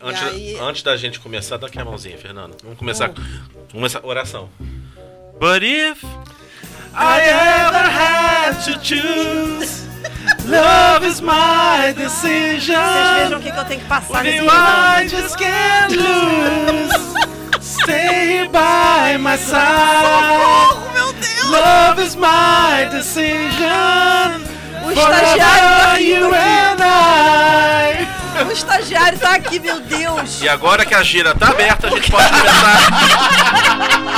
Antes, aí- antes da gente começar, dá aqui a mãozinha, Fernando. Vamos começar com vamos começar a oração. But if I ever had to choose, love is my Vocês decision. vejam o que, que eu tenho que passar nesse You programa. I just can't lose. Stay by my side. Socorro, meu Deus! Love is my decision. tá O Forever you estagiário, tá and I. aqui. o estagiário tá aqui, meu Deus! E agora que a gira tá aberta, a gente pode começar.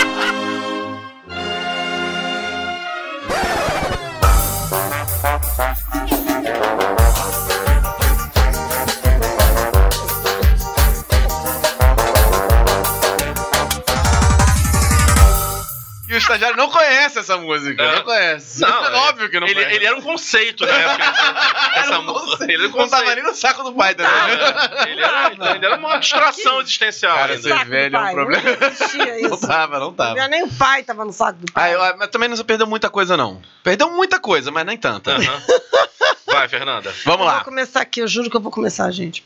E o estagiário não conhece essa música. É. Não conhece. é óbvio que não ele, conhece. ele era um conceito, né? Essa música. Ele era um não tava conceito. Ah, nem no saco do pai né? da Ele era, ele era uma abstração existencial Cara, ainda. você- velho, é um problema. Não existia Não isso. tava, não tava. Não, é nem o pai tava no saco do Ah, pai. eu, ah, mas também não perdeu muita coisa, não. Perdeu muita coisa, mas nem tanta. Aham. Vai, Fernanda. Vamos Vou lá. começar aqui, eu juro que eu vou começar, gente.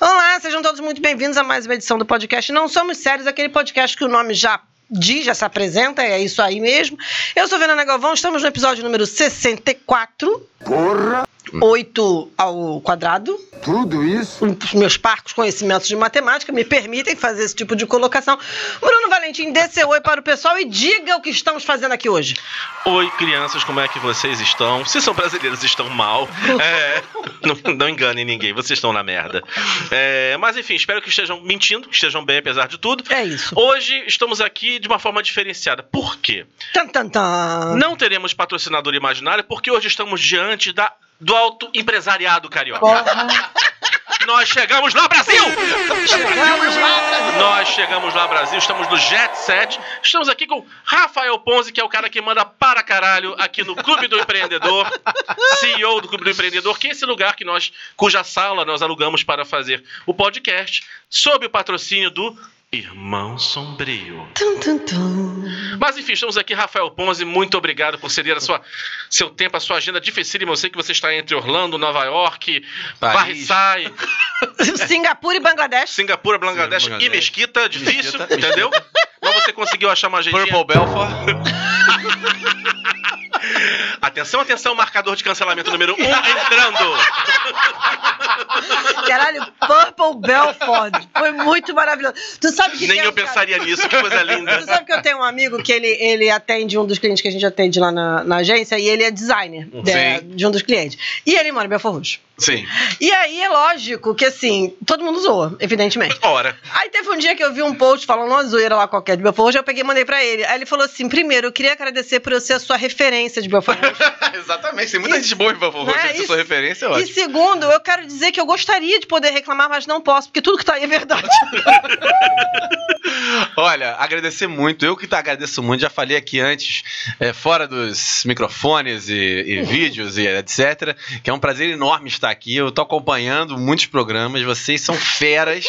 Olá, sejam todos muito bem-vindos a mais uma edição do podcast Não Somos Sérios, aquele podcast que o nome já diz, já se apresenta, é isso aí mesmo. Eu sou Fernanda Galvão, estamos no episódio número 64. Porra! 8 ao quadrado. Tudo isso? Os meus parcos conhecimentos de matemática me permitem fazer esse tipo de colocação. Bruno Valentim, dê seu oi para o pessoal e diga o que estamos fazendo aqui hoje. Oi, crianças, como é que vocês estão? Se são brasileiros, estão mal. É, não, não enganem ninguém, vocês estão na merda. É, mas enfim, espero que estejam mentindo, que estejam bem, apesar de tudo. É isso. Hoje estamos aqui de uma forma diferenciada. Por quê? Tan, tan, tan. Não teremos patrocinador imaginário porque hoje estamos diante da, do alto empresariado carioca. Nós chegamos lá, Brasil! Nós chegamos lá, Brasil, estamos no Jet Set. Estamos aqui com Rafael Ponzi, que é o cara que manda para caralho aqui no Clube do Empreendedor, CEO do Clube do Empreendedor, que é esse lugar que nós, cuja sala nós alugamos para fazer o podcast, sob o patrocínio do Irmão Sombrio. Tum, tum, tum. Mas enfim, estamos aqui, Rafael Ponzi. Muito obrigado por ceder a sua, seu tempo, a sua agenda dificílima. Eu sei que você está entre Orlando, Nova York, Paris. Barrisai, Singapura e Bangladesh. Singapura, Bangladesh Sim, e Bangladesh. Mesquita. Difícil, Mesquita, entendeu? Mas você conseguiu achar uma agendinha. Purple Belfort. Atenção, atenção, marcador de cancelamento número 1 um, entrando. Caralho, Purple Belford. Foi muito maravilhoso. Tu sabe que Nem tem, um eu cara, pensaria nisso, que coisa Tu linda. sabe que eu tenho um amigo que ele, ele atende um dos clientes que a gente atende lá na, na agência e ele é designer Uhum. de, Sim. de um dos clientes. E ele mora em Belfort Roxo. Sim. E aí é lógico que assim, todo mundo zoa, evidentemente. Ora, Aí teve um dia que eu vi um post falando uma zoeira lá qualquer de Belfort Roxo, eu peguei e mandei pra ele. Aí ele falou assim: primeiro, eu queria agradecer por eu ser a sua referência de Belfort Roxo. Exatamente. Tem muita gente boa em Purple Não é Belfort. Essa isso? sua referência é E ótima. segundo, eu quero dizer que eu gostaria de poder reclamar, mas não posso, porque tudo que tá aí é verdade. Olha, agradecer muito. Eu que tá, agradeço muito. Já falei aqui antes, é, fora dos microfones e, Uhum. e vídeos e etc. Que é um prazer enorme estar aqui. Eu tô acompanhando muitos programas. Vocês são feras.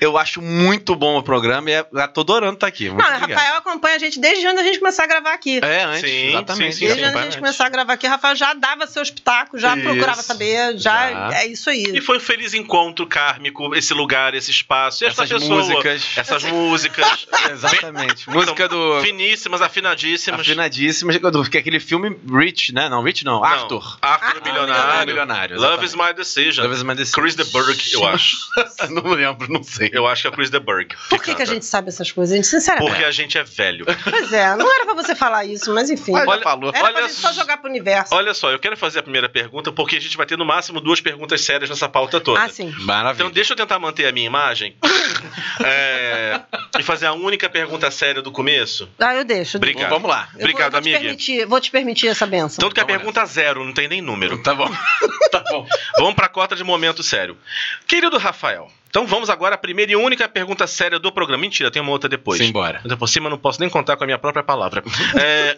Eu acho muito bom o programa e é- eu tô adorando estar aqui. Muito Não, obrigado. Rafael acompanha a gente desde antes da gente começar a gravar aqui. É, antes. Sim, exatamente. sim, sim, Desde sim. antes da gente começar a gravar aqui, Rafael já dava seus pitacos, já Isso. procurava saber, já, Já. é isso aí. e foi um feliz encontro kármico, esse lugar, esse espaço, e essa Essas pessoa. músicas. Essas músicas. Exatamente. Música do. Finíssimas, afinadíssimas. Afinadíssimas. do- Que é aquele filme Rich, né? Não, Rich não. Não, Arthur. Arthur Ah, Ah, Milionário. milionário. Love is exatamente. my decision. Love is my decision. Chris the Burg, eu acho. não lembro, não sei. Eu acho que é Chris the Burg. Por que, que a gente sabe essas coisas, gente? Sinceramente. Porque a gente é velho. Pois é, não era pra você falar isso, mas enfim. Mas já Olha- falou. Era pra olha gente só s- jogar assim. pro universo. Olha só, eu quero fazer a primeira pergunta porque a gente vai ter no máximo duas perguntas sérias nessa pauta toda. Ah, sim. Maravilha. Então deixa eu tentar manter a minha imagem É, e fazer a única pergunta séria do começo. Ah, eu deixo. eu deixo. Obrigado. Vamos lá. Eu vou- Obrigado, eu vou te amiga. permitir- vou te permitir essa benção. Tanto que a Vamos pergunta zero, não tem nem número. Tá bom. tá bom. Vamos pra cota de momento sério. Querido Rafael, então vamos agora à primeira e única pergunta séria do programa. Mentira, tem uma outra depois. Simbora. Ainda por cima, eu não posso nem contar com a minha própria palavra. É,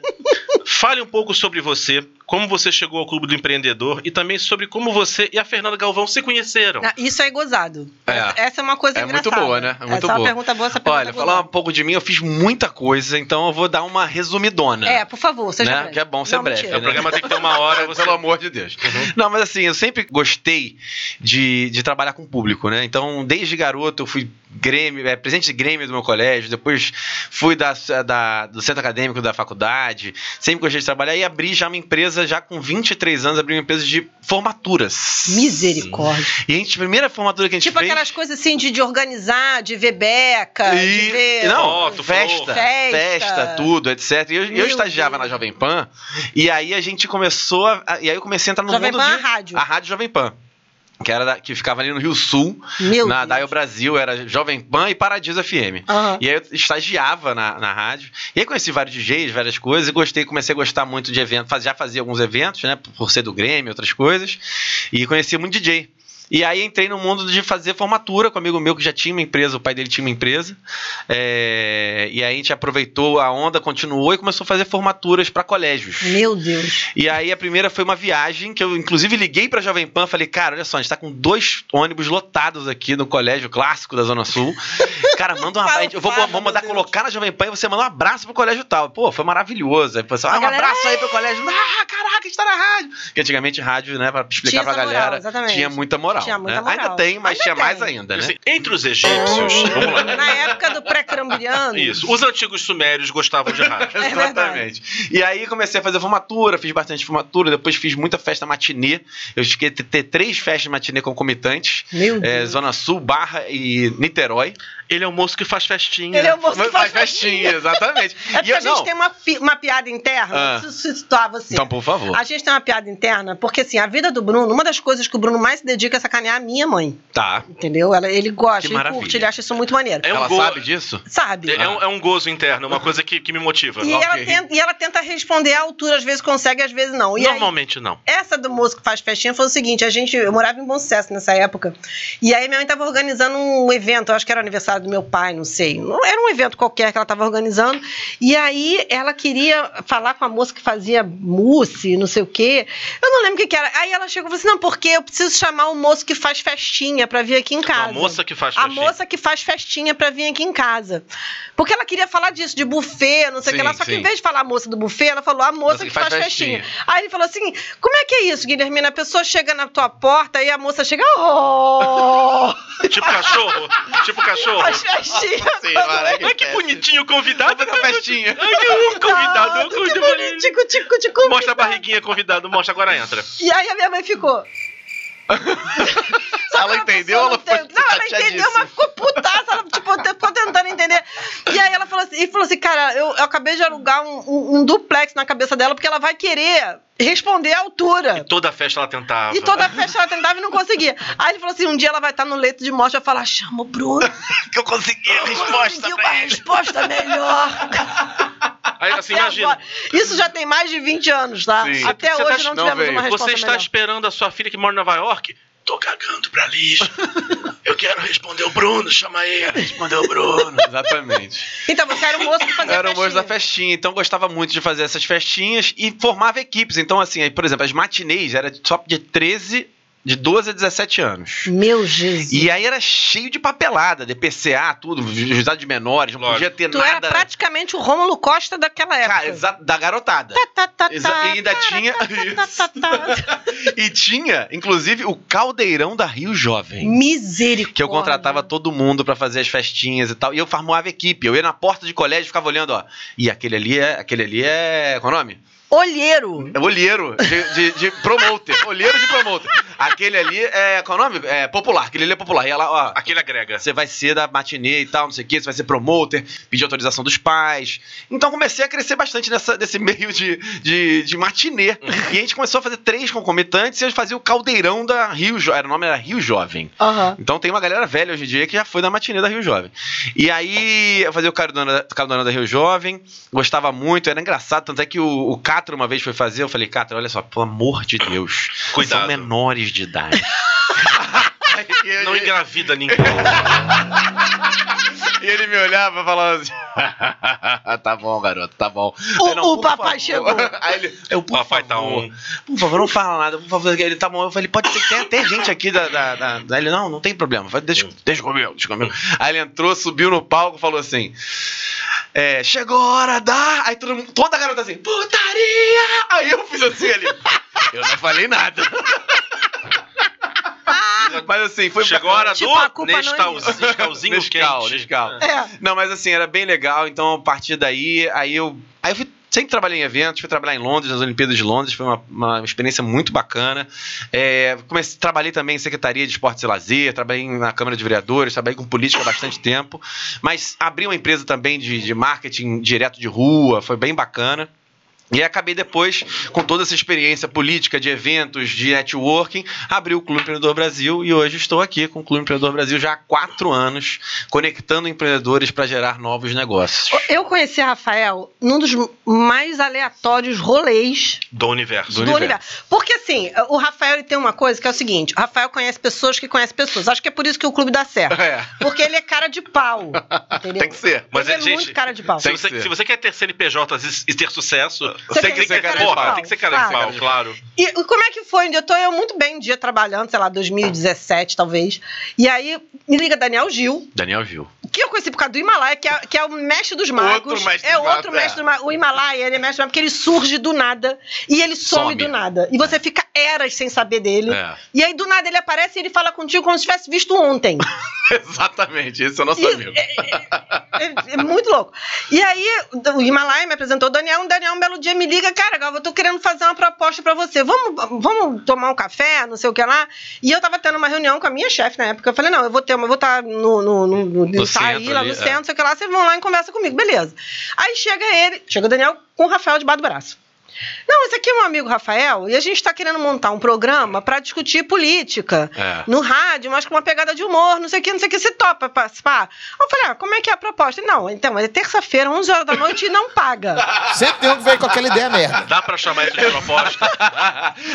Fale um pouco sobre você, como você chegou ao Clube do Empreendedor e também sobre como você e a Fernanda Galvão se conheceram. Ah, Isso é gozado. tá É. Essa é uma coisa É muito engraçada. boa, né? É muito essa é uma boa. pergunta boa, essa pergunta Olha, é falar um gozada. pouco de mim, eu fiz muita coisa, então eu vou dar uma resumidona. É, por favor, seja né? breve. Que é bom ser Não, breve. mentira. É, o programa tem que ter uma hora, você- Pelo amor de Deus. Não, mas assim, eu sempre gostei de, de trabalhar com o público, né? Então, desde garoto, eu fui Grêmio, é, presidente de Grêmio do meu colégio, depois fui da, da- do centro acadêmico da faculdade, sempre gostei de trabalhar e abri já uma empresa, já com 23 anos, abri uma empresa de formaturas. Misericórdia. E a gente, a primeira formatura que a gente Tipo fez... aquelas coisas assim de, de organizar, de ver beca, de ver. não, Foto, festa, flor. Festa. festa, tudo, etc. E eu, eu Meu estagiava Deus. na Jovem Pan, e aí a gente começou, a- a- e aí eu comecei a entrar no Jovem mundo Pan, a de- Ah, rádio. a Rádio Jovem Pan. Que, era da- que ficava ali no Rio Sul, Meu na Deus. Daio Brasil, era Jovem Pan e Paradiso FM. Aham. E aí eu estagiava na, na rádio. E aí conheci vários DJs, várias coisas, e gostei, comecei a gostar muito de eventos. Faz- Já fazia alguns eventos, né? por- Por ser do Grêmio, outras coisas. E conheci muito DJ. E aí entrei no mundo de fazer formatura com um amigo meu que já tinha uma empresa, o pai dele tinha uma empresa. É, e aí a gente aproveitou a onda, continuou e começou a fazer formaturas para colégios. Meu Deus. E aí a primeira foi uma viagem que eu inclusive liguei pra Jovem Pan, falei: "Cara, olha só, a gente tá com dois ônibus lotados aqui no colégio clássico da Zona Sul. Cara, manda um abraço, eu vou, Fala, vou mandar meu Deus. colocar na Jovem Pan e você manda um abraço pro colégio tal". Pô, foi maravilhoso. Aí o pessoal, A ah, um galera, é abraço aí pro colégio. Ah, caraca, a gente tá na rádio. Porque antigamente rádio, né, pra explicar Tinha pra essa moral, galera, exatamente. tinha muita moral, Tinha né? muita moral. Ainda tem, mas Ainda tinha mais tem. ainda, né? Assim, entre os egípcios, vamos lá. Na época do pré-crambriano. Isso. Os antigos sumérios gostavam de rádio. É verdade. Exatamente. E aí comecei a fazer formatura, fiz bastante formatura, depois fiz muita festa matinê. Eu cheguei a ter- ter três festas matinê concomitantes. Meu é, Deus. Zona Sul, Barra e Niterói. Ele é o moço que faz festinha. Ele é o moço que faz festinha, exatamente. É porque E eu- a gente não. tem uma, fi- uma piada interna. Ah. Preciso situar você. Então, por favor. assim. A gente tem uma piada interna, porque assim, a vida do Bruno, uma das coisas que o Bruno mais se dedica é sacanear a minha mãe. Tá. Entendeu? Ela- ele gosta, Que ele maravilha. curte, ele acha isso muito maneiro. É um Ela gol- sabe disso? Sabe? É um, é um gozo interno, uma coisa que, que me motiva. E, é, ok. ela tenta, e ela tenta responder à altura, às vezes consegue, às vezes não. E aí, Normalmente não. essa do moço que faz festinha foi o seguinte: a gente, eu morava em Bom Sucesso nessa época. E aí minha mãe tava organizando um evento, eu acho que era o aniversário do meu pai, não sei. Não era um evento qualquer que ela tava organizando. E aí ela queria falar com a moça que fazia mousse, não sei o quê. Eu não lembro o que, que era. Aí ela chegou e falou assim: não, porque eu preciso chamar o moço que faz festinha pra vir aqui em casa. A moça que faz A festinha. moça que faz festinha pra vir aqui em casa. Porque ela queria falar disso, de buffet, não sei o que Sim, lá. Só que em sim. vez de falar a moça do buffet, ela falou a moça que, faz, festinha. Aí ele falou assim: como é que é isso, Guilhermina? A pessoa chega na tua porta e a moça chega. Oh! Tipo cachorro. tipo cachorro. Faz festinha. Sim, Olha que bonitinho o convidado. é Fazer uma Tá festinha. Ai, que um convidado. um Que convidado. bonitinho, tico, tico. Mostra a barriguinha, convidado. Mostra, agora entra. tipo, E aí a minha mãe ficou. Só que Ela a entendeu pessoa ou ela não foi teve- Não, ela entendeu, chateadíssima? mas ficou putaça. Ela, tipo, ficou tentando entender. E aí ela falou assim, e falou assim cara, eu, eu acabei de alugar um, um- um duplex na cabeça dela, porque ela vai querer responder à altura. Toda festa ela tentava. E toda a festa ela tentava e não conseguia. Aí ele falou assim: um dia ela vai estar no leito de morte, vai falar: chama o Bruno. Que eu consegui a resposta conseguiu uma pra ele. resposta melhor. Aí, assim, Até imagina. agora. Isso já tem mais de 20 anos, tá? Sim. Até Você tá- hoje não não tivemos veio. uma resposta Você está melhor. esperando a sua filha que mora em Nova York? Tô cagando pra lixo. Eu quero responder o Bruno, chama ele. Responder o Bruno. Exatamente. Então, você era o moço que fazia Era o moço da festinha. festinha, então eu gostava muito de fazer essas festinhas e formava equipes. Então, assim, aí, por exemplo, as matinês era só de 13, de 12 a 17 anos. Meu Jesus. E aí era cheio de papelada, DPCA, tudo, juizado de menores, não Lógico. podia ter tu nada. era praticamente o Rômulo Costa daquela época. Cara, exa- da garotada. Tá, tá, tá, Exa- e ainda tinha. tá, tá, tá. e tinha, inclusive, o caldeirão da Rio Jovem. Hum, Misericórdia. Que eu contratava todo mundo pra fazer as festinhas e tal. E eu formava equipe. Eu ia na porta de colégio e ficava olhando, ó. E aquele ali é. Aquele ali é. Qual é o nome? Olheiro. É olheiro de, de, de promoter. Olheiro de promoter. Aquele ali é. Qual é o nome? É popular. Aquele ali é popular. E ela, ó. Aquele agrega. Você vai ser da matinê e tal, não sei o quê, você vai ser promoter, pedir autorização dos pais. Então comecei a crescer bastante nessa, nesse meio de, de, de matinê. E a gente começou a fazer três concomitantes e a gente fazia o caldeirão da Rio Jovem. Era, o nome era Rio Jovem. Aham. Então tem uma galera velha hoje em dia que já foi da matinê da Rio Jovem. E aí eu fazia o Cardona, Cardona da Rio Jovem, gostava muito, era engraçado, tanto é que o, o Catra uma vez foi fazer, eu falei, Catra, olha só, pelo amor de Deus, Cuidado. são menores de idade. Não engravida ninguém. E ele me olhava e falava assim: tá bom, garoto, tá bom. O- Aí, o por papai chegou. Aí ele, eu, O papai tá favor. on. Por favor, não fala nada, por favor. Ele tá bom. Eu falei: pode ter, tem até gente aqui da. da, da- da- Ele, não, não tem problema, vai, deixa, deixa comigo, deixa comigo. Aí ele entrou, subiu no palco e falou assim: é, chegou a hora da. Aí todo mundo, toda a garota assim: putaria! Aí eu fiz assim ali. Eu não falei nada. Mas assim, foi Chegou a hora Tipo, do a culpa não é Nescauzinho, Nescauzinho Nescau, quente. Nescau. É. Não, mas assim, era bem legal. Então, a partir daí, aí eu. Aí eu fui- sempre trabalhei em eventos, fui trabalhar em Londres, nas Olimpíadas de Londres, foi uma, uma experiência muito bacana. É, comecei, trabalhei também em Secretaria de Esportes e Lazer, trabalhei na Câmara de Vereadores, trabalhei com política há bastante tempo, mas abri uma empresa também de, de marketing direto de rua, foi bem bacana. E aí acabei depois, com toda essa experiência política, de eventos, de networking, abri o Clube Empreendedor Brasil e hoje estou aqui com o Clube Empreendedor Brasil já há quatro anos, conectando empreendedores para gerar novos negócios Eu conheci a Rafael num dos mais aleatórios rolês Do universo. do, do universo. universo. Porque assim, o Rafael ele tem uma coisa que é o seguinte: o Rafael conhece pessoas que conhecem pessoas. Acho que é por isso que o clube dá certo. É, Porque ele é cara de pau. Entendeu? tem que ser. Mas, ele é gente, muito cara de pau. Se Tem que você, ser. se você quer ter CNPJ e ter sucesso, você Você tem tem que ser cara de porra, pau. tem que ser cara de Claro. pau, claro. E e como é que foi? Eu tô eu muito bem um dia trabalhando, sei lá, 2017 talvez. E aí me liga Daniel Gil, Daniel viu. que eu conheci por causa do Himalaia, que é, que é o mestre dos magos. Outro mestre é dos magos, outro é. mestre do ma- O Himalaia, ele é mestre do magos, porque ele surge do nada e ele some, Some. do nada. E você fica eras sem saber dele. É. E aí, do nada, ele aparece e ele fala contigo como se tivesse visto ontem. Exatamente, esse é o nosso Isso, amigo. É, é muito louco. E aí, o Himalaia me apresentou o Daniel. O Daniel, um belo dia, me liga: Cara, Galva, eu tô querendo fazer uma proposta pra você. Vamos, vamos tomar um café, não sei o que lá. E eu tava tendo uma reunião com a minha chefe na época. Eu falei: Não, eu vou ter uma, eu vou estar no, no, no, no, No saí centro lá ali, no é. centro, não sei o que lá. Vocês vão lá e conversa comigo. Beleza. Aí chega ele, chega o Daniel com o Rafael debaixo do braço. Não, esse aqui é um amigo Rafael e a gente tá querendo montar um programa pra discutir política É. no rádio, mas com uma pegada de humor, não sei o que, não sei o que, se topa participar. Aí Eu falei, ah, como é que é a proposta? Ele, Não, então, é terça-feira, 11 horas da noite e não paga. Sempre tem um que veio com aquela ideia merda. Dá pra chamar isso de proposta?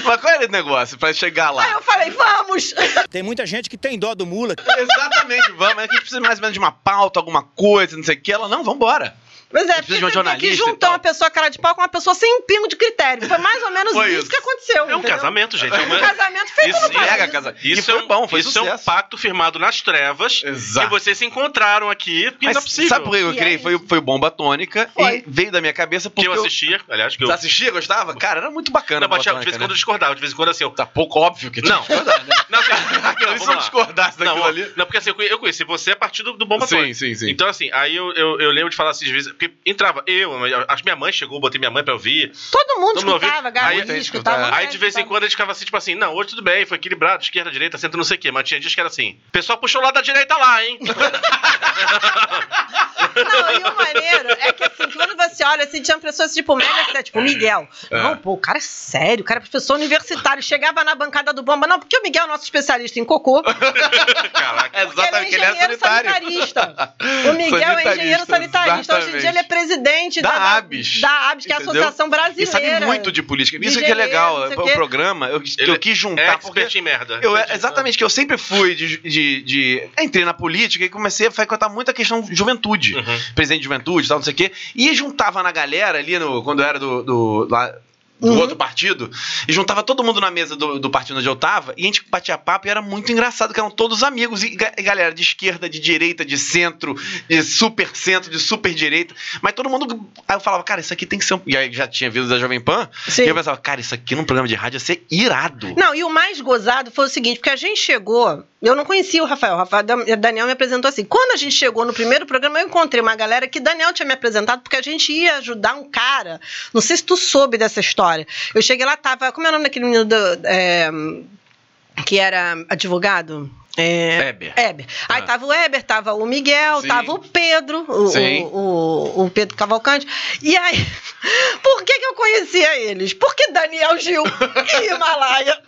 Mas qual era o negócio pra chegar lá? Aí Ah, eu falei, vamos! Tem muita gente que tem dó do mula. Exatamente, vamos. A gente precisa mais ou menos de uma pauta, alguma coisa, não sei o que. Ela, não, vambora. Mas é, Precisa de um porque você vê que jornalista e juntou então? tal. uma pessoa cara de pau com uma pessoa sem um pingo de critério. Foi mais ou menos Foi isso, isso. que aconteceu. É um entendeu? casamento, gente. É Um uma- casamento feito Isso no paraíso. Mega casa. E Isso é foi um, bom, foi isso é um sucesso. pacto firmado nas trevas Exato. que vocês se encontraram aqui, porque não é Mas possível. Sabe por que eu E criei? aí? Foi, foi o Bomba Tônica Foi. e veio da minha cabeça que porque. eu eu- assistia, aliás, que eu... Você assistia, gostava? Cara, era muito bacana. Não, o Bomba batia, de vez Tônica, em quando eu né? discordava, de vez em quando assim, eu... Tá pouco óbvio que Não, tinha. não, assim, Não, se eu vamos lá. discordasse daquilo não, ali. Não, porque assim, eu conhe- eu conheci você a partir do, do Bomba Sim, Tônica. sim, sim. Então, assim, aí eu, eu, eu lembro de falar assim, às vezes, porque entrava eu, acho que minha mãe chegou, botei minha mãe pra ouvir. Todo mundo Todo mundo escutava, ouviu? garoto Aí- escutava. Aí de vez em quando a gente ficava assim, tipo assim, não, hoje tudo bem, foi equilibrado, esquerda, direita, centro, não sei o quê. Mas tinha dias que era assim, o pessoal puxou o lado da direita lá, hein? Tá, Não, e o maneiro é que assim, que quando você olha, assim, tinha pessoas tipo mega sério, tipo o Miguel. Não, pô, o cara é sério, o cara é professor universitário. Chegava na bancada do bomba, não, porque o Miguel é o nosso especialista em cocô. porque Caraca. Exatamente, ele é engenheiro sanitarista. O Miguel é engenheiro sanitarista. Hoje em dia ele é exatamente. presidente Da da, ABS. da ABS, que é a Entendeu? Associação E Brasileira. sabe muito de política. Isso que é engenheiro, legal. não sei o O quê. programa, eu, Ele eu quis É juntar porque. expert em merda. Eu, é- exatamente, que eu sempre fui de, de, de- Entrei na política e comecei a frequentar muito a questão de juventude. Uhum. Presidente de juventude e tal, não sei o quê. E juntava na galera ali, no, quando eu era do. do- lá- do Uhum. outro partido, e juntava todo mundo na mesa do, do partido onde eu tava, e a gente batia papo e era muito engraçado, que eram todos amigos, e ga- e galera de esquerda, de direita, de centro, de super centro, de super direita, mas todo mundo, aí eu falava, cara, isso aqui tem que ser um... E aí já tinha vindo da Jovem Pan, Sim. e eu pensava, cara, isso aqui num programa de rádio ia ser irado. Não, e o mais gozado foi o seguinte, porque a gente chegou, eu não conhecia o Rafael, o Rafael o Daniel me apresentou assim. Quando a gente chegou no primeiro programa, eu encontrei uma galera que Daniel tinha me apresentado, porque a gente ia ajudar um cara. Não sei se tu soube dessa história. Eu cheguei lá, tava. Como é o nome daquele menino do, é, que era advogado? É, Weber. Heber. Aí tava o Heber, tava o Miguel, Ah. Sim. tava o Pedro, o, Sim. o, o- o Pedro Cavalcante. E aí, por que, que eu conhecia eles? Porque Daniel Gil e Himalaia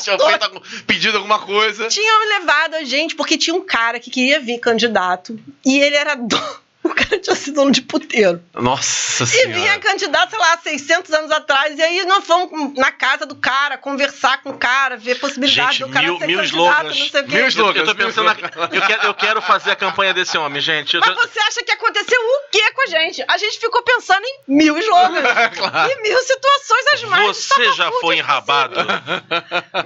Tinha feito algum- tá pedido alguma coisa. tinham levado a gente, porque tinha um cara que queria vir candidato e ele era do- O cara tinha sido dono de puteiro. Nossa E vinha senhora. candidato, sei lá, 600 anos atrás. E aí nós fomos na casa do cara, conversar com o cara, ver possibilidade Gente, do cara mil- ser mil candidato, slogans. não sei o quê. Mil slogans. Eu, eu tô pensando Lucas, na, eu, quero, eu quero fazer a campanha desse homem, gente. Eu tô- Mas você acha que aconteceu o quê com a gente? A gente ficou pensando em mil slogans. E mil situações as mais. você já foi enrabado?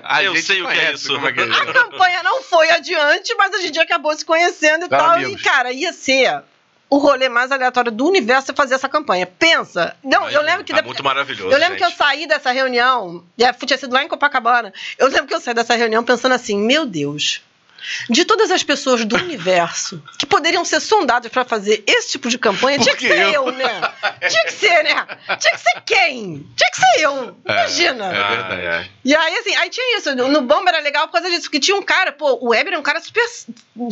A eu gente sei o que é conhece isso. como é que é. A campanha não foi adiante, mas a gente acabou se conhecendo e Claro, tal. amigos. E, cara, ia ser o rolê mais aleatório do universo é fazer essa campanha. Pensa. Não, eu lembro que. Tá depois- muito maravilhoso. né, Eu lembro que eu gente. saí dessa reunião, e a- tinha sido lá em Copacabana. Eu lembro que eu saí dessa reunião pensando assim: meu Deus, de todas as pessoas do universo que poderiam ser sondadas pra fazer esse tipo de campanha, Por tinha que que ser eu, eu? né? Tinha que ser, né? Tinha que ser quem? Tinha que ser eu. Imagina. É verdade. Ai, ai. E aí, assim, aí tinha isso. No Bomba era legal por causa disso, porque tinha um cara, pô, o Weber é um cara super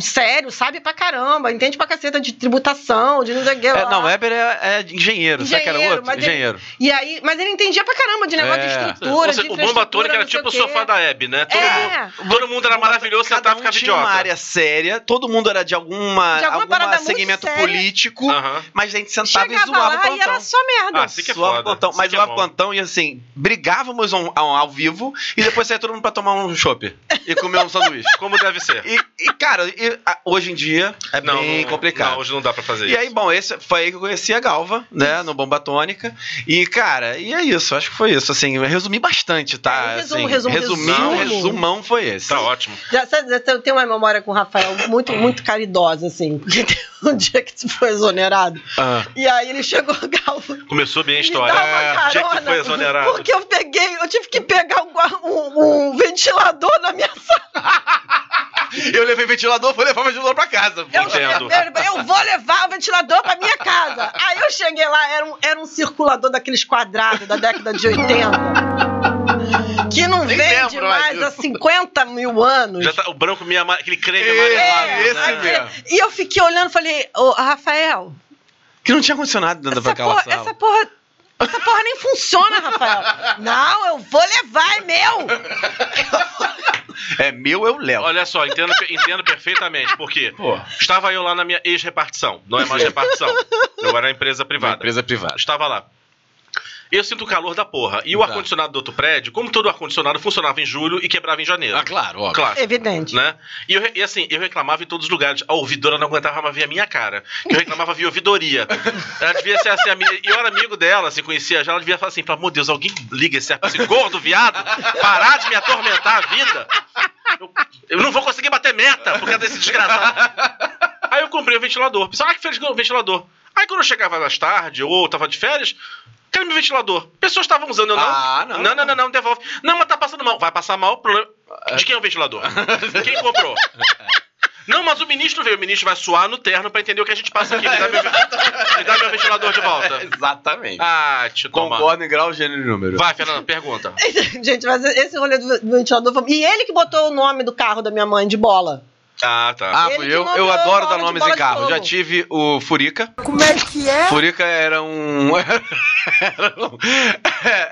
sério, sabe pra caramba, entende pra caceta de tributação, de não sei o que. É, lá. não, Weber é, é engenheiro, sabe que era Engenheiro, outro? mas ele- Engenheiro. E aí, mas ele entendia pra caramba de negócio É. de estrutura, Ou seja, de o bomba infraestrutura, tônica era não sei tipo o quê. sofá da Hebe, né? Todo, É. mundo, todo mundo era maravilhoso, Cada sentava um e ficava tinha uma idiota. área séria, todo mundo era de alguma, De alguma parada algum muito segmento séria. político, Aham. mas a gente sentava e Chegava zoava lá o plantão. e era só merda. Ah, assim que é Zoava o foda. plantão, Assim mas que é zoava o bom. plantão e assim, brigávamos ao, ao- ao vivo e depois saía todo mundo pra tomar um chopp e comer um sanduíche. Como deve ser. E, e, cara, e, a- hoje em dia é Não, bem não- complicado. não, hoje não dá pra fazer E isso. aí, bom, esse foi aí que eu conheci a Galva, né, no Bomba Tônica. E, cara, e é isso, acho que foi isso. Assim, eu resumi bastante, tá? É, resumo, assim, resumo, resumi, resumo. resumão foi esse. Tá ótimo. Já, sabe, eu tenho uma memória com o Rafael muito, muito caridosa, assim, porque tem um dia que tu foi exonerado. Ah. E aí ele chegou, Galvo, Começou bem a me dá história. uma O dia que carona, tu foi exonerado. Porque eu peguei, eu tive que pegar um, gua- um- um ventilador na minha sala. Eu levei ventilador, vou levar ventilador pra casa. pô. Eu, Entendo. eu- eu vou levar o ventilador pra minha casa. Aí eu cheguei lá, era um, era um circulador daqueles quadrados da década de 80. Que não Nem vende lembro mais mais disso. há 50 mil anos. Já tá, o branco, meio ama- aquele creme É, amarelado. esse né? mesmo. E eu fiquei olhando e falei, ô, Rafael, Que não tinha condicionado dentro essa daquela porra, sala. essa porra. Essa porra nem funciona, Rafael. Não, eu vou levar, é meu! É meu, eu levo. Olha só, entendo, entendo perfeitamente, porque Pô. estava eu lá na minha ex-repartição, não é mais repartição, eu era empresa privada. Empresa privada. Estava lá. Eu sinto o calor da porra. E o Tá. ar-condicionado do outro prédio, como todo ar-condicionado, funcionava em julho e quebrava em janeiro. Ah, claro, óbvio. Claro. É. Evidente. Né? E, eu re- e assim, eu reclamava em todos os lugares. A ouvidora não aguentava mais ver a minha cara. Que eu reclamava via ouvidoria. Ela devia ser assim, a minha- e eu era amigo dela, assim, conhecia já. Ela devia falar assim: pelo amor de Deus, alguém liga esse, esse gordo viado, parar de me atormentar a vida. Eu, eu não vou conseguir bater meta por causa desse desgraçado. Aí eu comprei o ventilador. Pensava, ah, que feliz que é o ventilador. Aí quando eu chegava mais tarde ou tava de férias, cadê meu ventilador? Pessoas estavam usando, eu não. Ah, não. Não, não, não, não, devolve. Não, mas tá passando mal. Vai passar mal, problema. De quem é o ventilador? Quem comprou? Não, mas o ministro veio. O ministro vai suar no terno pra entender o que a gente passa aqui. Me dá meu, me dá meu ventilador de volta. Exatamente. Ah, te toma. Concordo em grau, gênero e número. Vai, Fernanda, pergunta. Gente, mas esse rolê do ventilador foi. E ele que botou o nome do carro da minha mãe de bola. Ah, tá. Ah, Ele fui que eu. Eu nomeou adoro bola dar de nomes bola em de carro. fogo. Já tive o Furica. Como é que é? Furica era um. era um,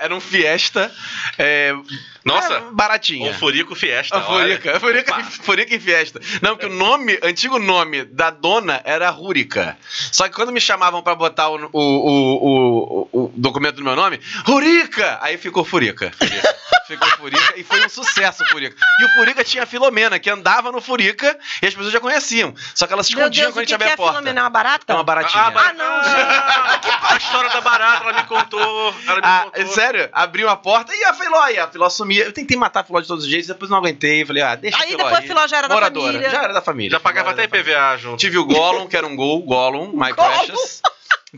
era um Fiesta. é, Nossa. Baratinha. Um furico fiesta. A Furica, olha. a Furica, Opa. Furica em festa. Não, porque o nome, antigo nome da dona era Rúrica. Só que quando me chamavam pra botar o, o- o- o- o documento do meu nome, Rurica! Aí ficou Furica. Ficou Furica e foi um sucesso o Furica. E o Furica tinha a Filomena, que andava no Furica e as pessoas já conheciam. Só que ela se Meu escondia Deus, quando a o gente que, que abria é a porta. fenomenal? Uma barata? É uma baratinha. ba- Ah, não, a história da barata, ela me contou. Ela me Ah, contou. sério? Abriu a porta e a Filó, e a Filó sumia. Eu tentei matar a Filó de todos os jeitos, depois não aguentei. Falei, ah, deixa a Aí Filó depois aí. a Filó já era da Moradora. família. Já era da família. Já pagava até Filó era da IPVA junto. Tive o Gollum, que era um gol, Gollum, My Gollum. Precious.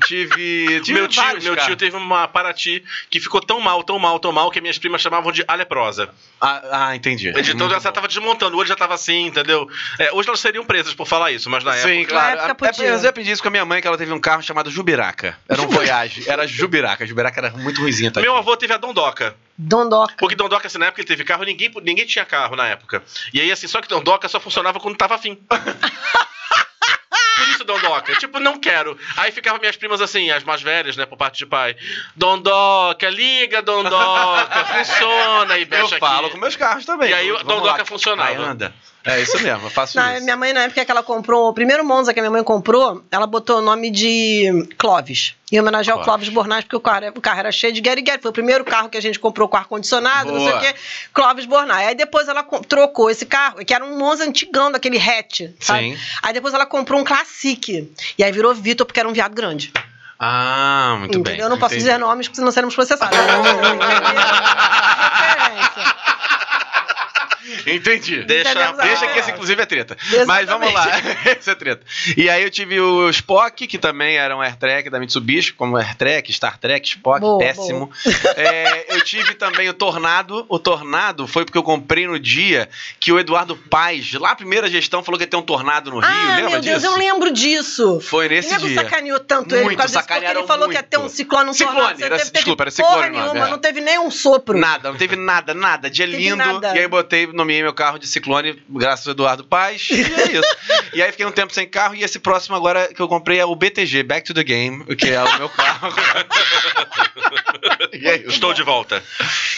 Tive. tive Meu tio, vários, meu cara. tio teve uma Paraty que ficou tão mal, tão mal, tão mal, que minhas primas chamavam de aleprosa. Ah, ah, entendi. O editor já tava desmontando, hoje já tava assim, entendeu? É, hoje elas seriam presas por falar isso, mas na Sim, época. claro. Na época É, podia. mas eu aprendi isso com a minha mãe, que ela teve um carro chamado Jubiraca. Era um Voyage. Era Jubiraca. Jubiraca era muito ruimzinha, tá? Meu avô teve a Dondoca. Dondoca. Porque Dondoca, assim, na época ele teve carro, ninguém, ninguém tinha carro na época. E aí, assim, só que Dondoca só funcionava quando tava afim. Por isso, Dondoca. Tipo, não quero. Aí ficavam minhas primas assim, as mais velhas, né, por parte de pai. Dondoca, liga, Dondoca, funciona. E Eu mexe aqui. falo é com meus carros também. E aí o Vamos Dondoca lá. funcionava. Vai, anda. É isso mesmo, eu faço Na- isso. minha mãe, na época que ela comprou, o primeiro Monza que a minha mãe comprou, ela botou o nome de Clóvis. Em homenagem ao Clóvis. Clóvis Bornaz, porque o carro, o carro era cheio de guerra e guerra. Foi o primeiro carro que a gente comprou com ar-condicionado, não sei Boa. o quê. Clóvis Bornaz. Aí depois ela co- trocou esse carro, que era um Monza antigão, daquele hatch, sabe? Sim. Aí depois ela comprou um Classic. E aí virou Vitor, porque era um viado grande. Ah, muito bem. Eu não posso entendi. dizer nomes, porque senão seremos processados. Referência. Entendi. Deixa- Entendemos Deixa a que referência. esse, inclusive, é treta. Exatamente. Mas vamos lá. Essa é treta. E aí eu tive o Spock, que também era um AirTrack da Mitsubishi, como AirTrack, Star Trek, Spock, Boa, péssimo. É, eu tive também o Tornado. O Tornado foi porque eu comprei no dia que o Eduardo Paz, lá a primeira gestão, falou que ia ter um tornado no Rio. Ah, Lembra meu Deus, disso? eu lembro disso. Foi nesse o nego dia. sacaneou tanto ele Muito, por causa disso, porque sacanearam ele falou que ia ter um muito. ciclone, um Ciclone, tornado, era- teve- teve desculpa, era porra ciclone o nome, nenhuma, é. não teve nem um sopro. Nada, não teve nada, nada. Dia Teve lindo. nada. E aí botei, nomeei meu carro de ciclone, graças ao Eduardo Paz. E é isso. e aí fiquei um tempo sem carro. E esse próximo agora que eu comprei é o BTG, Back to the Game, que é o meu carro. e é isso. Estou de volta.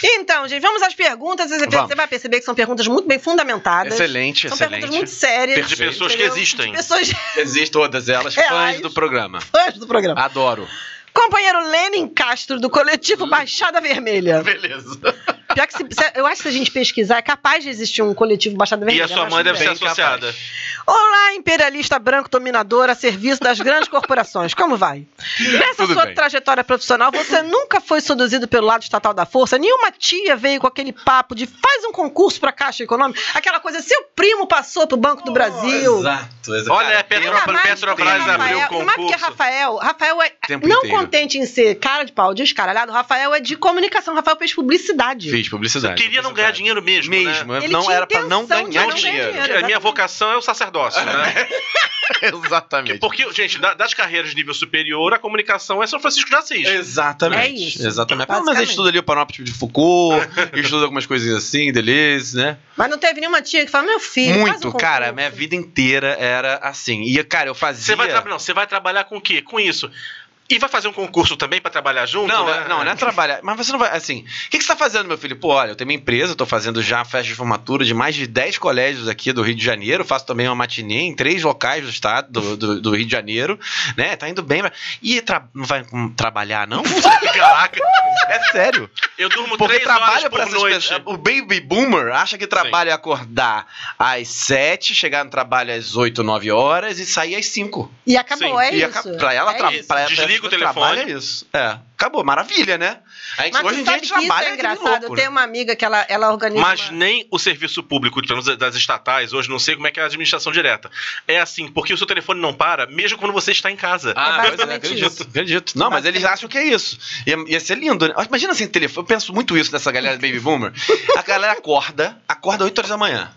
Então, gente, vamos às perguntas. Você, Vamos. você vai perceber que são perguntas muito bem fundamentadas. Excelente, São perguntas muito excelente. sérias. De Perfeito. pessoas que entendeu? existem. Pessoas Existem todas elas, fãs Reais. do programa. fãs do programa. Adoro. Companheiro Lenin Castro, do coletivo Hum. Baixada Vermelha. Beleza. Pior que se- se- eu acho que se a gente pesquisar, é capaz de existir um coletivo Baixada E Vermelha. a sua eu mãe acho deve bem. É, ser bem capaz. associada. Olá, imperialista branco dominador a serviço das grandes corporações. Como vai? Nessa Tudo sua bem. trajetória profissional, você nunca foi seduzido pelo lado estatal da força? Nenhuma tia veio com aquele papo de faz um concurso pra Caixa Econômica? Aquela coisa, seu primo passou pro Banco do Brasil. Exato, exato. Olha, é a tem- Petro- Ainda mais Oh, Petrobras abriu o porque Rafael- Ainda mais porque concurso. é Rafael, Rafael é, Tempo não inteiro. contente em ser cara de pau, descaralhado, Rafael é de comunicação, Rafael fez publicidade. Fiz publicidade. Queria não ganhar dinheiro mesmo. né? Mesmo, eu Ele não tinha era pra não intenção de ganhar não ganhar dinheiro. dinheiro. A minha vocação é o sacerdócio, né? Exatamente. Porque, gente, da- das carreiras de nível superior, a comunicação é São Francisco de Assis. Exatamente. É isso, Exatamente. Ah, mas a basicamente. gente estuda ali o panóptico de Foucault, estuda algumas coisinhas assim, delícia, né? Mas não teve nenhuma tia que falou, meu filho, faz Muito, um cara, concurso. minha vida inteira era assim. E, cara, eu fazia. Você vai, tra- não, você vai trabalhar com o quê? Com isso. E vai fazer um concurso também pra trabalhar junto? Não, né? é- não, não é trabalhar. Mas você não vai. Assim, o que, que você tá fazendo, meu filho? Pô, olha, eu tenho minha empresa, eu tô fazendo já festa de formatura de mais de 10 colégios aqui do Rio de Janeiro. Faço também uma matinê em três locais do estado, do, do- do Rio de Janeiro, né? Tá indo bem. mas- E tra- não vai hum, trabalhar, não? Caraca, é sério. Eu durmo Porque três horas trabalha por pra essas noite. pessoas. O baby boomer acha que trabalha é acordar às 7, chegar no trabalho às 8, 9 horas e sair às 5. E acabou, Sim, é e isso. aca- pra ela é tra- isso. pra- pra Desliga essa o pessoa que telefone. Trabalha é isso. É. Acabou, maravilha, né? A gente, Mas hoje tu em dia a gente sabe que isso trabalha é de engraçado. louco, eu né? tenho uma amiga que ela, ela organiza. Mas uma- nem o serviço público, pelo menos das estatais, hoje não sei como é que é a administração direta. É assim, porque o seu telefone não para, mesmo quando você está em casa. Ah, É pois é, basicamente acredito, isso. acredito. Não, mas eles acham que é isso. Ia, ia ser lindo, né? Imagina assim, telefone. Eu penso muito isso nessa galera do Baby Boomer. A galera acorda, acorda 8 horas da manhã.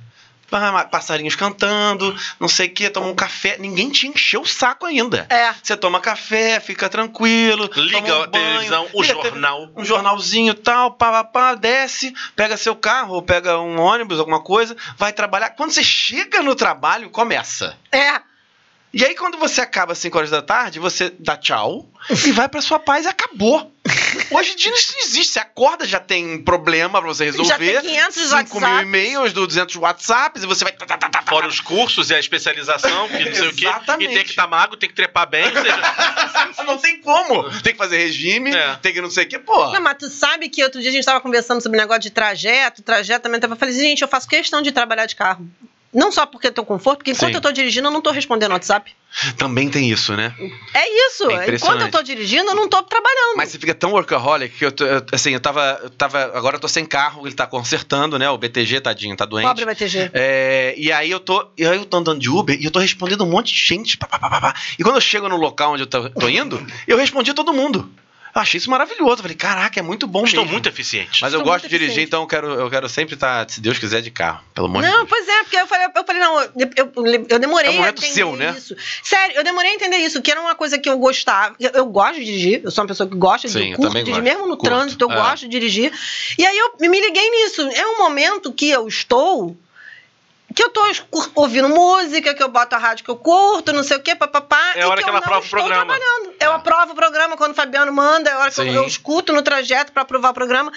Ah, Passarinhos cantando, não sei o que, toma um café. Ninguém te encheu o saco ainda. É. Você toma café, fica tranquilo. Liga toma um a televisão, banho, o liga a TV jornal. um jornalzinho tal, pá, pá, pá, desce, pega seu carro, ou pega um ônibus, alguma coisa, vai trabalhar. Quando você chega no trabalho, começa. É. E aí, quando você acaba às 5 horas da tarde, você dá tchau e vai pra sua paz e acabou. Hoje em dia isso não existe. Você acorda, já tem problema pra você resolver. Já tem 500 5 mil WhatsApp. e-mails, 200 WhatsApps, e você vai. tá, tá, tá, tá, tá, Fora os cursos e a especialização, que não sei o quê. E Exatamente. tem que estar magro, tem que trepar bem. Ou seja, Não tem como. Tem que fazer regime, É. tem que não sei o que, pô. Não, mas tu sabe que outro dia a gente tava conversando sobre o negócio de trajeto, trajeto também tava falando, gente, eu faço questão de trabalhar de carro. Não só porque eu tô conforto, porque enquanto Sim. eu tô dirigindo, eu não tô respondendo WhatsApp. Também tem isso, né? É isso. É impressionante. enquanto eu tô dirigindo, eu não tô trabalhando. Mas você fica tão workaholic que eu, tô- eu- assim, eu tava, eu tava. Agora eu tô sem carro, ele tá consertando, né? O BTG, tadinho, tá doente. Pobre BTG. É, e aí eu tô, e aí eu tô andando de Uber e eu tô respondendo um monte de gente. Pá, pá, pá, pá, pá. E quando eu chego no local onde eu tô, tô indo, eu respondi todo mundo. Eu achei isso maravilhoso. Eu falei, caraca, é muito bom estou mesmo. muito eficiente. Mas eu Estou gosto muito de dirigir, eficiente. então eu quero, eu quero sempre estar, se Deus quiser, de carro. Pelo amor de Não, Deus. pois é, porque eu falei, eu falei não, eu, eu- eu demorei É um a momento entender seu, né? isso. Sério, eu demorei a entender isso, que era uma coisa que eu gostava. Eu, eu gosto de dirigir, eu sou uma pessoa que gosta de Sim, eu eu curto também dirigir, gosto, mesmo no curto, trânsito, eu é. gosto de dirigir. E aí eu me liguei nisso. É um momento que eu estou. Que eu tô escu- ouvindo música, que eu boto a rádio que eu curto, não sei o quê, papapá. É a hora e que ela eu não aprova o estou programa. trabalhando. Eu aprovo o programa quando o Fabiano manda, é a hora que eu, Sim. eu escuto no trajeto pra aprovar o programa.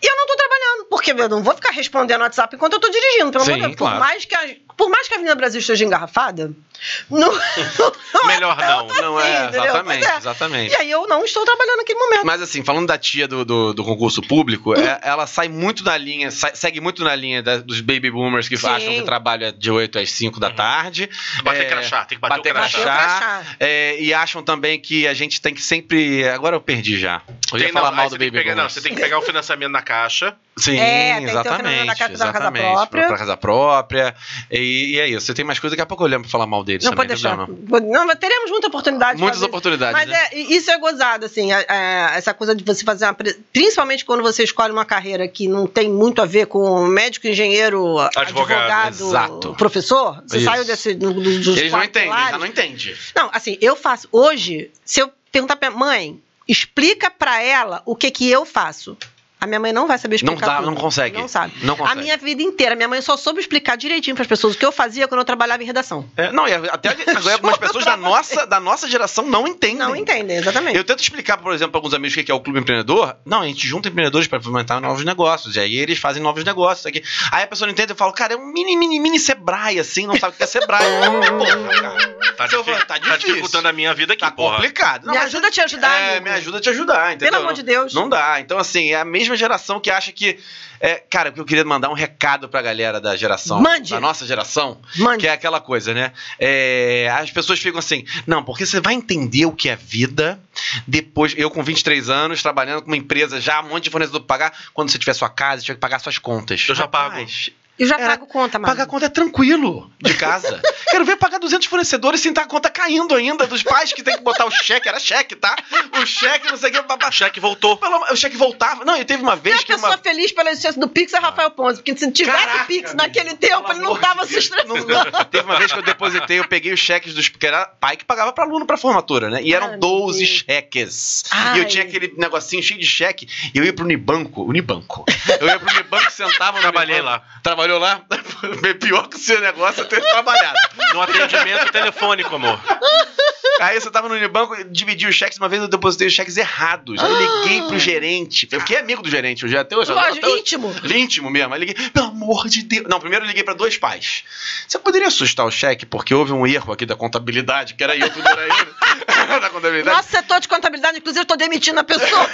E eu não tô trabalhando, porque eu não vou ficar respondendo WhatsApp enquanto eu tô dirigindo. Pelo Sim, amor de Deus. claro. por, mais que a, por mais que a Avenida Brasil esteja engarrafada, não, não Melhor não, não assim, é. entendeu? Exatamente, Pois é. exatamente. E aí eu não estou trabalhando naquele momento. Mas assim, falando da tia do, do, do concurso público, é- ela sai muito na linha, sai- segue muito na linha da- dos baby boomers que Sim. Uhum. acham que trabalho é de 8 às 5 da tarde. Bater É, crachá, tem que bater, bater o crachá. Bateu o crachá. é, e acham também que a gente tem que sempre. Agora eu perdi já. Eu ia Tem- falar não, mal aí do você tem baby que pegar- boomer. Não, você tem que pegar o financiamento na caixa. Sim, É, tem que ter o exatamente. fenômeno da casa- da casa exatamente. própria. Pra casa própria. E, e é isso. Você tem mais coisa, daqui a pouco eu lembro pra falar mal deles Não também. pode deixar. é problema. Vou- Não, mas teremos muita oportunidade. de Muitas fazer oportunidades. Mas né? é, e- isso é gozado, assim, a- a- essa coisa de você fazer uma. pre- Principalmente quando você escolhe uma carreira que não tem muito a ver com médico, engenheiro, Advogado, advogado, exato. professor. Você Isso. saiu desse. Do, do, dos Eles não quatro entendem, pilares. já não entendem. Não, assim, eu faço. Hoje, se eu perguntar pra minha mãe, explica pra ela o que que eu faço. A minha mãe não vai saber Não explicar. dá, tudo. não consegue. Não sabe. Não A consegue. minha vida inteira, minha mãe só soube explicar direitinho pras pessoas o que eu fazia quando eu trabalhava em redação. É, não, e até agora algumas pessoas da nossa, da nossa geração não entendem. Não entendem, exatamente. Eu tento explicar, por exemplo, para alguns amigos o que é o Clube Empreendedor. Não, a gente junta empreendedores para implementar novos negócios. E aí eles fazem novos negócios. Aqui. Aí a pessoa não entende, eu falo, cara, é um mini, mini, mini Sebrae, assim, não sabe o que é Sebrae. Pô, cara, Tá, Seu- difi- tá difícil. dificultando a minha vida aqui, tá porra. complicado. Não, me mas- ajuda a te ajudar, É, amigo. me ajuda a te ajudar, entendeu? Pelo amor de Deus. Não dá. Então, assim, é a mesma geração que acha que. É, cara, eu queria mandar um recado pra galera da geração. Mande. Da nossa geração. Mande. Que é aquela coisa, né? É, as pessoas ficam assim, não, porque você vai entender o que é vida depois. Eu, com 23 anos, trabalhando com uma empresa já, um monte de fornecedor pra pagar. Quando você tiver sua casa, você tiver que pagar suas contas. Eu já Rapaz, Eu já Era- pago conta, mano. Pagar a conta é tranquilo de casa. Quero ver pagar 200 fornecedores sem estar a conta caindo ainda, dos pais que tem que botar o cheque, era cheque, tá? O cheque, não sei o que, babá. O cheque voltou. Pelo amor- O cheque voltava. Não, e teve uma Não é vez a que pessoa uma. feliz pela existência do Pix é Rafael Ponzi, porque se tivesse Caraca, Pix amigo, naquele tempo, pelo ele não amor tava de se Deus. estressando. Não, não. Teve uma vez que eu depositei, eu peguei os cheques dos. Porque era pai que pagava pra aluno pra formatura, né? E eram Ah, meu 12 Deus. cheques. E Ai. eu tinha aquele negocinho cheio de cheque. E eu ia pro Unibanco. Unibanco. Eu ia pro Unibanco, sentava no Trabalhei Unibanco. lá. Trabalhou lá? Pior que o seu negócio é ter trabalhado. No atendimento telefônico, amor. Aí você tava no Unibanco, dividi os cheques, uma vez eu depositei os cheques errados. Aí eu liguei pro gerente. Eu fiquei amigo do gerente, eu já até hoje. Lógico, até hoje- íntimo. é íntimo mesmo. Aí liguei, pelo amor de Deus. Não, primeiro eu liguei pra dois pais. Você poderia assustar o cheque, porque houve um erro aqui da contabilidade, que era eu, tudo era ele. da contabilidade. Nosso setor de contabilidade, inclusive, eu tô demitindo a pessoa.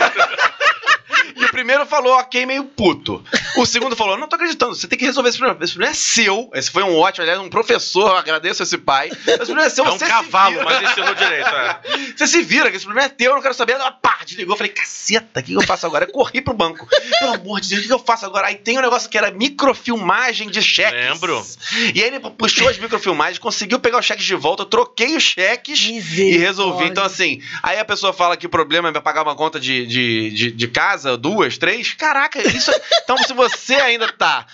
E o primeiro falou, ok, meio puto. O segundo falou, não tô acreditando, você tem que resolver esse problema. Esse problema é seu. Esse foi um ótimo, aliás, um professor, eu agradeço esse pai. Esse problema é Então seu, É um você se cavalo, vira. mas ensinou direito. É. Você se vira, que esse problema é teu, eu não quero saber. Ela pá, desligou. Eu falei, caceta, o que que eu faço agora? Eu corri pro banco. Pelo amor de Deus, o que que eu faço agora? Aí tem um negócio que era microfilmagem de cheques. Lembro. E aí ele puxou as microfilmagens, conseguiu pegar os cheques de volta, eu troquei os cheques. E resolvi. Então, assim, aí a pessoa fala que o problema é pagar uma conta de, de, de, de casa, duas, três. Caraca, isso. é- Então, se você ainda tá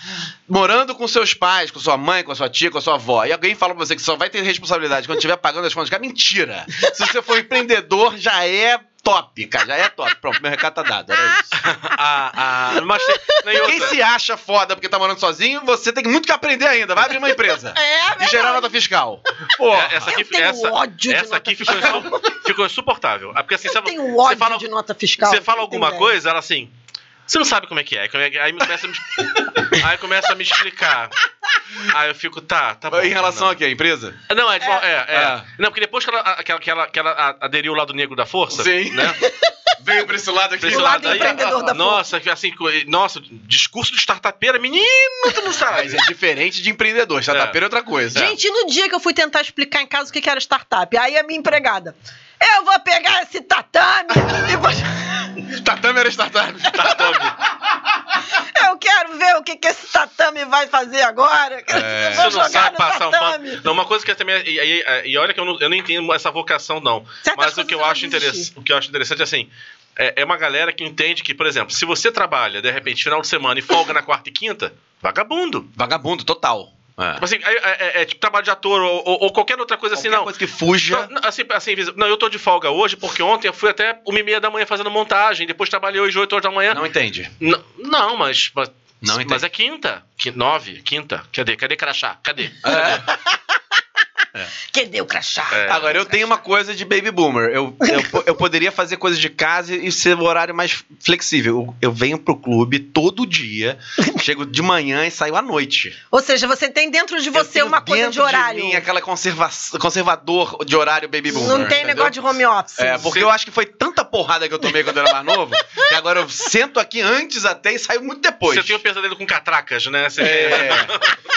morando com seus pais, com sua mãe, com a sua tia, com a sua avó, e alguém fala pra você que só vai ter responsabilidade quando estiver pagando as contas de casa, mentira! Se você for empreendedor, já é top, cara, já é top. Pronto, meu recado tá dado, era isso. A, a, mas tem, tem Quem outra. se acha foda porque tá morando sozinho, você tem muito que aprender ainda. Vai abrir uma empresa. E É, velho. gerar nota fiscal. É, Pô, essa Eu aqui, tenho essa, ódio de essa nota aqui ficou, insu- ficou insuportável. Ah, Porque assim, Eu você, tenho ódio fala- de nota fiscal. você fala Não alguma tem ideia. coisa, ela assim. Você não sabe como é que é. Aí come- Aí começa a me, aí começa a me explicar. Aí eu fico, tá, tá bom. Em relação Fernando. a quê? A empresa? Não, é, tipo, é, é. É. Não, porque depois que ela, a- que ela, que ela, que ela a- aderiu ao lado negro da força, Sim. né? Veio pra esse lado aqui. Pra esse O lado empreendedor da nossa, assim, co- nossa, discurso de startupeira, menino, tu não sabe. Mas é diferente de empreendedor. Startupeiro é outra coisa. Gente, e no dia que eu fui tentar explicar em casa o que que era startup, aí a minha empregada. Eu vou pegar esse tatame e vou- Tatame era startup. Tatame. eu quero ver o que, que esse tatame vai fazer agora. É. Eu Você vou não jogar sabe no passar um pano. tatame. Não, uma coisa que eu também. E, é, e- e olha que eu não, eu não entendo essa vocação, não. Certas Mas o coisas que, eu não acho existem. interess- o que eu acho interessante é assim. É, é uma galera que entende que, por exemplo, se você trabalha, de repente, final de semana e folga na quarta e quinta, vagabundo. Vagabundo, total. Tipo assim, é, é- é- é tipo trabalho de ator ou, ou- ou qualquer outra coisa assim, não. coisa que fuja. Não, não, assim, assim, visível. não, eu tô de folga hoje porque ontem eu fui até uma e meia da manhã fazendo montagem, depois trabalhei hoje 8 horas da manhã. Não entende. Não, não, mas. mas Não mas entendi. Ah, é quinta. Qui- nove, quinta. Cadê? Cadê crachá? Cadê? Que deu crachá. É. Agora, eu tenho uma coisa de baby boomer. Eu, eu, po- eu poderia fazer coisas de casa e ser o horário mais flexível. Eu, eu venho pro clube todo dia, chego de manhã e saio à noite. Ou seja, você tem dentro de Eu você é tenho uma coisa dentro de horário. mim aquela conserva conservador de horário baby boomer. não tem entendeu? negócio de home office. É, porque eu acho que foi tanta porrada que eu tomei quando eu era mais novo, que agora eu sento aqui antes até e saio muito depois. Você tem o pesadelo com catracas, né? Você- É,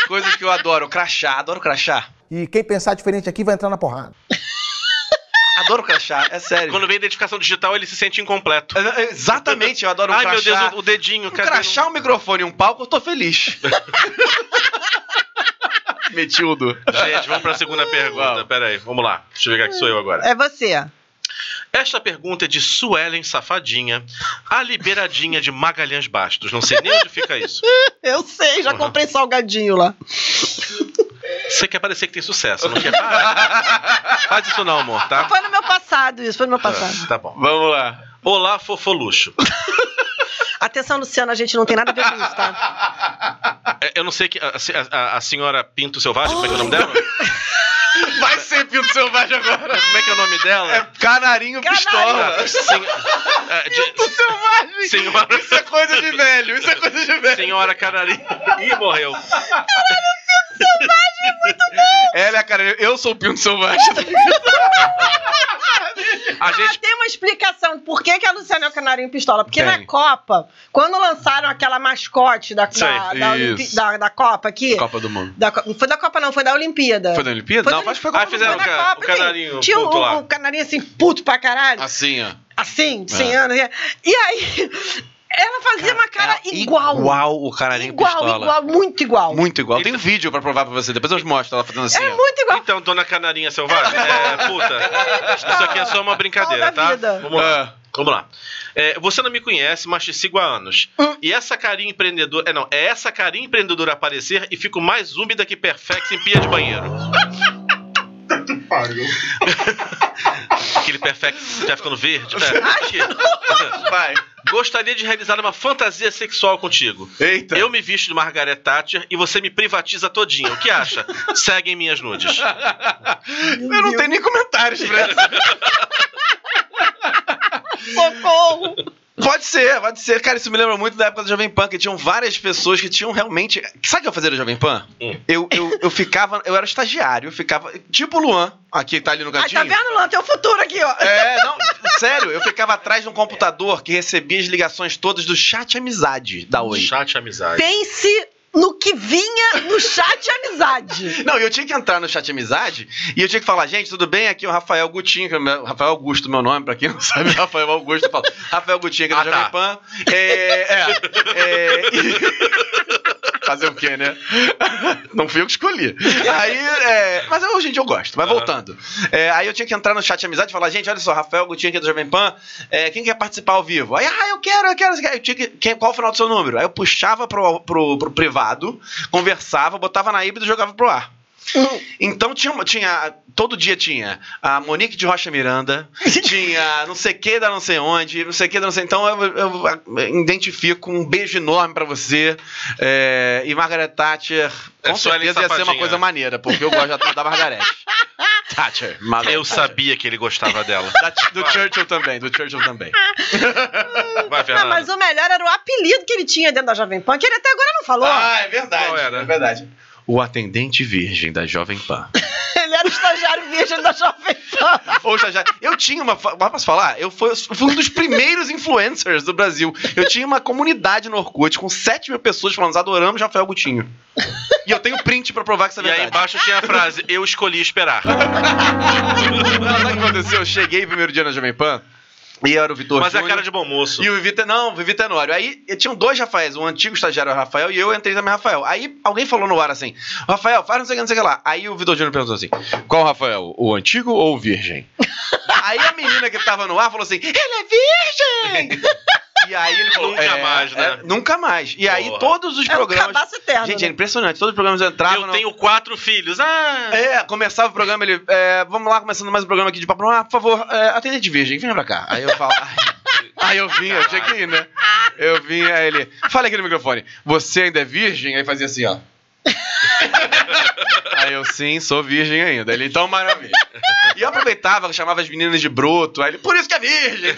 coisas que eu adoro. Crachá, adoro crachá. E quem pensar diferente aqui vai entrar na porrada. Adoro crachá, é sério. Quando vem a identificação digital, ele se sente incompleto. É, é, Exatamente, eu adoro um Ai, meu crachá. Deus, o, o dedinho. um cadê? crachá, um microfone e um palco, eu tô feliz. Metildo. Gente, vamos pra segunda pergunta. Vamos. Pera aí, vamos lá. Deixa eu ver aqui, sou eu agora. É você. Esta pergunta é de Suelen Safadinha, a liberadinha de Magalhães Bastos. Não sei nem onde fica isso. Eu sei, já Uhum. comprei salgadinho lá. Você quer parecer que tem sucesso, não quer? Para. Faz isso não, amor, tá? Foi no meu passado isso, foi no meu passado. É. Tá bom. Vamos lá. Olá, fofoluxo. Atenção, Luciano, a gente não tem nada a ver com isso, tá? É, Eu não sei que. A, a- a senhora Pinto Selvagem, como é que é o nome dela? Vai ser Pinto Selvagem agora. Como é que é o nome dela? É canarinho pistola. Ah, sen- é, de- Pinto Selvagem. Senhora- Isso é coisa de velho. Isso é coisa de velho. senhora Canarinho. Ih, morreu. Ela é a cara. Eu sou o Pinto Selvagem. A gente. Ah, tem uma explicação de por que, que a Luciana é o canarinho pistola. Porque Tem. na Copa, quando lançaram aquela mascote da, Sei, da, da, Olimpi- isso. da- da Copa aqui. Copa do Mundo. da Co- não foi da Copa, não, foi da Olimpíada. Foi da Olimpíada? Foi não, da- acho que foi Ah, Copa do fizeram Mundo. o, ca- o canarinho. Tinha puto um, lá. um canarinho assim, puto pra caralho. Assim, ó. Assim, É. 100 anos. né? E aí, ela fazia uma cara Era igual. Igual, Igual o canarinho igual, pistola. muito igual. Muito igual. Tem um vídeo pra provar pra você. Depois eu te mostro ela fazendo assim. é ó. muito igual. Então, dona Canarinha Selvagem, é, puta, isso aqui é só uma brincadeira, Pau da tá? vida. Vamos lá. Ah. Vamos lá. É, você não me conhece, mas te sigo há anos. E essa carinha empreendedora. É, não, é essa carinha empreendedora aparecer e fico mais úmida que Perfex em pia de banheiro. Aquele Perfex que tá ficando verde. É, aqui. Vai. Gostaria de realizar uma fantasia sexual contigo. Eita. É Eu me visto de Margaret Thatcher e você me privatiza todinho. O que acha? Seguem minhas nudes. Eu não tenho nem comentários pra essa. Socorro! Pode ser, pode ser. Cara, isso me lembra muito da época do Jovem Pan, que tinham várias pessoas que tinham realmente. Sabe o que eu fazia do Jovem Pan? Hum. Eu, eu, eu ficava. Eu era estagiário, eu ficava. Tipo o Luan, aqui que tá ali no Aí cantinho. tá vendo, Luan? Tem o futuro aqui, ó. É, não, sério, eu ficava atrás de um computador que recebia as ligações todas do chat amizade da Oi. Chat amizade. Pense no que vinha no chat amizade. Não, e eu tinha que entrar no chat amizade e eu tinha que falar, gente, tudo bem? Aqui é o Rafael Gutinho, que é o meu- Rafael Augusto, meu nome, pra quem não sabe, Rafael Augusto, eu falo, Rafael Gutinho, aqui Ah, da tá. Jovem Pan. É, é, é, e- Fazer o quê, né? Não fui eu que escolhi. Aí, é, mas hoje em dia eu gosto, mas Aham. voltando. É, aí eu tinha que entrar no chat amizade e falar, gente, olha só, Rafael Gutinho aqui do Jovem Pan, é, quem quer participar ao vivo? Aí, ah, eu quero, eu quero. eu quero. Eu tinha que, quem- qual o final do seu número? Aí eu puxava pro, pro, pro privado, conversava, botava na híbrida e jogava pro ar. Então tinha, uma- tinha. Todo dia tinha a Monique de Rocha Miranda, tinha não sei que da não sei onde, não sei que da não sei. Então eu, eu- eu identifico um beijo enorme pra você. é, e Margaret Thatcher, com É, Suelen certeza ia ser uma Safadinha. coisa maneira, porque eu gosto da- da Margaret. Thatcher. Margaret Eu Thatcher. sabia que ele gostava dela. Da- do Churchill também, do Churchill também. Vai, Ah, mas Fernando. o melhor era o apelido que ele tinha dentro da Jovem Pan, que ele até agora não falou. é verdade. Qual era? É verdade. O atendente virgem da Jovem Pan. Ele era o estagiário virgem da Jovem Pan. Ou já, já. Eu tinha uma. fa- Mas posso falar? Eu fui, eu fui um dos primeiros influencers do Brasil. Eu tinha uma comunidade no Orkut com 7 mil pessoas falando: "Nós adoramos Rafael Gutinho. E eu tenho print pra provar que isso é E aí verdade. embaixo tinha a frase: Eu escolhi esperar. Sabe o que aconteceu? Eu cheguei primeiro dia na Jovem Pan e era o Vitor Mas é a Júnior. cara de bom moço. E o Vivi, Ten- não, o Vivi Tenório. Aí eh, tinham dois Rafaéis, um antigo estagiário Rafael e eu entrei também Rafael. Aí alguém falou no ar assim: Rafael, faz não sei o que, não sei o que lá. Aí o Vitor Júnior perguntou assim: Qual Rafael? O antigo ou o virgem? Aí a menina que tava no ar falou assim: Ele é virgem! E aí ele falou: Nunca mais, né? é, nunca mais. E aí Porra. todos os É um programas. cabaço eterno. Gente, né? é impressionante. Todos os programas entravam. eu no- tenho quatro filhos. Ah! é, começava o programa, ele. é, vamos lá, começando mais um programa aqui de papo. Ah, por favor, é, atendente virgem, venha pra cá. Aí eu falo. ai. Aí eu vim, eu tinha que ir, né? Eu vim, aí ele. Fala aqui no microfone. Você ainda é virgem? Aí fazia assim, ó. Aí eu, sim, sou virgem ainda. Ele, então, maravilha. E eu aproveitava, chamava as meninas de broto. Aí ele, por isso que é virgem.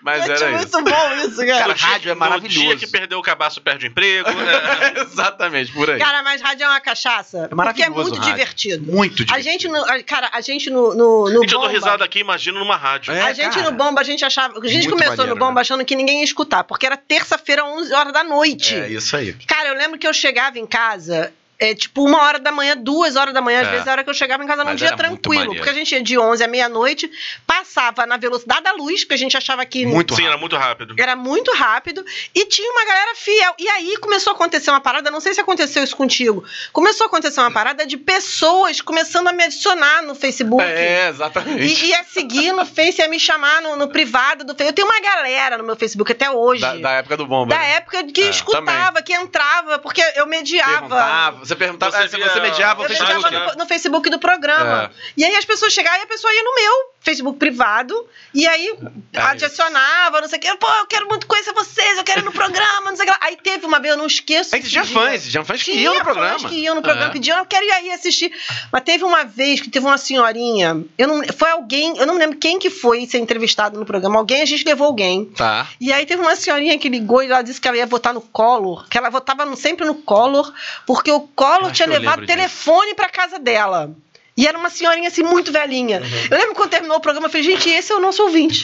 Mas Gente, era muito isso. bom isso, Cara, cara. rádio é maravilhoso. No dia que perdeu o cabaço, perde o emprego. né? Exatamente, por aí. Cara, mas rádio é uma cachaça. É maravilhoso Porque é muito o rádio. divertido. Muito A divertido. gente, no, a- cara, a gente no, no, no Gente, eu dou Bomba- risada aqui, imagino numa rádio. É. A gente cara. no Bomba, a gente achava. A gente Muito começou maneiro, no Bomba né? achando que ninguém ia escutar, porque era terça-feira, 11 horas da noite. É isso aí. Cara, eu lembro que eu chegava em casa, é, tipo, uma hora da manhã, duas horas da manhã, às É. vezes a hora que eu chegava em casa num Mas dia era muito tranquilo. maneiro. Porque a gente ia de 11 à meia-noite, passava na velocidade da luz, porque a gente achava que. Muito Sim, rápido. era muito rápido. Era muito rápido e tinha uma galera fiel. E aí começou a acontecer uma parada, não sei se aconteceu isso contigo. Começou a acontecer uma parada de pessoas começando a me adicionar no Facebook. É, exatamente. E ia seguir no Face, ia me chamar no, no privado do Face. Eu tenho uma galera no meu Facebook até hoje. Da, Da, da época do bomba. né? época que É, escutava, que entrava, porque eu mediava. Perguntava, você perguntava, Você você, via- você mediava o é. Eu no Facebook. mediava né? no, no Facebook do programa. E aí as pessoas chegavam e a pessoa ia no meu Facebook privado. E aí É adicionava, não sei o quê. Pô, eu quero muito conhecer vocês, eu quero ir no programa, não sei o que lá. Aí teve uma vez, eu não esqueço. A gente esse tinha dia. fãs, tinha fãs que iam no Tinha fãs programa. que iam no programa, É. pediam, eu quero ir aí assistir. Mas teve uma vez que teve uma senhorinha, eu não, foi alguém, eu não me lembro quem que foi ser entrevistado no programa. Alguém, a gente levou alguém. Tá. E aí teve uma senhorinha que ligou e ela disse que ela ia votar no Collor, que ela votava no- sempre no Collor, porque o Collor acho tinha Ah, que eu levado lembro disso. telefone pra casa dela. E era uma senhorinha assim, muito velhinha. Uhum. Eu lembro quando terminou o programa, eu falei, gente, esse é o nosso ouvinte.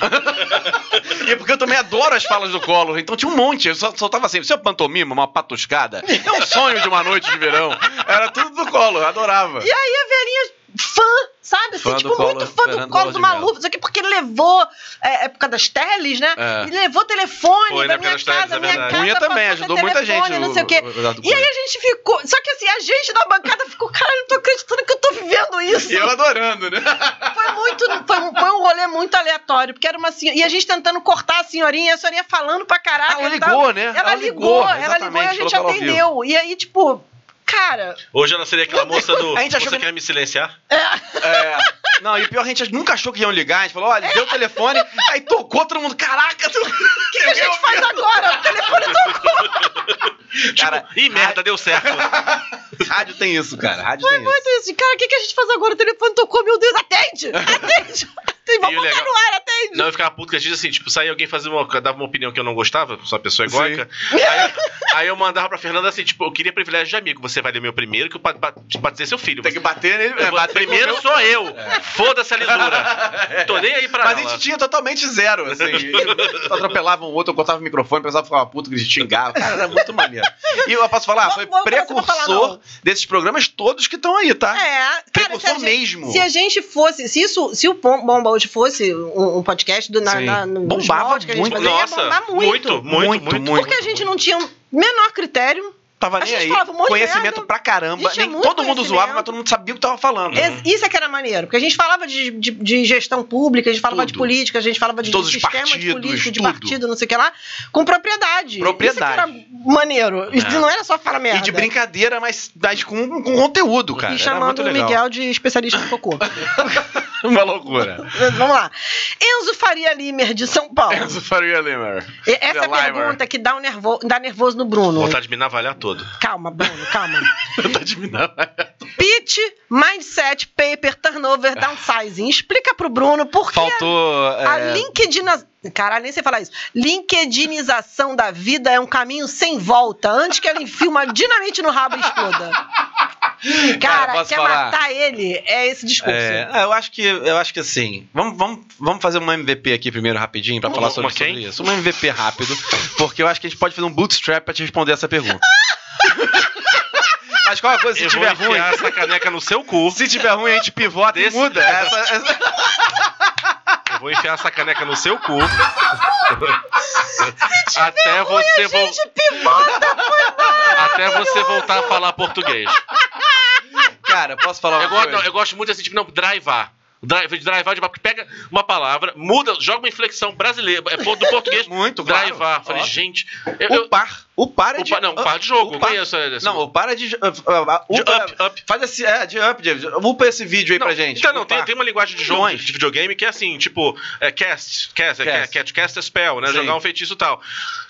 E é porque eu também adoro as falas do Collor, então tinha um monte. Eu só, só tava sempre. Seu pantomima, uma patuscada, é um sonho de uma noite de verão. Era tudo do Collor, eu adorava. E aí a velhinha, fã, sabe? Assim, Fã do tipo, Collor, muito fã do Fernando colo do Collor de Mello. maluco, isso aqui, porque ele levou é, época das teles, né? É. E levou telefone Foi, na época pra minha das teles, casa, é minha verdade. casa. Cunha também, passou ajudou seu muita gente. telefone, Não sei o quê. Eduardo E Cunha. aí a gente ficou. Só que assim, a gente da bancada ficou, caralho, não tô acreditando que eu tô vivendo isso. E eu adorando, né? Foi muito. Foi, um- foi um rolê muito aleatório, porque era uma senhora. E a gente tentando cortar a senhorinha, e a senhorinha falando pra caralho. Ela e tal. ligou, né? Ela, ligou, ela ligou e a exatamente, falou gente que ela ouviu. atendeu. E aí, tipo, cara. Hoje ela seria aquela moça do. A gente achou você que- quer me silenciar? É. Não, e pior, a gente nunca achou que iam ligar. A gente falou, olha, deu o telefone, aí tocou todo mundo. Caraca, tu... O que a gente faz agora? O telefone tocou. Cara, Tipo, Ih, merda, deu certo. rádio tem isso, cara. Rádio tem isso. Muito isso. é Cara, o que, que a gente faz agora? O telefone tocou, meu Deus, atende! Atende! atende. E Vamos o botar legal- no ar, atende! Não, eu ficava puto que às vezes assim, tipo, saía alguém fazer uma, dava uma opinião que eu não gostava, sou uma pessoa Sim. egóica. Aí, aí eu mandava pra Fernanda assim, tipo, eu queria privilégio de amigo. Você vai ler meu primeiro que eu pa- pa- bater seu filho. Tem que bater nele. Eu É, vou- bater primeiro com- sou eu. Foda-se a lisura. Tô nem aí pra É. Mas a ela. gente tinha totalmente zero, assim. atropelava um outro, eu cortava o microfone, pensava ficava puto, que xingava. Cara, era muito maneiro. E eu posso falar, Vamos- foi vamos pra cima falar, precursor desses programas todos que estão aí, tá? É, cara, se a precursor gente, mesmo. se a gente fosse, se isso, se o Pom- Bomba hoje fosse um, um podcast do na, Sim. na, nos Bombava moldes que a gente muito. fazia, Nossa, ia bombar muito. muito, muito, Muito, muito. muito. Porque a gente não tinha o menor critério. Tava a nem gente aí. falava um monte de Conhecimento merda. pra caramba. Gente, é Nem, muito todo mundo conhecimento. zoava, mas todo mundo sabia o que tava falando. Esse- Isso é que era maneiro, porque a gente falava de, de, de gestão pública, a gente falava de Tudo. política, a gente falava de, De todos de os sistemas partidos, políticos, de tudo. partido, não sei o que lá, com propriedade. Propriedade. Isso é que era maneiro. Isso É. não era só falar merda. E de brincadeira, mas, mas com, com conteúdo, cara. e era muito chamando o legal. Miguel de especialista em cocô. Uma loucura. Vamos lá. Enzo Faria Limer, de São Paulo. Enzo Faria Limer. E Essa é a Limer. pergunta que dá, um nervo- dá nervoso no Bruno. Vontade de me navalhar todo. Calma, Bruno, calma. tá diminuindo. Pitch, mindset, paper, turnover, downsizing. Explica pro Bruno por que Faltou. a é, LinkedIn... Caralho, nem sei falar isso. LinkedInização da vida é um caminho sem volta. Antes que ela enfie uma dinamite no rabo e exploda. Cara, Cara, posso quer falar? matar ele? É esse discurso. É, ah, eu acho que eu acho que assim. Vamos, vamos, vamos fazer um uma MVP aqui primeiro rapidinho pra Uma- falar sobre, uma quem? sobre isso. Um Uma MVP rápido, porque eu acho que a gente pode fazer um bootstrap pra te responder essa pergunta. Mas qual é a coisa se eu tiver vou ruim? enfiar essa caneca no seu cu. Se tiver ruim a gente pivota e Desse- muda. Essa, essa- Eu vou enfiar essa caneca no seu cu. Até você vol- Até você voltar a falar português. Cara, posso falar uma Eu gosto, coisa? não, eu gosto muito desse tipo, não, drivar. Drive, drivar de papo, pega uma palavra, muda, joga uma inflexão brasileira, é po- do português. Muito, claro. drivar. Falei, Óbvio. gente, eu, eu, Upar. O para O de. pa- não, para é de jogo. o pa- Conheço essa- Não, o para de. ah, ah, De upa- up, up. Faz esse. É, de up, David. Upa esse vídeo aí Não, pra gente. Então, não, tem, Upa. tem uma linguagem de jogo, Milhões. de videogame, que é assim, tipo, é, cast, cast, é, Cast. cast, cast, cast é spell, né? Sim. Jogar um feitiço e tal.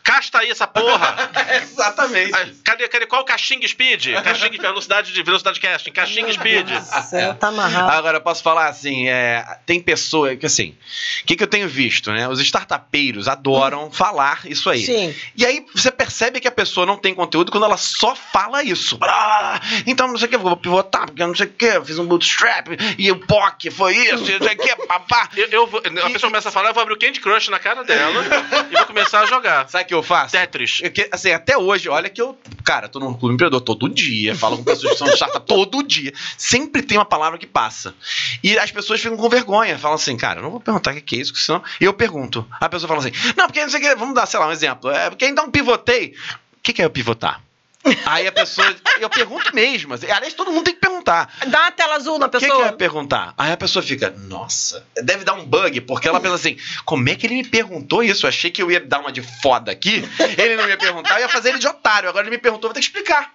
Casta aí essa porra! Exatamente. Ah, cadê, cadê, qual o Caxing Speed? Caxing, velocidade de velocidade casting, Caxing Speed. Céu, tá amarrado. Agora, eu posso falar assim, é, tem pessoa que assim, o que, que eu tenho visto, né? Os startupeiros adoram falar isso aí. Sim. E aí você percebe que a pessoa não tem conteúdo quando ela só fala isso. Ah, então não sei o que, vou pivotar, porque eu não sei o que, eu fiz um bootstrap, e o POC foi isso, e não sei o que, papá. Eu, eu vou- a pessoa começa a falar, eu vou abrir o Candy Crush na cara dela e vou começar a jogar. Sabe o que eu faço? Tetris. Eu que- assim, até hoje, olha que eu, cara, tô num clube empreendedor todo dia, falo com pessoas que são chatas todo dia. Sempre tem uma palavra que passa. E as pessoas ficam com vergonha, falam assim, cara, eu não vou perguntar o que que é isso, que senão. E eu pergunto. A pessoa fala assim, não, porque não sei o que, vamos dar, sei lá, um exemplo. É, porque então pivotei. O que, que é eu pivotar? Aí a pessoa. Eu pergunto mesmo. Assim, aliás, todo mundo tem que perguntar. Dá uma tela azul na O que, é? que eu ia pessoa. perguntar? Aí a pessoa fica, nossa, deve dar um bug, porque ela pensa assim: como é que ele me perguntou isso? Eu achei que eu ia dar uma de foda aqui, ele não ia perguntar, eu ia fazer ele de otário. Agora ele me perguntou, vou ter que explicar.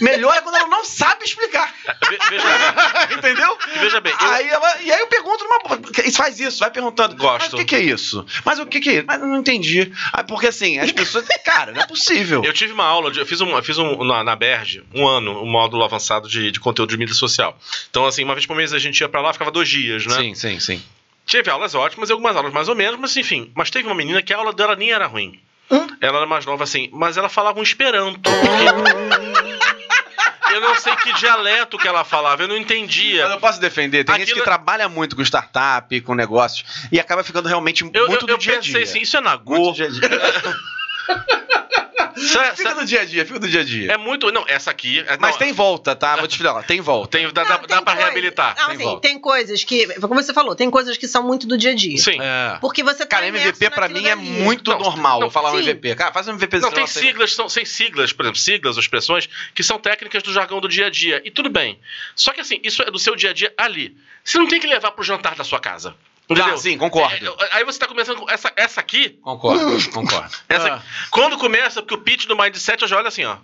Melhor é quando ela não sabe explicar. Ve- veja, Entendeu? veja bem, eu, Aí ela, e aí eu pergunto numa boa, porque isso faz isso, vai perguntando. Mas Gosto. o que, que é isso? Mas o que, que é isso? Mas eu não entendi. Ah, porque assim, as pessoas. Cara, não é possível. Eu tive uma aula, de- eu fiz, um, eu fiz um, na, na BERJ, um ano, um módulo avançado de, de conteúdo de mídia social. Então, assim, uma vez por mês a gente ia pra lá, ficava dois dias, né? Sim, sim, sim. Tive aulas ótimas e algumas aulas mais ou menos, mas enfim. Mas teve uma menina que a aula dela nem era ruim. Ela era mais nova assim, mas ela falava um esperanto. eu não sei que dialeto que ela falava, eu não entendia. Mas eu posso defender. Tem gente Aquilo- que trabalha muito com startup, com negócios, e acaba ficando realmente Eu, muito eu, do eu dia a pensei dia. assim, isso é Muito Nagô. dia a dia. Isso é- isso fica é- do dia a dia, fica do dia a dia. É muito. Não, essa aqui. é- Mas não, tem volta, tá? Vou te falar, tem volta. tem- dá, Não, dá, tem dá pra coisa- reabilitar. Não, Tem assim, volta. tem coisas que, como você falou, tem coisas que são muito do dia a dia. Sim. É. Porque você tá Cara, imerso MVP pra naquilo mim é dali. muito Não, normal não, falar um sim. MVP. Cara, faz um MVP Não, sei tem lá, sei- siglas, são, tem siglas, por exemplo, siglas ou expressões que são técnicas do jargão do dia a dia. E tudo bem. Só que assim, isso é do seu dia a dia ali. Você não tem que levar pro jantar da sua casa. Entendeu? Ah, sim, concordo. É, Aí você tá começando com essa, essa aqui. Concordo, concordo. É assim, Essa aqui. Quando começa, porque o pitch do Mindset eu já olho assim, ó.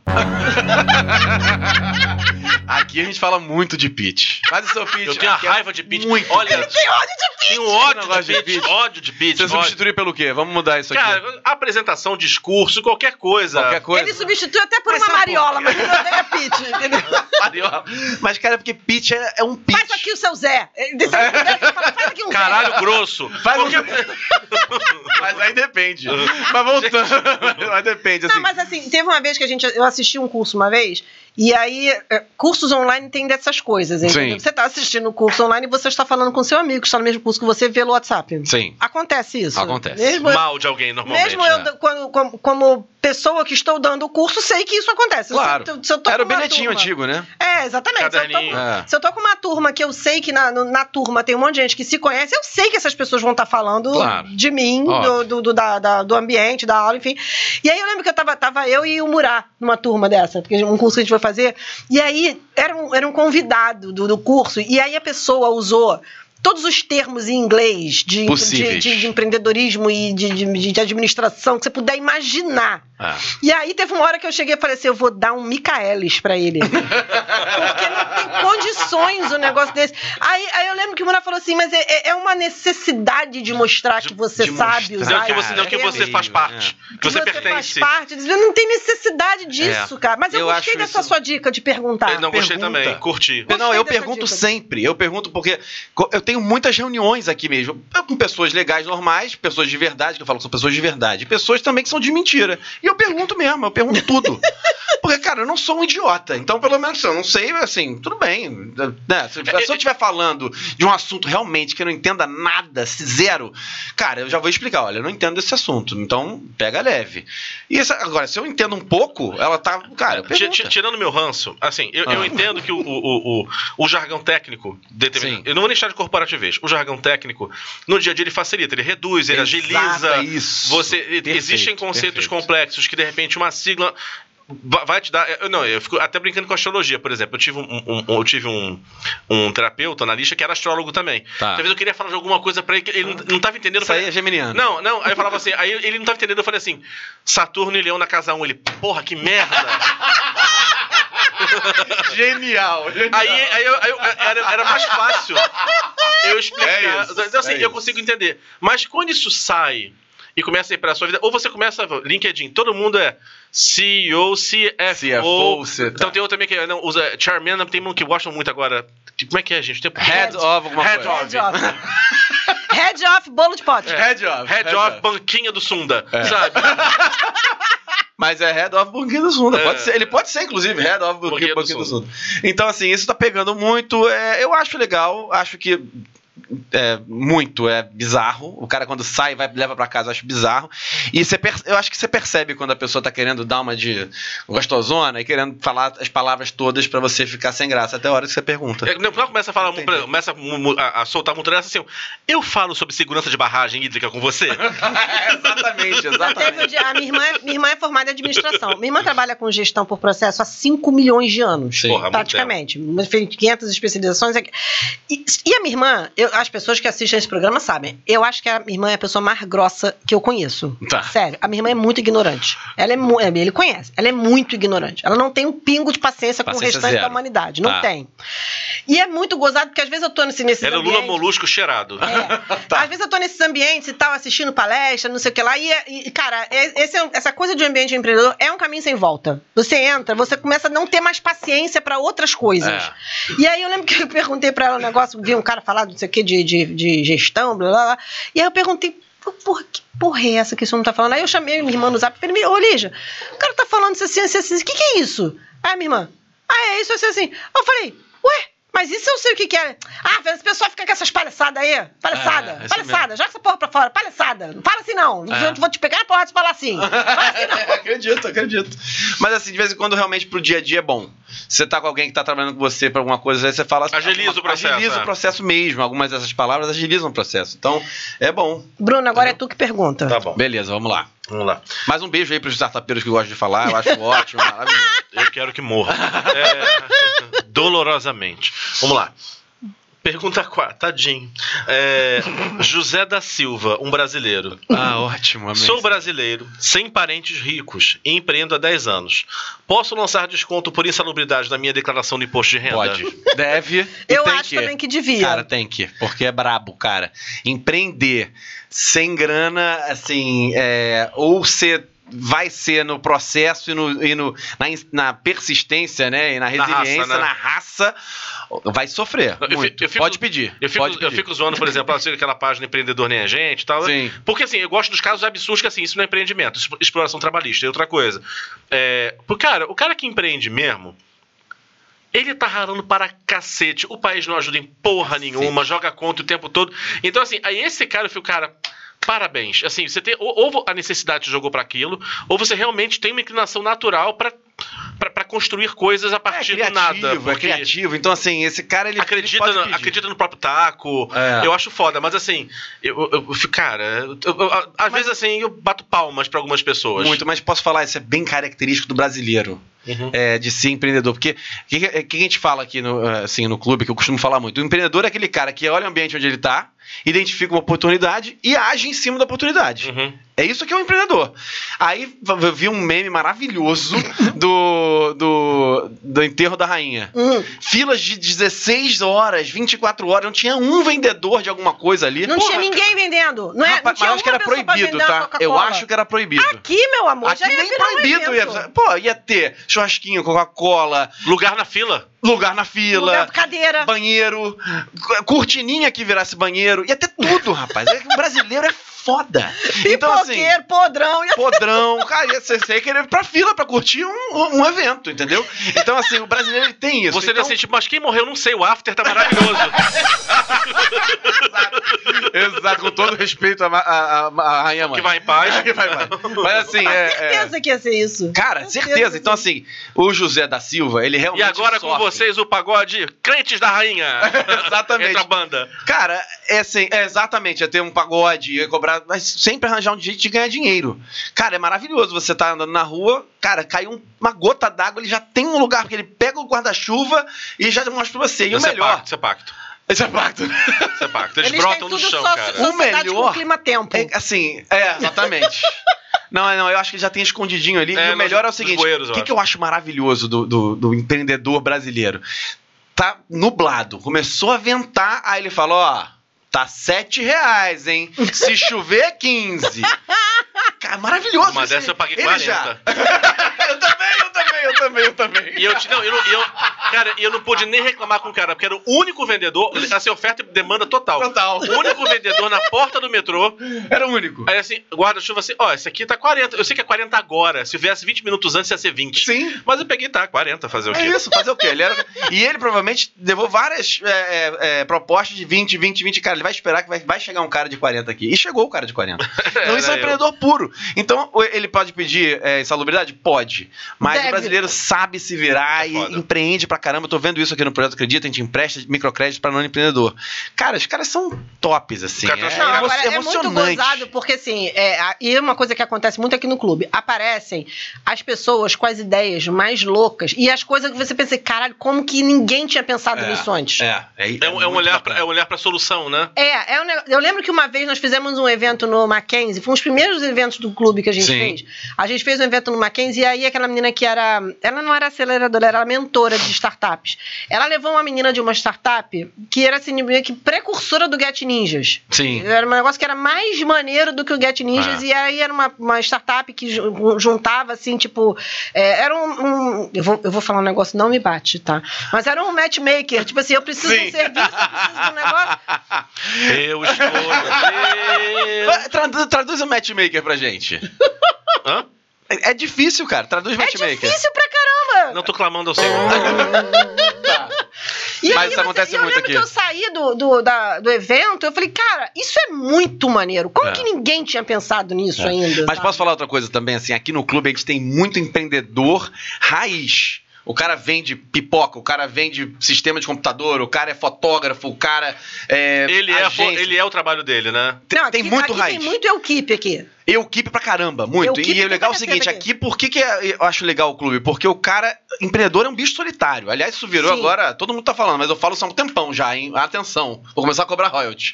Aqui a gente fala muito de pitch. Faz o seu pitch. Eu tenho a Aqui é- raiva de pitch. muito. Olha, eu tenho ódio de pitch. Tenho ódio Eu não de gosto de pitch, pitch. ódio de pitch. Você ódio. substituir pelo quê? Vamos mudar isso aqui. Cara, apresentação, discurso, qualquer coisa. Qualquer coisa. Ele substitui até por Mas uma sabe por mariola, mas não é pitch, entendeu? Mariola. Mas, cara, porque pitch é, é um pitch. Faz aqui o seu Zé. Ele- Se ele pudesse, fala, faz aqui um Caralho grosso. Faz um- Qualquer- Mas aí depende. mas voltando. mas depende, Zé. assim. Não, mas assim, teve uma vez que a gente, eu assisti um curso uma vez, e aí, é, cursos online tem dessas coisas, entendeu? Sim. Você tá assistindo o curso online e você está falando com seu amigo que está no mesmo curso que você pelo WhatsApp. Sim. Acontece isso. Acontece. é. Mesmo, Mal de alguém normalmente. mesmo eu, né? quando- como, como pessoa que estou dando o curso, sei que isso acontece. tá, Claro. Se eu, se eu tô Era o com uma bilhetinho turma- antigo, né? É, exatamente. Se eu, tô, Caderninho. É. se eu tô com uma turma que eu sei que na, no- na turma tem um monte de gente que se conhece, eu sei que essas pessoas vão estar falando Claro. de mim, Óbvio. do, do, do- da, da- do ambiente, da aula, enfim. E aí eu lembro que eu tava, tava eu e o Murá numa turma dessa, porque um curso que a gente foi fazer. E aí era um, era um convidado do, do curso, e aí a pessoa usou. Todos os termos em inglês de, de, Possíveis. de- de empreendedorismo e de, de, de administração que você puder imaginar. Ah. E aí teve uma hora que eu cheguei e falei assim, eu vou dar um Micaelis pra ele. Porque não tem condições um negócio desse. Aí, aí eu lembro que o Mura falou assim, mas é- é, é uma necessidade de mostrar que você de sabe mostrar, Dizer usar o é que você, esse é dizer o que termo, você faz parte. Que você, faz pertence. É. parte. Eu disse, Não tem necessidade disso, cara. Mas eu, Eu gostei acho dessa isso- sua dica de perguntar. Eu não gostei Pergunta. também, curti. Gostei não, eu dessa pergunto dica. sempre. Eu pergunto porque co- eu tenho muitas reuniões aqui mesmo. Com pessoas legais, normais, pessoas de verdade, que eu falo que são pessoas de verdade. E pessoas também que são de mentira. E eu pergunto mesmo, eu pergunto tudo. Porque, cara, eu não sou um idiota. Então, pelo menos, se eu não sei, assim, tudo bem. né? Se, se eu estiver falando de um assunto realmente que eu não entenda nada, se- zero, cara, eu já vou explicar. Olha, eu não entendo esse assunto. Então, pega leve. E essa- agora, se eu entendo um pouco, ela tá. Cara, eu Ti- pergunto. ti- Tirando meu ranço, assim, eu, eu Ah. entendo que o, o, o, o jargão técnico. determina- Sim. Eu não vou deixar de corporativez. O jargão técnico, no dia a dia, ele facilita, ele reduz, ele Exato, agiliza. é isso. Você, Perfeito, existem conceitos perfeito. complexos que, de repente, uma sigla. va- vai te dar. eu- Não, eu fico até brincando com astrologia, por exemplo. Eu tive um, um- um- eu tive um, um terapeuta, analista, que era astrólogo também. Tá. Talvez eu queria falar de alguma coisa pra ele, que ele não, não tava entendendo. eu Isso aí falei, é geminiano. Não, não, aí eu falava assim, aí ele não tava entendendo, eu falei assim, Saturno e Leão na casa 1, ele, porra, que merda! Genial. genial. Aí, aí, eu- aí eu- era, era mais fácil eu explicar. É isso, Então, assim, é eu isso. consigo entender. Mas quando isso sai e começa a ir pra sua vida, ou você começa, LinkedIn, todo mundo é CEO, CFO, CFO, você tá. então tem outro também que não, usa Chairman, tem um que gostam muito agora. Como é que é, gente? Tem- Head of alguma Head coisa. of. Head off. Head off, bolo de É. pote. É. Head of. Head of Banquinha do Sunda, sabe? Mas é Head of Banquinho do Sunda. É. Pode ser, ele pode ser, inclusive, Head of Banquinho, Banquinho do Banquinho do Sunda. Então, assim, isso tá pegando muito. é, eu acho legal, acho que. É, muito, é bizarro. O cara quando sai, vai, leva pra casa, eu acho bizarro. E você per- eu acho que você percebe quando a pessoa tá querendo dar uma de gostosona e querendo falar as palavras todas pra você ficar sem graça. Até a hora que você pergunta. É, Não, quando começa a falar, Entendi. começa a mu- mu- a, a soltar muito nessa assim, eu falo sobre segurança de barragem hídrica com você. exatamente, Teve um dia- a minha irmã, minha irmã é formada em administração. Minha irmã trabalha com gestão por processo há 5 milhões de anos. Sim. Porra, muito praticamente. Mas fez 500 especializações. E, e a minha irmã, eu- as pessoas que assistem esse programa sabem, eu acho que a minha irmã é a pessoa mais grossa que eu conheço. Tá. Sério, a minha irmã é muito ignorante. Ela é mu- ele conhece, ela é muito ignorante. Ela não tem um pingo de paciência, com o Paciência restante zero. da humanidade, não Tá. é tem. E é muito gozado, porque às vezes eu tô nesse, nesse Era o Lula Molusco cheirado. é. Às vezes eu tô nesses ambientes e tal, assistindo palestra, não sei o que lá, e, é- e, cara, é- esse é um- essa coisa de ambiente empreendedor é um caminho sem volta. Você entra, você começa a não ter mais paciência pra outras coisas. É. E aí eu lembro que eu perguntei pra ela um negócio, vi um cara falar não sei o que de, de, de gestão, blá blá blá, e aí eu perguntei. "Pô, Porra, que porra é essa que isso não tá falando? Aí eu chamei minha irmã no zap e falei, ô Lígia, o cara tá falando isso assim, assim, assim, o que que é isso? Aí minha irmã, ah, é isso, assim, assim. Eu falei, ué, mas isso eu sei o que que é. Ah, esse pessoal fica com essas palhaçadas aí. É, é Palhaçada, isso É. palhaçada. Joga essa porra pra fora, palhaçada. Não fala assim não. Eu vou te pegar a porra de falar assim. acredito, acredito. Mas assim, de vez em quando, realmente, pro dia a dia é bom. Você tá com alguém que tá trabalhando com você pra alguma coisa, aí você fala assim. Agiliza alguma- o processo, Agiliza é. o processo mesmo. Algumas dessas palavras agilizam o processo. Então, é bom. Bruno, agora é tu que pergunta. Tá bom, Beleza, vamos lá. vamos lá. Mais um beijo aí pros startupeiros que gostam de falar. Eu acho ótimo, maravilhoso. Eu quero que morra. É, dolorosamente. Vamos lá. Pergunta 4, tadinho. É, José da Silva, um brasileiro. Ah, ótimo, amém. Sou brasileiro, sem parentes ricos e empreendo há 10 anos. Posso lançar desconto por insalubridade na minha declaração de imposto de renda? Pode. Deve. e Eu tem acho também que devia. Cara, tem que, porque é brabo, cara. Empreender sem grana, assim, é, ou você vai ser no processo e, no, e no, na, ins- na persistência, né? E na raça, resiliência, na raça, né? vai sofrer. Eu fi- muito. eu fico- pode pedir. Eu fico, pode pedir. eu fico zoando, por exemplo, assim, aquela página empreendedor nem a gente e tal. Sim. Porque assim, eu gosto dos casos absurdos que assim, isso não é empreendimento, isso é exploração trabalhista, é outra coisa. É, pô, cara, o cara que empreende mesmo, ele tá ralando para cacete, o país não ajuda em porra nenhuma, joga contra o tempo todo. Então assim, aí esse cara, eu fico, cara, parabéns. Assim, você tem ou, ou a necessidade te jogou para aquilo, ou você realmente tem uma inclinação natural para para construir coisas a É partir do criativo, nada. é porque- criativo. Então, assim, esse cara, ele acredita, ele pode no, pedir. acredita no próprio taco. É. Eu acho foda, mas assim, eu, eu, eu fico, cara, eu- eu- eu- às vezes assim, eu bato palmas pra algumas pessoas. Muito, mas posso falar, isso é bem característico do brasileiro. Uhum. é, de ser empreendedor. Porque o que, é, que- que a gente fala aqui no, eh, assim, no clube, que eu costumo falar muito? O empreendedor é aquele cara que olha o ambiente onde ele está, identifica uma oportunidade e age em cima da oportunidade. Uhum. É isso que é um empreendedor. Aí v- eu vi um meme maravilhoso do, do, do enterro da rainha. Hum, Filas de 16 horas, 24 horas, não tinha um vendedor de alguma coisa ali. não Porra, tinha ninguém vendendo. Não é, rapaz, não mas tinha eu acho que uma era pessoa pra proibido, vender tá? uma Eu Coca-Cola. acho que era proibido. Aqui, meu amor, Aqui já ia nem virar um proibido. evento. Ia, pô, ia ter churrasquinho, Coca-Cola, Lugar na fila. lugar na Lugar fila, pra cadeira. banheiro, cu- cortininha que virasse banheiro, ia ter tudo, rapaz. É que O brasileiro é foda. Então, assim, Pipoqueiro, podrão. ia- podrão, cara, ia- você você ia querer ir pra fila pra curtir um, um evento, entendeu? Então, assim, o brasileiro ele tem isso. Você então, então... assim, tipo, mas quem morreu, não sei, o after tá maravilhoso. Exato, com todo respeito à ma- à à- à rainha mãe. Que vai em paz. Que vai em paz. Mas assim, é- é... Certeza que ia ser isso. Cara, certeza. Então, assim, o José da Silva, ele realmente. E agora com sofre. vocês o pagode Crentes da Rainha. Exatamente. Entra a banda. Cara, é assim, é exatamente, é ter um pagode, é cobrar, mas sempre arranjar um jeito de ganhar dinheiro. Cara, é maravilhoso. Você tá andando na rua, cara, cai um- uma gota d'água, ele já tem um lugar, porque ele pega o guarda-chuva e já mostra pra você. E o Isso é melhor. pacto, Isso é pacto. Esse é pacto. Isso é pacto. Eles, Eles têm brotam no tudo chão, sócio- cara. sociedade O melhor com clima-tempo. Tipo. É, assim, é, exatamente. Não, é, não, eu acho que já tem escondidinho ali. É, e o nos- melhor é o nos seguinte: bueiros, eu o que, que eu acho maravilhoso do, do, do empreendedor brasileiro? Tá nublado, começou a ventar, aí ele falou: ó, tá 7 reais, hein? Se chover é 15. Cara, maravilhoso. Uma isso. dessa eu paguei Ele 40. já- eu também, eu também, eu também, eu também. E eu, te- não, eu, não- eu, cara, eu não pude nem reclamar com o cara, porque era o único vendedor, assim, oferta e demanda total. Total. O único vendedor na porta do metrô. Era o único. Aí assim, guarda-chuva assim, ó, esse aqui tá 40. Eu sei que é 40 agora. Se viesse 20 minutos antes, ia ser 20. Sim. Mas eu peguei, tá, 40, fazer o quê? É isso, fazer o quê? Ele era- E ele provavelmente levou várias é, é, é, propostas de 20, 20, 20. Cara, ele vai esperar que vai, vai chegar um cara de 40 aqui. E chegou o cara de 40. Então isso Era é um empreendedor puro. Então o- ele pode pedir é, insalubridade? Pode. Mas Deve. o brasileiro sabe se virar É e foda. empreende pra caramba. Eu tô vendo isso aqui no projeto Acredita, a gente empresta microcrédito pra não empreendedor. Cara, os caras são tops, assim. Cara, é, tá Não, É agora é emocionante. muito gozado, porque assim, é, a- e uma coisa que acontece muito aqui no clube, aparecem as pessoas com as ideias mais loucas e as coisas que você pensa, assim, caralho, como que ninguém tinha pensado É, nisso antes? É, É, é, um, é um muito olhar pra, bacana. é um olhar pra solução, né? É, é um neg- eu lembro que uma vez nós fizemos um evento no Mackenzie, foi um dos primeiros eventos do clube que a gente Sim. fez. A gente fez um evento no Mackenzie e aí aquela menina que era, ela não era aceleradora, ela era mentora de startups. Ela levou uma menina de uma startup que era assim, meio que precursora do Get Ninjas. Sim. Era um negócio que era mais maneiro do que o Get Ninjas. É. E aí era uma, uma startup que ju- juntava, assim, tipo. é, era um. um- eu, vou, eu vou falar um negócio, não me bate, tá? Mas era um matchmaker. Tipo assim, eu preciso de um Sim. serviço, eu preciso de um negócio. Eu escolho. Tra- Traduz, traduz o matchmaker pra gente. Hã? É, é difícil, cara. Traduz É matchmaker. difícil pra caramba! Não tô clamando, eu sei. Não, Tá. E Mas aí isso você- acontece e eu muito lembro aqui. que eu saí do, do, da- do evento, eu falei, cara, isso é muito maneiro. Como É. que ninguém tinha pensado nisso ainda? Mas sabe? posso falar outra coisa também, assim, aqui no clube a gente tem muito empreendedor raiz. O cara vende pipoca, o cara vende sistema de computador, o cara é fotógrafo, o cara é. Ele é, a fo- agência. ele é o trabalho dele, né? Tem, Não, tem aqui- muito aqui raiz. Tem muito equipe aqui. Eu keep pra caramba, muito. Equipe E o pra legal é o caceta seguinte, aqui. aqui, por que, que é- eu acho legal o clube? Porque o cara, empreendedor é um bicho solitário. Aliás, isso virou Sim. agora, todo mundo tá falando, mas eu falo só há um tempão já, hein? Atenção, vou começar a cobrar royalties.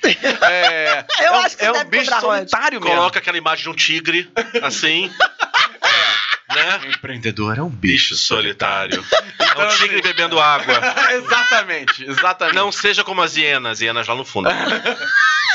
É, Eu é um- acho que é um deve bicho cobrar royalties. solitário mesmo. Coloca aquela imagem de um tigre, assim. né? Empreendedor é um Bicho solitário. É um tigre bebendo água. exatamente, exatamente. Não seja como as hienas, hienas lá no fundo.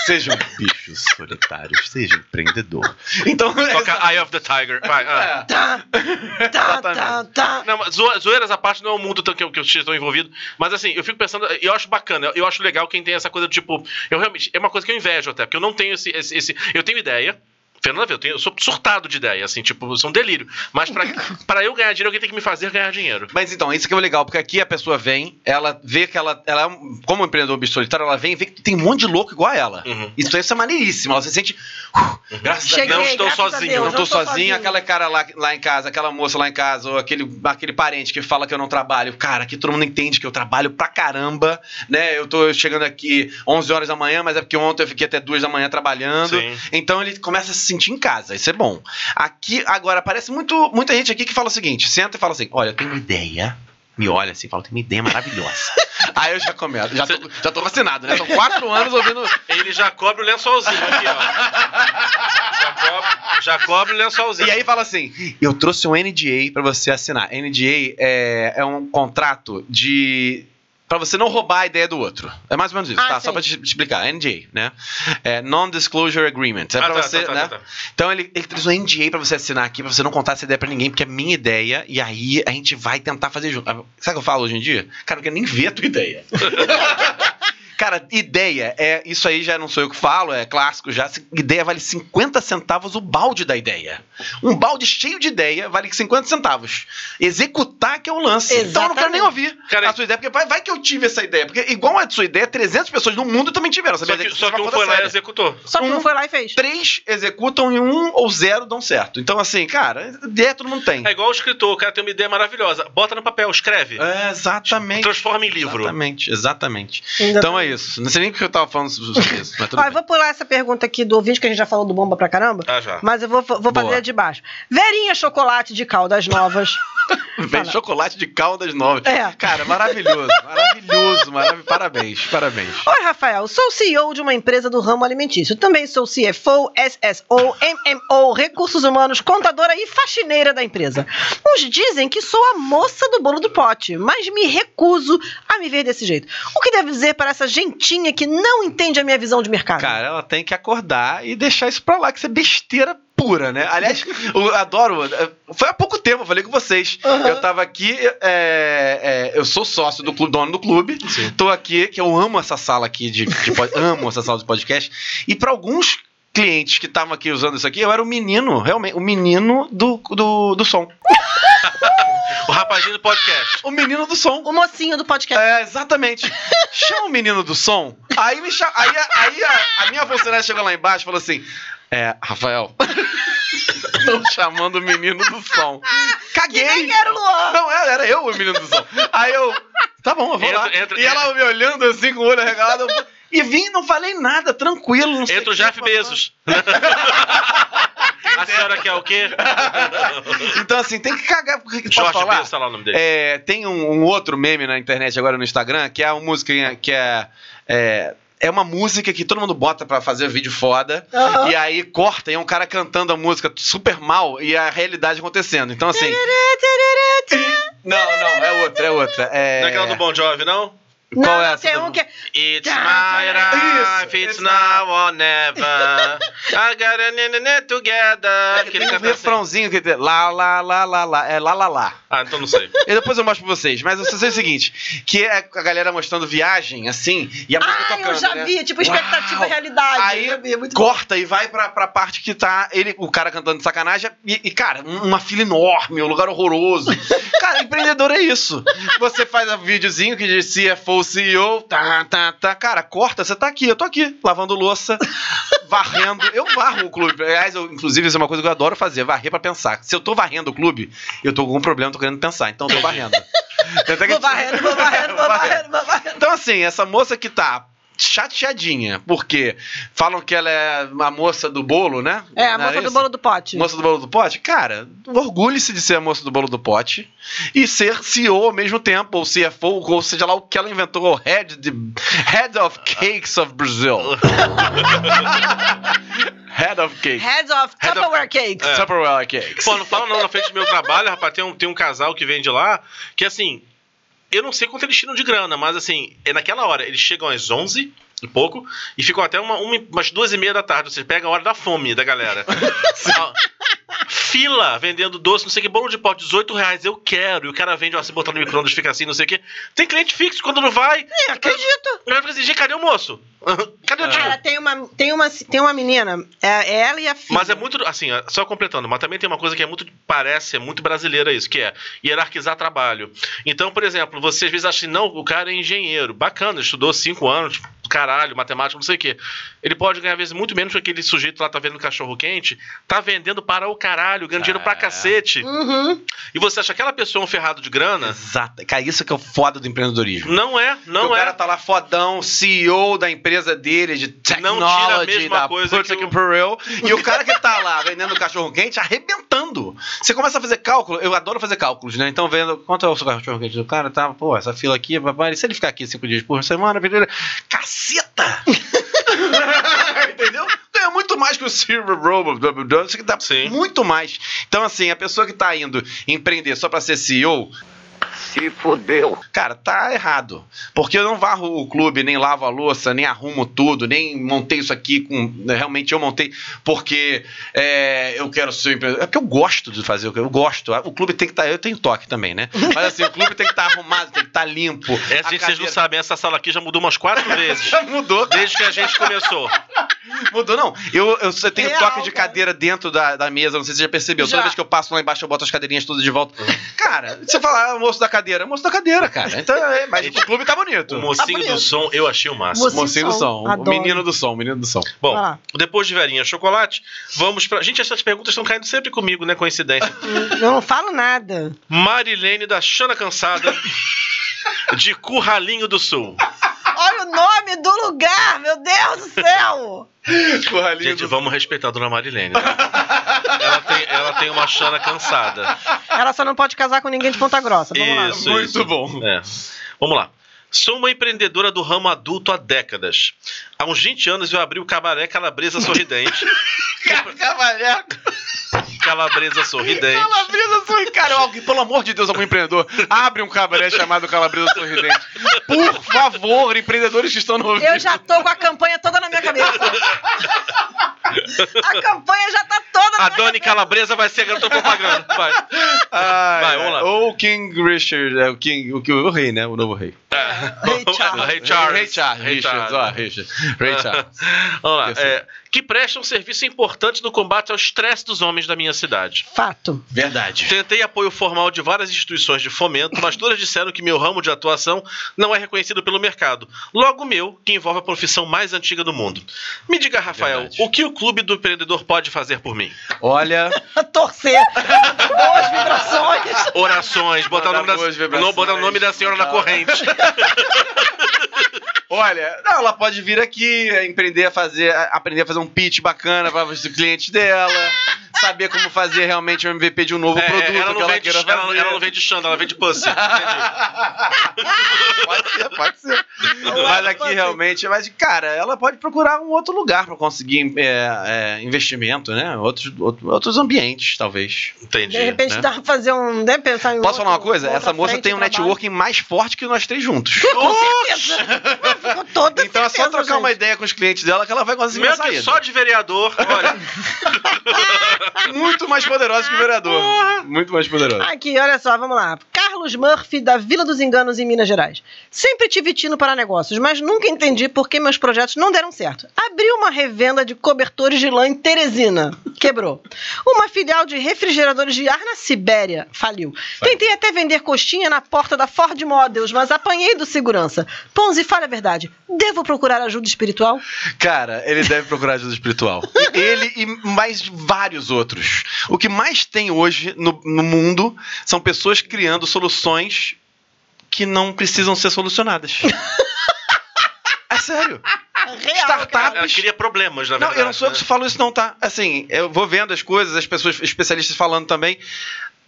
Seja um bicho solitário, seja um empreendedor. Então, Toca Eye of the Tiger. Vai, ah. é, Tá, tá, tá, Exatamente. tá. Não, mas zoa- zoeiras à parte não é o mundo tão que, que os tios estão envolvidos. Mas assim, eu fico pensando, eu acho bacana, eu acho legal quem tem essa coisa do tipo. Eu realmente. É uma coisa que eu invejo até, porque eu não tenho esse. esse, esse- eu tenho ideia. Fernanda, vê, eu, tenho, eu sou surtado de ideia, assim, tipo, isso é um delírio. Mas pra, pra eu ganhar dinheiro, alguém tem que me fazer ganhar dinheiro. Mas então, isso que é o legal, porque aqui a pessoa vem, ela vê que ela, ela é um- como empreendedor bicho solitário, ela vem e vê que tem um monte de louco igual a ela. Uhum. Isso, isso é maneiríssimo, ela se sente. uh, graças Cheguei, a Deus. estou graças a sozinho, Eu Deus, não tô sozinho, sozinho. aquela cara lá, lá em casa, aquela moça lá em casa, ou aquele, aquele parente que fala que eu não trabalho. Cara, que todo mundo entende que eu trabalho pra caramba, né? Eu tô chegando aqui 11 horas da manhã, mas é porque ontem eu fiquei até 2 da manhã trabalhando. Sim. Então ele começa a se sentir em casa, isso é bom. Aqui, agora, parece muito, muita gente aqui que fala o seguinte: senta e fala assim, olha, eu tenho uma ideia. Me olha assim, e fala, tem uma ideia maravilhosa. Aí eu já começo, já tô, já tô vacinado, né? São quatro anos ouvindo. Ele já cobre o lençolzinho aqui, ó. Já cobre, já cobre o lençolzinho. E aí fala assim: eu trouxe um NDA pra você assinar. NDA é, é um contrato de. Pra você não roubar a ideia do outro. É mais ou menos isso, Ah, tá? sei. Só pra te te explicar. NDA, né? É Non-Disclosure Agreement. É Ah, pra tá, você, tá, tá, né? tá, tá. Então ele, ele traz um NDA pra você assinar aqui, pra você não contar essa ideia pra ninguém, porque é minha ideia, e aí a Ah, gente vai tentar fazer junto. Sabe o que eu falo hoje em dia? Cara, eu não quero nem ver a tua ideia. Cara, ideia, é isso aí já não sou eu que falo, é clássico já. se- Ideia vale 50 centavos o balde da ideia. Um balde cheio de ideia vale 50 centavos. Executar que é o lance. Então eu não quero nem ouvir Cara, é- a sua ideia, porque vai, vai que eu tive essa ideia. Porque igual é a sua ideia, 300 pessoas no mundo também tiveram essa Só que, ideia. só Uma que um foda foi lá e séria. executou. Só que Um- não foi lá e fez. Três executam e um ou zero dão certo. Então assim, cara, ideia todo mundo tem. É igual o escritor, o cara tem uma ideia maravilhosa. Bota no papel, escreve. É, exatamente. Transforma em livro. Exatamente, exatamente. Ainda Então é isso. Não sei nem o que eu tava falando sobre isso, mas tudo Ó, eu bem. É. vou pular essa pergunta aqui do ouvinte, que a gente já falou do bomba pra caramba. Ah, já. Mas eu vou, vou fazer Boa. a de baixo. Verinha chocolate de caldas novas. Vem Fala. chocolate de caldas novas. É. Cara, maravilhoso, maravilhoso, maravilhoso. Parabéns, parabéns. Oi, Rafael. Sou CEO de uma empresa do ramo alimentício. Também sou CFO, SSO, MMO, recursos humanos, contadora e faxineira da empresa. Uns dizem que sou a moça do bolo do pote, mas me recuso a me ver desse jeito. O que devo dizer para essa gentinha que não entende a minha visão de mercado? Cara, ela tem que acordar e deixar isso pra lá, que isso é besteira pura, né? Aliás, eu adoro. Foi há pouco tempo, eu falei com vocês. Eu tava aqui, é, é, eu sou sócio do clube, dono do clube. Tô aqui, que eu amo essa sala aqui de, de pod- amo essa sala de podcast. E pra alguns clientes que estavam aqui usando isso aqui, eu era o menino, realmente, o menino do, do, do som. O rapazinho do podcast. O menino do som. O mocinho do podcast. É, exatamente. Chama o menino do som. Aí me chama. Aí, a- aí a, a minha funcionária chegou lá embaixo e falou assim: É, Rafael. Estão chamando o menino do som. Caguei! nem era o Luan. Não, é, era, era eu o menino do som. Aí eu. Tá bom, eu vou lá. Entra- entra- e ela me olhando assim com o olho arregalado. eu- E vim, não falei nada, tranquilo. Não sei Entra o que eu Jeff ia falar. Bezos. a senhora quer o quê? Então, assim, tem que cagar. Porque, posso Jorge falar? Bezos, sei lá o nome dele. É, tem um, um outro meme na internet agora no Instagram, que é uma música que é. é é uma música que todo mundo bota pra fazer vídeo foda. E aí corta e é um cara cantando a música super mal e a realidade acontecendo. Então, assim. Não, não, é outra, é outra. É... Não é aquela do Bon Jovi, não? Qual não, é não, essa tem do- um que é... It's Tá, my tá. life, it's Isso, now or never. I got a nenê together. Que ele Tem um canta assim. refrãozinho que tem. Lá, lá, lá, lá, lá. É lá, lá, lá. Ah, então não sei. E depois eu mostro pra vocês. Mas eu só sei o seguinte: que é a galera mostrando viagem, assim, e a música Ah, tocando. eu já né? vi. Tipo, expectativa Uau! e realidade. Aí Eu vi, é muito corta e vai pra, pra parte que tá ele, o cara cantando de sacanagem. E, e, cara, um- uma fila enorme, um lugar horroroso. cara, empreendedor é isso. Você faz um videozinho que diz CFO, CEO, tá, tá, tá. Cara, corta, você tá aqui, eu tô aqui, lavando louça, varrendo. Eu varro o clube. Aliás, eu, inclusive, isso é uma coisa que eu adoro fazer, varrer pra pensar. Se eu tô varrendo o clube, eu tô com algum problema, tô querendo pensar, então eu tô varrendo. Tanto é que- Vou varrendo, vou varrendo, vou varrendo, vou varrendo. então, assim, essa moça que tá chateadinha, porque falam que ela é a moça do bolo, né? É, a Não moça do isso? bolo do pote. Moça do bolo do pote? Cara, orgulhe-se de ser a moça do bolo do pote e ser CEO ao mesmo tempo, ou CFO, ou seja lá o que ela inventou, o head, de, head of Cakes of Brazil. head of Cakes. Heads of Head of- Tupperware Cakes. Tupperware Cakes. Pô, não fala não na frente do meu trabalho, rapaz. Tem um, tem um casal que vende lá que, assim, eu não sei quanto eles tiram de grana, mas, assim, é naquela hora. Eles chegam às 11 e pouco e ficam até uma, uma- umas duas e meia da tarde. Ou seja, pega a hora da fome da galera. Ó, Fila vendendo doce, não sei o que, bolo de pó, 18 reais, eu quero. E o cara vende, ó, se botar no micro-ondas, fica assim, não sei o que. Tem cliente fixo, quando não vai. Eu É. acredito. O cara fica assim, gente, cadê o moço? Cadê o Cara, dinheiro? tem uma, tem uma, tem uma menina, é, ela e a filha. Mas é muito, assim, é, só completando, mas também tem uma coisa que é muito, parece, é muito brasileira isso, que é hierarquizar trabalho. Então, por exemplo, você às vezes acha assim, não, o cara é engenheiro, bacana, estudou cinco anos, tipo, caralho, matemática, não sei o quê. Ele pode ganhar, às vezes, muito menos que aquele sujeito lá tá vendo cachorro-quente, tá vendendo para o caralho, ganhando dinheiro pra É. cacete. Uhum. E você acha aquela pessoa um ferrado de grana? Exato. Cara, isso que é o foda do empreendedorismo. Não é, Porque não o cara é. tá lá fodão, CEO da empresa dele, de Não technology, tira a mesma da coisa Purchasing que o- Bureau, e o cara que tá lá vendendo cachorro-quente, arrebentando. Você começa a fazer cálculo, eu adoro fazer cálculos, né? Então, vendo quanto é o seu cachorro-quente do cara, tá, pô, essa fila aqui, papai, e se ele ficar aqui cinco dias por semana, beleza? caceta! Entendeu? Ganha muito mais que o Silver Robo, isso que dá Sim. muito mais. Então, assim, a pessoa que tá indo empreender só pra ser CEO, Se fudeu. Cara, tá errado. Porque eu não varro o clube, nem lavo a louça, nem arrumo tudo, nem montei isso aqui com. né, Realmente eu montei porque é, eu quero ser um empreendedor. É porque eu gosto de fazer, o que eu gosto. O clube tem que estar. eu tenho toque também, né? Mas assim, o clube tem que estar arrumado, tem que estar limpo. É, gente, A vocês não cadeira- sabem, essa sala aqui já mudou umas quatro vezes. Já mudou, cara. Desde que a gente começou. Mudou, não. Eu, eu, eu tenho Real, toque de cara. cadeira dentro da, da mesa, não sei se você já percebeu. Já. Toda vez que eu passo lá embaixo, eu boto as cadeirinhas todas de Uhum. volta. Cara, você fala, ah, moço da cadeira. Moço da cadeira, cara. Então, é, mas o clube tá bonito. O Tá mocinho bonito. do som, eu achei o máximo. Você- Mocinho do som. O Adoro. menino do som, o menino do som. Bom, Ah. depois de velhinha chocolate, vamos pra. Gente, essas perguntas estão caindo sempre comigo, né? Coincidência. Eu não falo nada. Marilene da Xana Cansada, de Curralinho do Sul. Olha o nome do lugar, meu Deus do céu! Tipo, Gente, vamos respeitar a dona Marilene. né? Ela, tem, ela tem uma Xana cansada. Ela só não pode casar com ninguém de Ponta Grossa. Vamos lá. Isso, Muito isso. bom. É. Vamos lá. Sou uma empreendedora do ramo adulto há décadas. Há uns 20 anos eu abri o cabaré Calabresa Sorridente. Cavalheiro, Calabresa Sorridente. Calabresa Sorridente. Cara, alguém, pelo amor de Deus, algum empreendedor, abre um cabaré chamado Calabresa Sorridente. Por favor, empreendedores que estão no Eu já tô com a campanha toda na minha cabeça. A campanha já tá toda A na minha Dani cabeça. Calabresa vai ser a garota propaganda. Vai. Ai, Vai, vamos lá. Ou o King Richard, é o King, o, que- o rei, né? O novo rei. Rei Charles. Rei Charles. Rei Charles. Rei Richard, Charles. ó, Richard. Rei Charles. Vamos lá. Isso. é, que presta um serviço importante no combate ao estresse dos homens da minha cidade. Fato. Verdade. Tentei apoio formal de várias instituições de fomento, mas todas disseram que meu ramo de atuação não é reconhecido pelo mercado. Logo o meu, que envolve a profissão mais antiga do mundo. Me diga, Rafael, Verdade. o que o clube do empreendedor pode fazer por mim? Olha, Torcer. Boas vibrações. Orações, botar o nome Mandar da, boas vibrações. não, botar o nome da senhora na corrente. olha, não, ela pode vir aqui, é, empreender a fazer, a- aprender a fazer um pitch bacana para os clientes dela, saber como fazer realmente o MVP de um novo É, produto ela, que não ela vende, queira fazer. ela- ela não vende Xanda, ela vende Pussy. Entendi. Pode ser, pode ser. Mas aqui realmente, mas cara, ela pode procurar um outro lugar pra conseguir é, é, investimento, né? Outros, outro- outros ambientes, talvez. Entendi. De repente né? dá pra fazer um. Deve pensar em Posso falar uma outro- coisa? outra Essa moça frente tem de um trabalho. networking mais forte que nós três juntos. Com certeza. Ficou toda Então é só certeza, trocar gente. uma ideia com os clientes dela que ela vai conseguir uma Mesmo que saída. só de vereador, olha, Muito mais poderosa que o vereador. Muito mais poderosa. Aqui, olha só, vamos lá. Carlos Murphy, da Vila dos Enganos, em Minas Gerais. Sempre tive tino para negócios, mas nunca entendi por que meus projetos não deram certo. Abri uma revenda de cobertores de lã em Teresina. Quebrou. Uma filial de refrigeradores de ar na Sibéria. Faliu. Tentei até vender coxinha na porta da Ford Models, mas apanhei do segurança. Ponzi, fala a verdade. Devo procurar ajuda espiritual? Cara, ele deve procurar ajuda espiritual. E Ele e mais vários outros. O que mais tem hoje no, no mundo são pessoas criando soluções que não precisam ser solucionadas. É sério. Startup. ela cria problemas, na Ah, Não, verdade. eu não sou eu né? que falo isso, não, tá? Assim, eu vou vendo as coisas, as pessoas especialistas falando também.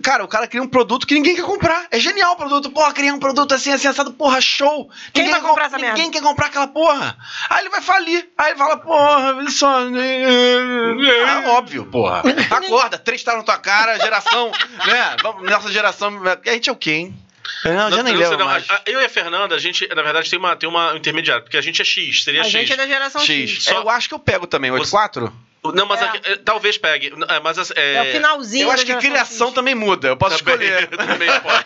Cara, o cara cria um produto que ninguém quer comprar. É genial o produto. Porra, criar um produto assim, assim, assado, porra, show. Quem vai quer comprar essa Ninguém quer comprar aquela porra. Aí ele vai falir. Aí ele fala, porra, só... É óbvio, porra. Acorda, três tá na tua cara, geração, né? Vamos- Nossa geração... A gente é o quê, hein? Eu não, já nem não, lembro não, mais. a- a- Eu e a Fernanda, a gente, na verdade, tem uma, tem uma intermediária, porque a gente é X, seria A X. gente é da geração X. X. Só- Eu acho que eu pego também, 8-4? Não, mas É. aqui- eh, talvez pegue. N- é, Mas as- é, É, o finalzinho Eu acho da que geração criação X. também muda. Eu posso também- escolher. também pode.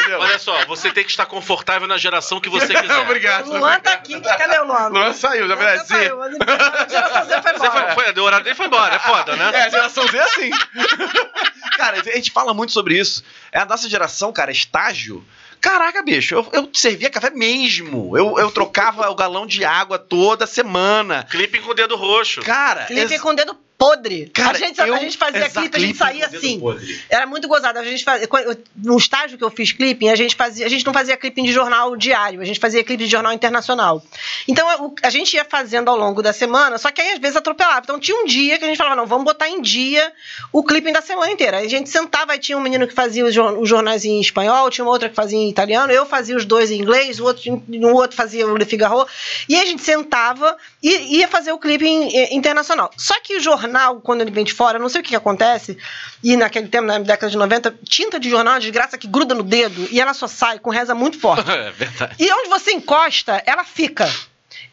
Entendeu? Olha só, você tem que estar confortável na geração que você quiser. Obrigado. Luan tá aqui. Cadê o Luan? Luan saiu, na Luan verdade. sim. saiu, mas ele- a geração Z foi Você embora. foi, foi, deu horário dele e foi embora, é foda, né? É, a geração Z é assim. cara, a gente fala muito sobre isso. É a nossa geração, cara, estágio. Caraca, bicho, eu, eu servia café mesmo. Eu, eu trocava o galão de água toda semana. Clipe com o dedo roxo. É. Cara, Clipe ex- com o dedo podre. Cara, a, gente, a eu- gente fazia exato, clipe, a clipe gente com saía o dedo assim. podre. Era muito gozado. A gente fazia, quando eu- no estágio que eu fiz clipe, a gente, fazia, a gente não fazia clipe de jornal diário, a gente fazia clipe de jornal internacional. Então a- o- a gente ia fazendo ao longo da semana, só que aí às vezes atropelava. Então tinha um dia que a gente falava, não, vamos botar em dia o clipe da semana inteira. Aí a gente sentava, aí tinha um menino que fazia os, jor- os jornais em espanhol, tinha uma outra que fazia em italiano, eu fazia os dois em inglês, o outro, um outro fazia o Le Figaro. E a gente sentava e ia fazer o clipe em- eh, internacional. Só que o jornal jornal, quando ele vem de fora, eu não sei o que, que acontece, e naquele tempo, na década de 90, tinta de jornal é uma desgraça que gruda no dedo e ela só sai com reza muito forte. É verdade. E onde você encosta, ela fica.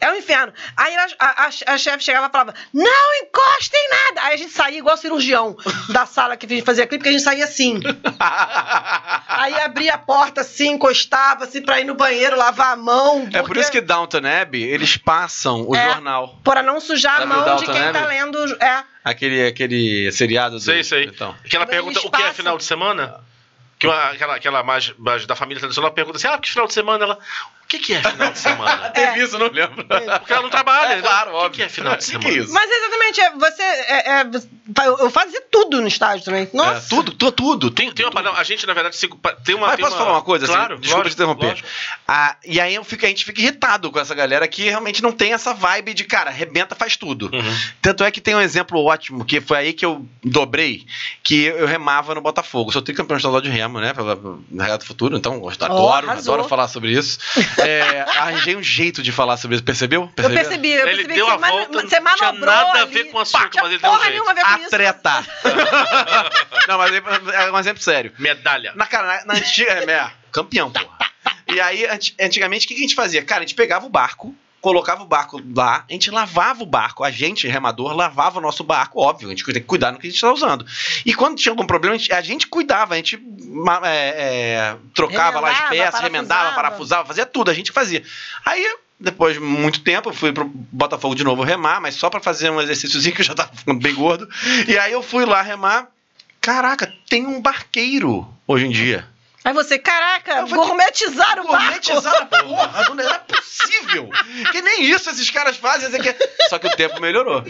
É um inferno. Aí ela- a, a- a chefe chegava e falava: Não encosta em nada! Aí a gente saía igual cirurgião da sala que fazia clipe, porque a gente saía assim. Aí abria a porta assim, encostava assim pra ir no banheiro, lavar a mão. É por porque- isso que Downton Abbey, eles passam o É. jornal. Pra não sujar a Sabe o mão de Downton quem tá né, Abbey? lendo. É. Aquele, aquele seriado. do- Sei, sei. Então. Que ela Mas eles pergunta o que é passam- final de semana? Que uma- aquela, aquela mais, mais da família tradicional pergunta assim: ah, que final de semana? Ela, o que, que é final de semana? Teve isso, não lembro. Porque ela não trabalha. É, claro, o que, que óbvio. é final de Que que é semana? isso? Mas exatamente, é, você. é, é, eu- eu fazia tudo no estágio também. Nossa. É, tudo, tu- tudo. Tem, tem uma parada. A gente, na verdade, se- tem uma. Mas tem posso falar uma coisa? assim? Claro. Desculpa te lógico, interromper. lógico. Ah, e aí eu fico- a gente fica irritado com essa galera que realmente não tem essa vibe de, cara, arrebenta, faz tudo. Uhum. Tanto é que tem um exemplo ótimo, que foi aí que eu dobrei, que eu remava no Botafogo. Sou tricampeão estadual de remo, né? Pela na Real do Futuro, então eu adoro, arrasou. adoro falar sobre isso. É, arranjei um jeito de falar sobre isso, percebeu? Eu Percebeu? percebi, eu Ele percebi deu que a você, mano- volta, você não tinha manobrou nada a ali. ver com o assunto, Tinha mas ele deu um porra jeito. nenhuma a ver A com isso. treta. não, mas é, é um exemplo sério. Medalha. Na, cara, na, na antiga. É, é, campeão, porra. E aí, anti- antigamente, o que que a gente fazia? Cara, a gente pegava o barco, colocava o barco lá, a gente lavava o barco, a gente, remador, lavava o nosso barco, óbvio, a gente tem que cuidar no que a gente está usando. E quando tinha algum problema, a gente, a gente cuidava, a gente ma- é, é, trocava lá as Remendava, peças, parafusava. remendava, parafusava, fazia tudo, a gente que fazia. Aí. Depois de muito tempo, eu fui pro Botafogo de novo remar, mas só pra fazer um exercíciozinho que eu já tava ficando bem gordo. E aí eu fui lá remar. Caraca, tem um barqueiro hoje em dia. Aí você, caraca, Eu vou te- gourmetizaram o barco. Gourmetizar a porra, não é possível. Que nem isso esses caras fazem. isso aqui é- Só que o tempo melhorou.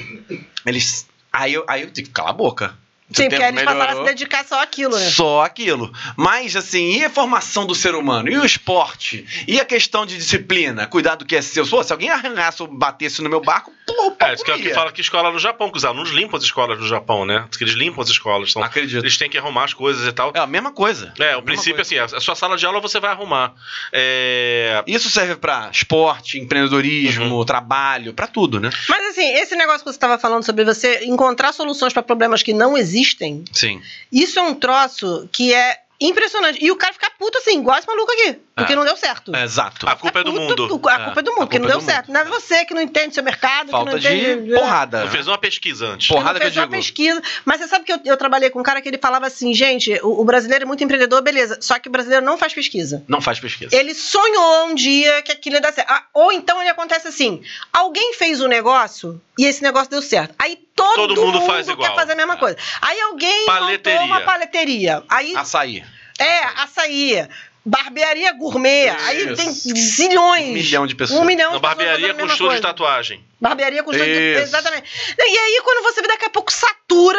Eles. Aí eu, aí eu tenho que calar a boca. Se Sim, o tempo porque aí eles passaram a se melhorou, dedicar só àquilo, né? Só aquilo. Mas, assim, e a formação do ser humano? E o esporte? E a questão de disciplina? Cuidar do que é seu? Pô, se alguém arranhasse ou batesse no meu barco, pô, pô É, isso que é o que fala que escola no Japão, que os alunos limpam as escolas no Japão, né? Diz Que eles limpam as escolas. São, Acredito. eles têm que arrumar as coisas e tal. É a mesma coisa. É, o Mesma princípio coisa. é assim, a a sua sala de aula você vai arrumar. É, Isso serve pra esporte, empreendedorismo, Uhum. trabalho, pra tudo, né? Mas assim, esse negócio que você estava falando sobre você encontrar soluções para problemas que não existem, Sim. isso é um troço que é impressionante. E o cara fica puto assim, igual esse maluco aqui, porque É. não deu certo. exato. a culpa é do puto, mundo. tu- A É, culpa é do a mundo, porque culpa não é deu do certo. Não é você que não entende seu mercado, Falta que não de entende. porrada. Não fez uma pesquisa antes. Porra. Ele não Porrada que fez eu uma digo. pesquisa. Mas você sabe que eu, eu trabalhei com um cara que ele falava assim, gente, o, o brasileiro é muito empreendedor, beleza. Só que o brasileiro não faz pesquisa. Não faz pesquisa. Ele sonhou um dia que aquilo ia dar certo. Ah, ou então ele acontece assim: alguém fez um negócio e esse negócio deu certo. Aí todo, Todo mundo mundo, faz quer igual. fazer a mesma É. coisa. Aí alguém Paleteria. montou uma paleteria. Aí Açaí. é açaí, barbearia gourmet. Aí Isso. tem zilhões. Um milhão de pessoas. Um milhão Na de pessoas barbearia fazendo a com mesma estudo de coisa. tatuagem. Barbearia com estudo de... Isso. Exatamente. E aí, quando você vê, daqui a pouco satura,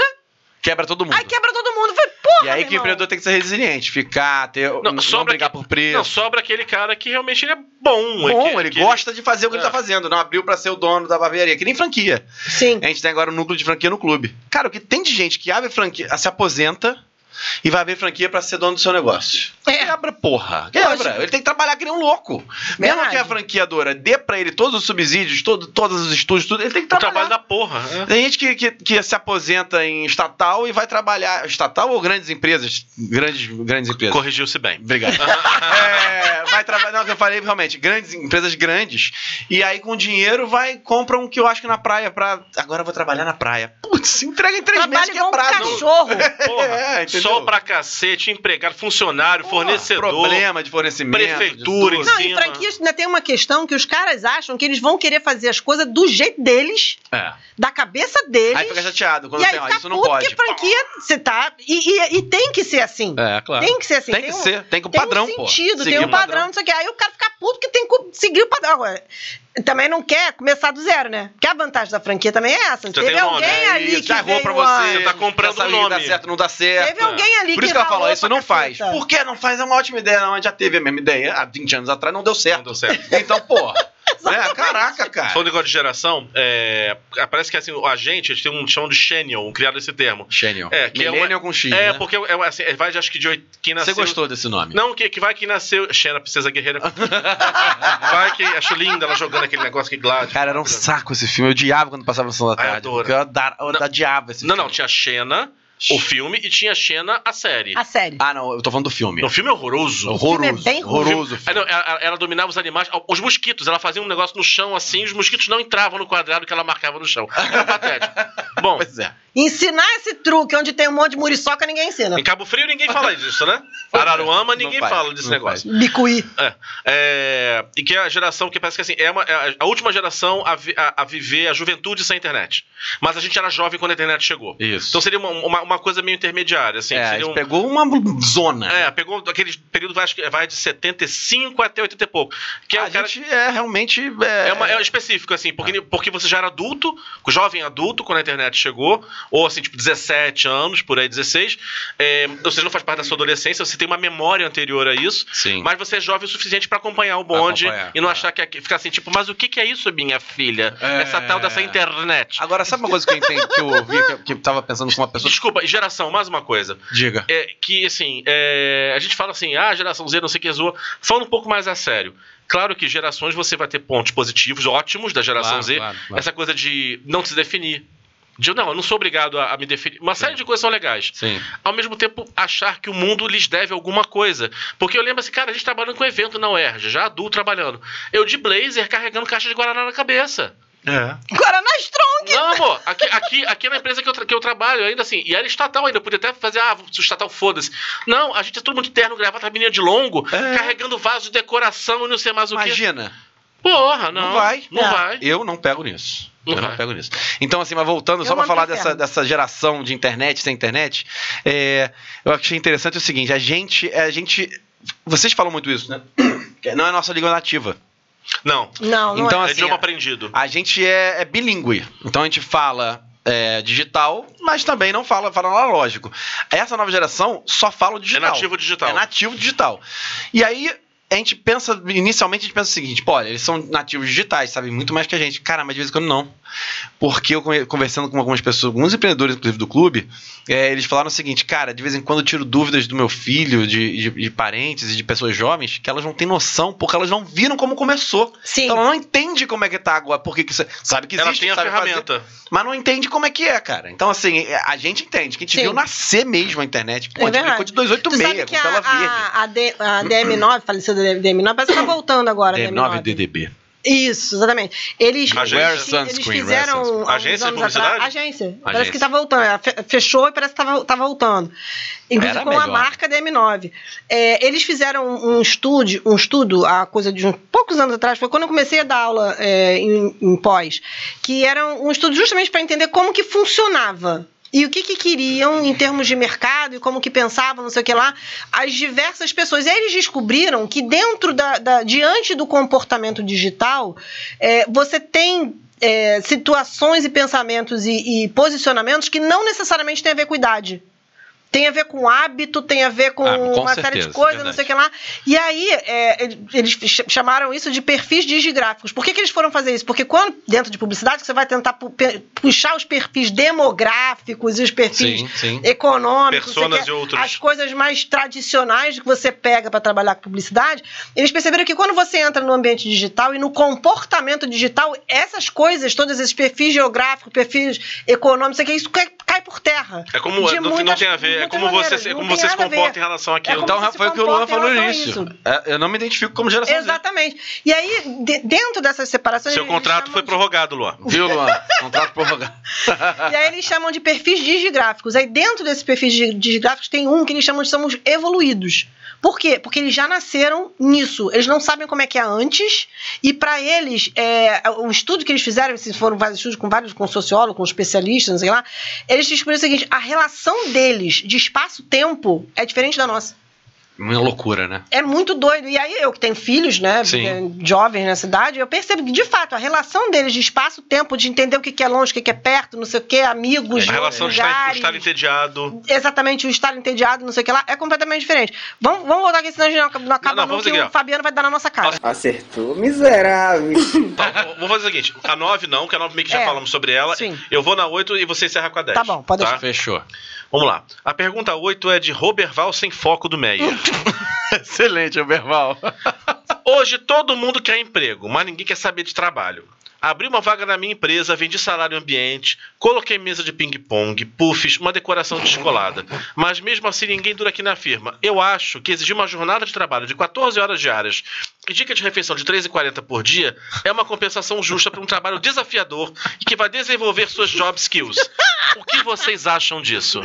Quebra é todo mundo. aí quebra todo mundo. Foi, porra, e aí meu que o irmão. empreendedor tem que ser resiliente, ficar, ter, um, não, não sobra brigar que- por preço. Não, sobra aquele cara que realmente ele é bom. Bom, que- ele que gosta de fazer o que É. ele tá fazendo, não abriu pra ser o dono da barbearia, que nem franquia. Sim. A gente tem agora o núcleo de franquia no clube. Cara, o que tem de gente que abre franquia, se aposenta e vai abrir franquia pra ser dono do seu negócio. É. Quebra, porra. Quebra. Lógico. Ele tem que trabalhar que nem um louco. Mesmo Verdade. que a franqueadora dê pra ele todos os subsídios, todo, todos os estúdios, tudo, ele tem que O trabalhar. trabalho da porra. né? Tem gente que, que, que se aposenta em estatal e vai trabalhar. Estatal ou grandes empresas? Grandes, grandes empresas. Corrigiu-se bem. Obrigado. É, vai trabalhar. Não, eu falei realmente, grandes empresas grandes. E aí, com dinheiro, vai, compra um que eu acho que na praia. Pra... Agora eu vou trabalhar na praia. Putz, entrega em três Trabalha meses é igual um quebrado. cachorro. Porra, É, entendeu? sol pra cacete, empregado, funcionário, Pô, fornecedor. Problema de fornecimento. prefeitura, de tudo. Não, e cima. franquias ainda tem uma questão que os caras acham que eles vão querer fazer as coisas do jeito deles, É. da cabeça deles. Aí fica chateado quando e aí tem, ó, fica isso não puto pode. que franquia você tá. E, e- e tem que ser assim. É, claro. Tem que ser assim. Tem que um- ser, tem que o Tem padrão, um pô. sentido, Seguir tem um o padrão, não sei o que. Aí o cara fica puto que tem que seguir o padrão. Agora, também não quer começar do zero, né? Porque a vantagem da franquia também é essa. Já um Teve tem o nome, alguém né? ali Isso, que dá veio roupa pra antes. você, Tá comprando essa um linha nome. Dá certo, não dá certo. Teve alguém ali Por isso que ela ralou fala, isso pra não faz. caceta. Por que não faz? É uma ótima ideia. Não, a gente já teve a mesma ideia há 20 anos atrás, não deu Não certo. deu certo. Então, pô, É, caraca, cara. Falando negócio de geração, é, parece que assim, a gente, a gente tem um chamado de Xenion, criado esse termo. Xenion. É, que é uma- Millennial um com X, É, né? porque é, assim, é, vai, acho que de oito, quem Você nasceu... gostou desse nome? Não, que, que vai que nasceu... Xena, princesa guerreira. vai que... Acho linda ela jogando aquele negócio que Gladys. Cara, era um saco esse filme. Eu odiava quando passava no Sessão Ai, da Ah, eu Tarde. adoro. porque eu adar- eu Não. odiava esse Não, filme. não, tinha Xena, o filme, e tinha Xena, a série. A série. Ah, não, eu tô falando do filme. O filme é horroroso. Horroroso. filme é bem ruim. horroroso. Ah, não, ela, ela dominava os animais, os mosquitos. Ela fazia um negócio no chão assim, os mosquitos não entravam no quadrado que ela marcava no chão. Era patético. Bom, Pois é. Ensinar esse truque onde tem um monte de muriçoca, ninguém ensina. em Cabo Frio ninguém fala disso, né? Araruama Não ninguém faz, fala desse não negócio. Bicuí. É, e que é a geração que parece que assim, é, uma- é a- a última geração a, vi- a- a viver a juventude sem internet. Mas a gente era jovem quando a internet chegou. Isso. Então seria uma, uma, uma coisa meio intermediária, assim. é, seria um- ele pegou uma zona. é, pegou aquele período acho que vai de 75 até 80 e pouco. Que é a o cara gente é realmente. É, É, uma- é específico, assim, porque, porque você já era adulto, jovem adulto, quando a internet chegou, ou assim, tipo, 17 anos, por aí, 16. É, ou seja, não faz parte da sua adolescência, você tem uma memória anterior a isso, Sim. mas você é jovem o suficiente pra acompanhar o Pra bonde acompanhar, e não é. achar que é, ficar assim, tipo, mas o que, que é isso, minha filha? É. Essa tal dessa internet. Agora, sabe uma coisa que eu, entendi, que eu ouvi, que eu, que eu tava pensando com uma pessoa? Desculpa, e geração, mais uma coisa. Diga. É, que, assim, é, a gente fala assim, ah, geração Z, não sei o que zoa. Falando um pouco mais a sério. Claro que gerações você vai ter pontos positivos, ótimos da geração Claro, Z. claro, claro. Essa coisa de não se definir. De não, eu não sou obrigado a, a me definir. Uma série de coisas são legais. Sim. Ao mesmo tempo, achar que o mundo lhes deve alguma coisa. Porque eu lembro assim, cara, a gente trabalhando com evento na UERJ, já adulto trabalhando. Eu de blazer carregando caixa de Guaraná na cabeça. Guaraná Strong. Não, amor, aqui, aqui, aqui na empresa que eu, tra- que eu trabalho, ainda assim, e era estatal ainda, eu podia até fazer, ah, se o estatal foda-se. Não, a gente é todo mundo de terno, gravata, menina de longo, É. carregando vaso de decoração e não sei mais o que. Imagina. Porra, não. Não vai. Não É. vai. Eu não pego nisso. Não eu vai. É não pego nisso. Então, assim, mas voltando Eu só pra mando falar pro dessa, inferno. dessa geração de internet sem internet, é, eu achei interessante o seguinte: a gente. é, A gente vocês falam muito isso, né? Que Não é nossa língua nativa. Não, Não, não Então, é assim, idioma a- aprendido. A gente é, é bilíngue. Então a gente fala é, digital, mas também não fala, fala analógico. Essa nova geração só fala o É digital. nativo digital. É nativo digital. E aí. A gente pensa, inicialmente a gente pensa o seguinte, pô, olha, eles são nativos digitais, sabem muito mais que a gente. Cara, mas de vez em quando não. Porque eu conhe- conversando com algumas pessoas, alguns empreendedores, inclusive, do clube, é, eles falaram o seguinte, cara, de vez em quando eu tiro dúvidas do meu filho, de, de- de parentes e de pessoas jovens, que elas não têm noção, porque elas não viram como começou. Sim. Então ela não entende como é que tá agora, por que que isso- Sabe que existe, Elas têm a sabe fazer, ferramenta. mas não entende como é que é, cara. Então, assim, a gente entende. Quem te Sim. viu nascer mesmo a internet. Pô, É a gente brincou verdade. de Tu sabe 286, que com tela verde. a, a, a, D- a DM9, falecida DM9, parece que tá voltando agora. a DM9 DDB. Isso, exatamente. Eles, Agência. eles- Wear sunscreen, wear eles sunscreen. fizeram. há uns Agência de anos publicidade? atrás- agência. Parece Agência. que tá voltando. Ela fe- Fechou e parece que tá, vol- tá voltando. Inclusive Era com a melhor. marca DM9. É, eles fizeram um estúdio, um estudo, há coisa de uns poucos anos atrás, foi quando eu comecei a dar aula é, em, em pós, que era um estudo justamente para entender como que funcionava. E o que, que queriam em termos de mercado e como que pensavam, não sei o que lá, as diversas pessoas. E aí eles descobriram que dentro da, da- diante do comportamento digital, é, você tem é, situações e pensamentos e, e posicionamentos que não necessariamente têm a ver com idade. Tem a ver com hábito, tem a ver com, Ah, com uma série certeza, de coisas, não verdade. sei o que lá. E aí, é, ele- eles ch- chamaram isso de perfis digigráficos. Por que, que eles foram fazer isso? Porque quando, dentro de publicidade, você vai tentar pu- pe- puxar os perfis demográficos e os perfis Sim, sim. econômicos, você Personas quer e outros. as coisas mais tradicionais que você pega para trabalhar com publicidade, eles perceberam que quando você entra no ambiente digital e no comportamento digital, essas coisas, todos esses perfis geográficos, perfis econômicos, isso aqui, isso cai, cai por terra. É como. De não, muitas- não tem a ver. É muitas como você, maneiras, se- é não como tem você se nada a ver. comporta em relação àquilo. É como Então, você se foi o que o Luan comporta em falou no relação a início. É, Eu não me identifico como geração Z. Exatamente. E aí, de- dentro dessas separações. Seu eles contrato chamam foi de- prorrogado, Luan. Viu, Luan? Contrato prorrogado. E aí eles chamam de perfis digigráficos. Aí dentro desses perfis dig- digigráficos tem um que eles chamam de somos evoluídos. Por quê? Porque eles já nasceram nisso. Eles não sabem como é que é antes. E para eles, é, o estudo que eles fizeram, se foram vários estudos com vários, com sociólogos, com especialistas, não sei lá, eles descobriram o seguinte: a relação deles de espaço-tempo é diferente da nossa. Uma loucura, né? É muito doido. E aí, eu que tenho filhos, né? Sim. Jovens na cidade, eu percebo que, de fato, a relação deles de espaço-tempo, de entender o que que é longe, o que que é perto, não sei o quê, amigos, É, A relação de estar, lugares, estar entediado. Exatamente, o estar entediado, não sei o que lá, é completamente diferente. Vamos, vamos voltar aqui, senão a gente não acaba Não, não, não, vamos que aqui, ó. o Fabiano vai dar na nossa cara. Acertou, miserável. Tá, vou fazer o seguinte: a 9 não, que a 9 meio que já É, falamos sobre ela. sim. Eu vou na 8 e você encerra com a 10. Tá bom, pode tá? deixar. Fechou. Vamos lá. A pergunta 8 é de Roberval sem foco do Meyer. Excelente, Alberval. Hoje todo mundo quer emprego, mas ninguém quer saber de trabalho. Abri uma vaga na minha empresa, vendi salário ambiente, coloquei mesa de ping-pong, puffs, uma decoração descolada. Mas mesmo assim ninguém dura aqui na firma. Eu acho que exigir uma jornada de trabalho de 14 horas diárias e dica de refeição de 3,40 por dia é uma compensação justa para um trabalho desafiador e que vai desenvolver suas job skills. O que vocês acham disso?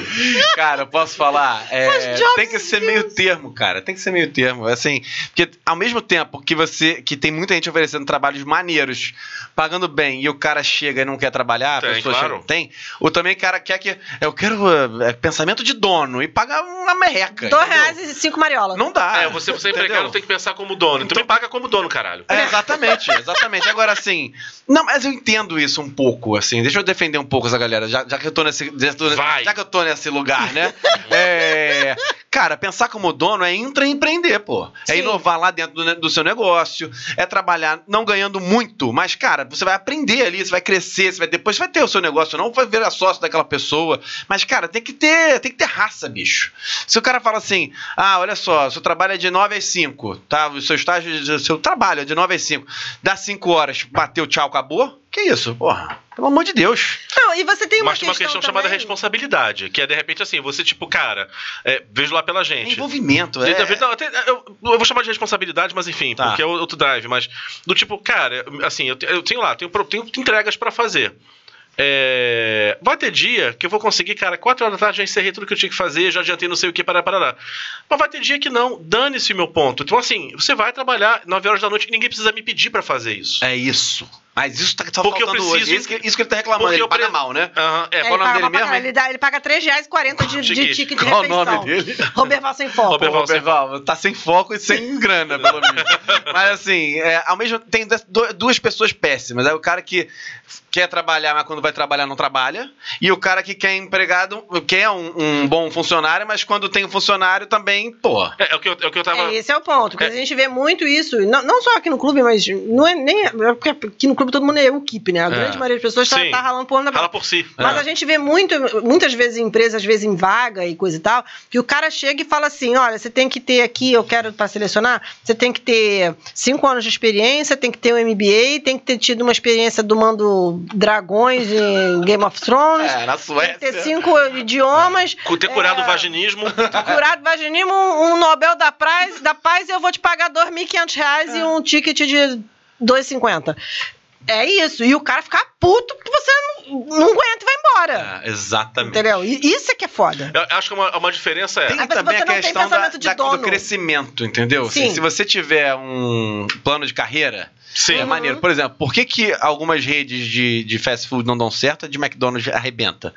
Cara, eu posso falar? É, tem que ser meio termo, cara. Tem que ser meio termo. Assim, porque ao mesmo tempo que você que tem muita gente oferecendo trabalhos maneiros, pagando bem, e o cara chega e não quer trabalhar, Tem, a pessoa claro. chega, tem. Ou também o cara quer que. Eu quero eh, pensamento de dono e paga uma merreca. Dois entendeu? reais e cinco mariolas. Não dá. é, você, você é Ah, entendeu? empregado tem que pensar como dono. Então me paga como dono, caralho. É, exatamente, exatamente. Agora, assim, não, mas eu entendo isso um pouco, assim. Deixa eu defender um pouco essa galera, já, já que eu tô nesse. Já, tô- Vai. já que eu tô nesse lugar, né? É, cara, pensar como dono é intraempreender, pô. É inovar lá dentro do, ne- do seu negócio, é trabalhar não ganhando muito, mas, cara, você vai aprender ali, você vai crescer, você vai, depois você vai ter o seu negócio, não vai virar sócio daquela pessoa. Mas, cara, tem que ter, tem que ter raça, bicho. Se o cara fala assim, ah, olha só, seu trabalho é de 9 às 5, tá? O seu estágio, o seu trabalho é de 9 às 5. Dá 5 horas, bateu, tchau, acabou? Que isso, porra? Pelo amor de Deus. Não, e você tem uma Mas tem questão, uma questão chamada também- responsabilidade, que é de repente assim, você tipo, cara, é, vejo lá pela É gente. envolvimento, De- é. de- de- não, até- eu, eu vou chamar de responsabilidade, mas enfim, Tá. porque é outro drive. Mas do tipo, cara, eu- assim, eu, te- eu tenho lá, tenho, pro- tenho entregas pra fazer. É, vai ter dia que eu vou conseguir, cara, 4 horas da tarde já encerrei tudo que eu tinha que fazer, já adiantei não sei o que, parar, parar. Mas vai ter dia que não, dane-se o meu ponto. Então, assim, você vai trabalhar 9 horas da noite e ninguém precisa me pedir pra fazer isso. É isso. Mas isso tá só Porque eu faltando hoje. preciso- Isso que, isso que ele tá reclamando, Porque ele eu paga pre- mal, né? Aham, é, É, Qual ele, o nome dele paga pra caralho, mesmo, hein? ele, dá, ele paga R$3,40 de, de Chiquinho. ticket de Qual é o refeição. nome dele? Roberval sem foco. Roberval Ô, Perval, tá sem foco e sem grana, pelo menos. mas assim, é, ao mesmo tem des- do- duas pessoas péssimas. É o cara que quer trabalhar, mas quando vai trabalhar não trabalha. E o cara que quer empregado, quer um, um bom funcionário, mas quando tem um funcionário também, pô. É, é o que eu, é o que eu tava. É, esse é o ponto, porque a gente vê muito isso, não, não só aqui no clube, mas não é nem. é Porque aqui no clube todo mundo é equipe, né? A É. grande maioria das pessoas tá, Sim. é. tá ralando por onda Fala por si. Mas a gente vê muito, muitas vezes em empresas, às vezes em vaga e coisa e tal, que o cara chega e fala assim: olha, você tem que ter aqui, eu quero para selecionar, você tem que ter cinco anos de experiência, tem que ter um MBA, tem que ter tido uma experiência domando dragões em Game of Thrones. É, na Tem que Suécia. ter cinco idiomas, Cu- Ter curado É. o vaginismo. curado vaginismo, um, um Nobel da Paz, da Paz e eu vou te pagar 2.500 reais e um ticket de 2,50. É isso. E o cara ficar puto porque você não, não aguenta e vai embora. É, exatamente. Entendeu? E isso é que é foda. Eu acho que uma, uma diferença é. Tem Aí você também a não tem questão da, pensamento de da- do dono. crescimento, entendeu? Assim, Sim. se você tiver um plano de carreira, é Sim. maneiro. Por exemplo, por que, que algumas redes de, de fast food não dão certo e de McDonald's arrebenta?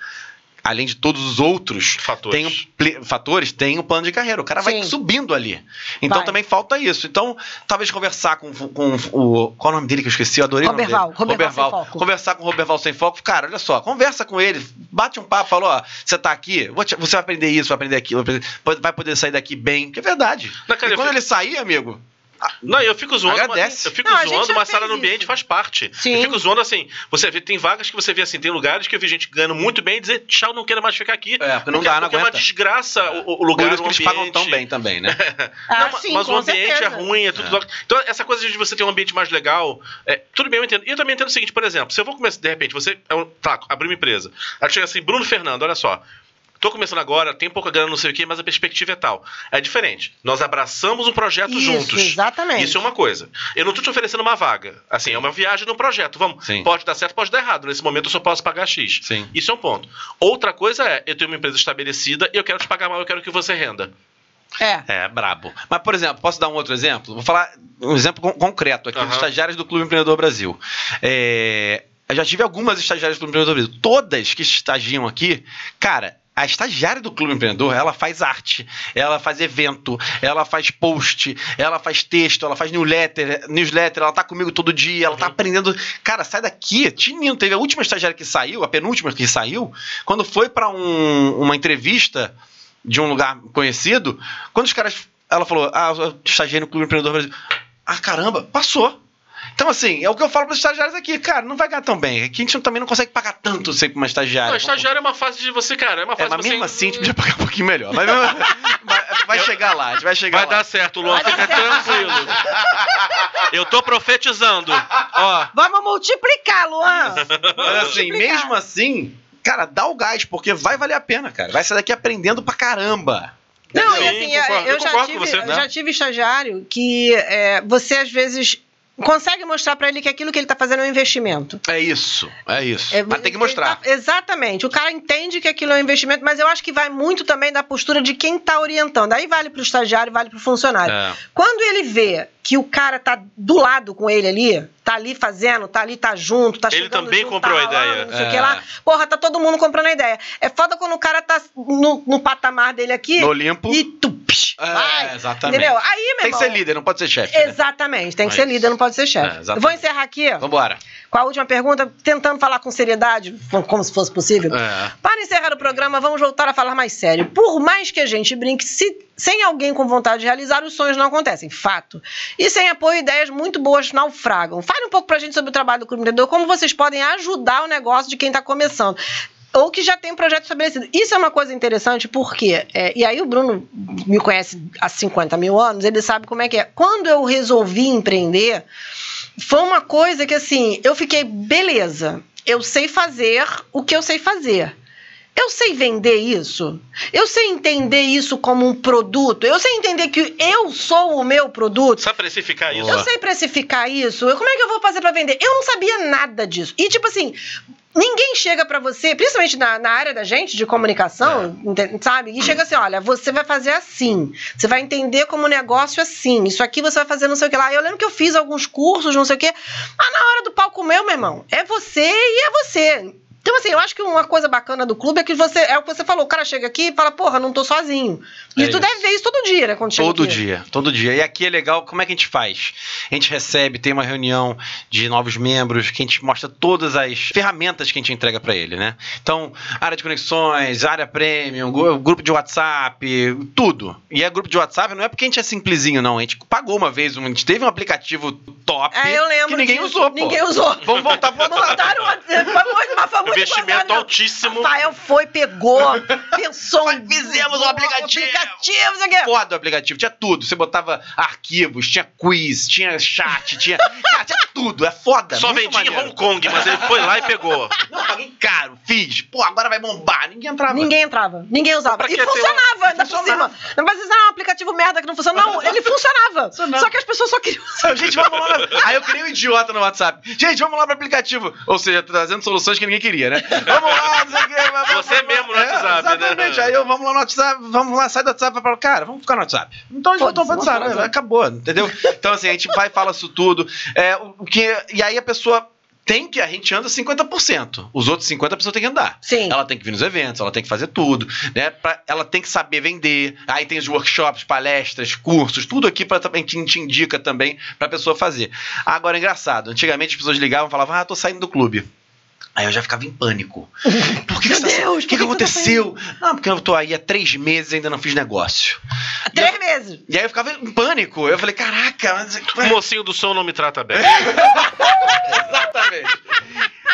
Além de todos os outros Fatores. tem um pli- fatores, tem um plano de carreira. O cara vai Sim. subindo ali. Então Vai. também falta isso. Então, talvez conversar com, com o. Qual é o nome dele que eu esqueci? Eu adorei Roberval, o nome dele. Roberval sem foco. Conversar com o Roberval sem foco. Cara, olha só, conversa com ele, bate um papo, falou: ó, você tá aqui, vou te- você vai aprender isso, vai aprender aquilo, vai aprender- vai poder sair daqui bem. Que é verdade. Não, cara, e eu quando fico- ele sair, amigo, Não, eu fico zoando. Agradece. Mas, eu fico Não, a gente zoando, já mas fez sala no ambiente isso. faz parte. Sim. Eu fico zoando assim. Você vê, tem vagas que você vê assim, tem lugares que eu vi gente ganhando muito bem e dizer, tchau, não quero mais ficar aqui. É, porque não dá, não porque é uma aguenta. desgraça o, o lugar. por isso o que eles ambiente. pagam tão bem também, né? Ah, Não, sim, mas com o ambiente certeza. é ruim, é tudo. do- Então, essa coisa de você ter um ambiente mais legal. é, tudo bem, eu entendo. E eu também entendo o seguinte, por exemplo, se eu vou começar, de repente, você. é um- Tá, abriu uma empresa. Aí chega assim, Bruno Fernando, olha só. Tô começando agora, tem pouca grana, não sei o quê, mas a perspectiva é tal. É diferente. Nós abraçamos um projeto Isso, juntos. exatamente. Isso é uma coisa. Eu não tô te oferecendo uma vaga. Assim, é uma viagem num projeto. Vamos. Sim. Pode dar certo, pode dar errado. Nesse momento eu só posso pagar X. Sim. Isso é um ponto. Outra coisa é, eu tenho uma empresa estabelecida e eu quero te pagar mal, eu quero que você renda. É. É, brabo. Mas, por exemplo, posso dar um outro exemplo? Vou falar um exemplo con- concreto aqui dos Aham. estagiários do Clube Empreendedor Brasil. É, eu já tive algumas estagiárias do Clube Empreendedor Brasil. Todas que estagiam aqui, cara, A estagiária do Clube Empreendedor, ela faz arte, ela faz evento, ela faz post, ela faz texto, ela faz newsletter, newsletter ela tá comigo todo dia, ela tá aprendendo. Cara, sai daqui. Tininho teve a última estagiária que saiu, a penúltima que saiu, quando foi pra um- uma entrevista de um lugar conhecido, quando os caras. Ela falou, ah, eu estagiei no Clube Empreendedor Brasil. Ah, caramba, passou. Então, assim, é o que eu falo para os estagiários aqui, cara, não vai ganhar tão bem. Aqui a gente também não consegue pagar tanto sempre uma estagiária. Não, estagiário é uma fase de você, cara. É uma É, fase mas de você. mesmo assim, a gente podia pagar um pouquinho melhor. Mas mesmo- vai, vai chegar lá, a gente vai chegar Vai lá. dar certo, Luan, fica tranquilo. Eu tô profetizando. Ó, Vamos multiplicar, Luan. Mas, assim, mesmo assim, cara, dá o gás, porque vai valer a pena, cara. Vai sair daqui aprendendo pra caramba. Não, Sim, e assim, concordo. eu, Eu já concordo com tive, você, eu né? já tive estagiário que é, você, às vezes, consegue mostrar pra ele que aquilo que ele tá fazendo é um investimento. É isso, é isso. É, mas tem que ele mostrar. tá- exatamente. O cara entende que aquilo é um investimento, mas eu acho que vai muito também da postura de quem tá orientando. Aí vale pro estagiário, vale pro funcionário. É. Quando ele vê que o cara tá do lado com ele ali, tá ali fazendo, tá ali, tá junto, tá Ele chegando também junto, comprou tá a ralando, ideia. Não sei o É. que lá. Porra, tá todo mundo comprando a ideia. É foda quando o cara tá no, no patamar dele aqui No Olimpo. e tu... psh, É, vai. exatamente. Entendeu? Aí, meu Tem que irmão... ser líder, não pode ser chefe. né? Exatamente, tem que É ser isso. líder, não pode ser É, chefe. exatamente. Eu Vou encerrar aqui ó, Vambora. com a última pergunta, tentando falar com seriedade, como se fosse possível. É. Para encerrar o programa, vamos voltar a falar mais sério. Por mais que a gente brinque, se- sem alguém com vontade de realizar, os sonhos não acontecem, fato. E sem apoio, ideias muito boas naufragam. Fale um pouco pra gente sobre o trabalho do Clube Empreendedor, como vocês podem ajudar o negócio de quem está começando. Ou que já tem um projeto estabelecido. Isso é uma coisa interessante, porque. é, e aí, o Bruno me conhece há 50 mil anos, ele sabe como é que é. Quando eu resolvi empreender, foi uma coisa que, assim, eu fiquei, beleza, eu sei fazer o que eu sei fazer. Eu sei vender isso. Eu sei entender isso como um produto. Eu sei entender que eu sou o meu produto. sabe precificar isso? Eu sei precificar isso. Eu- Como é que eu vou fazer pra vender? Eu não sabia nada disso. E tipo assim, ninguém chega pra você, principalmente na, na área da gente de comunicação, É. ente- sabe? E chega assim, olha, você vai fazer assim. Você vai entender como negócio assim. Isso aqui você vai fazer não sei o que lá. Eu lembro que eu fiz alguns cursos, não sei o que. Mas na hora do palco meu, meu irmão, é você e é você. Então, assim, eu acho que uma coisa bacana do clube é que você. É o que você falou, o cara chega aqui e fala, porra, não tô sozinho. E É tu deve ver isso todo dia, né? Quando chega Todo aqui. dia, todo dia. E aqui é legal, como é que a gente faz? A gente recebe, tem uma reunião de novos membros, que a gente mostra todas as ferramentas que a gente entrega para ele, né? Então, área de conexões, área premium, gru- grupo de WhatsApp, tudo. E é grupo de WhatsApp, não é porque a gente é simplesinho, não. A gente pagou uma vez, um- a gente teve um aplicativo top É, eu lembro. que ninguém disso. usou, pô. Ninguém usou. Vamos voltar pro Botaram uma, uma famosa. Investimento altíssimo. Rafael foi, pegou, pensou. um- Fizemos um aplicativo. aplicativo, não sei o quê. foda o aplicativo, tinha tudo. Você botava arquivos, tinha quiz, tinha chat, tinha. Cara, tinha tudo. É foda. Só muito vendi em maneiro. Hong Kong, mas ele foi lá e pegou. Não, paguei caro, fiz. Pô, agora vai bombar. Ninguém entrava. Ninguém entrava, ninguém usava. Pra E que ter funcionava, ainda por cima. Não precisa era um aplicativo merda que não funciona. Não, ele funcionava. Só que as pessoas só queriam usar. Gente, tipo, vamos lá. Aí eu criei um idiota no WhatsApp. Gente, vamos lá pro aplicativo. Ou seja, trazendo soluções que ninguém queria, né? Vamos lá, não sei o quê. vamos- vamos- Você mesmo no É, WhatsApp, né? Exatamente. Aí eu, vamos lá no WhatsApp, vamos lá, sai do WhatsApp. Eu falo, cara, vamos ficar no WhatsApp. Então a gente voltou pro WhatsApp, né? acabou, entendeu? Então assim, a gente vai e fala isso tudo. É, o o que, e aí a pessoa tem que, a gente anda 50%. Os outros 50% a pessoa tem que andar. Sim. Ela tem que vir nos eventos, ela tem que fazer tudo, né? Pra- ela tem que saber vender. Aí tem os workshops, palestras, cursos, tudo aqui para também te, te indica também pra pessoa fazer. Agora, engraçado, antigamente as pessoas ligavam e falavam, ah, tô saindo do clube. Aí eu já ficava em pânico. Por que, que, Meu você tá- Deus, o que, que por que que você tá aconteceu? não, porque eu tô aí há três meses e ainda não fiz negócio. Três meses. E aí eu ficava em pânico. Eu falei, caraca, mas... O mocinho do som não me trata bem. Exatamente.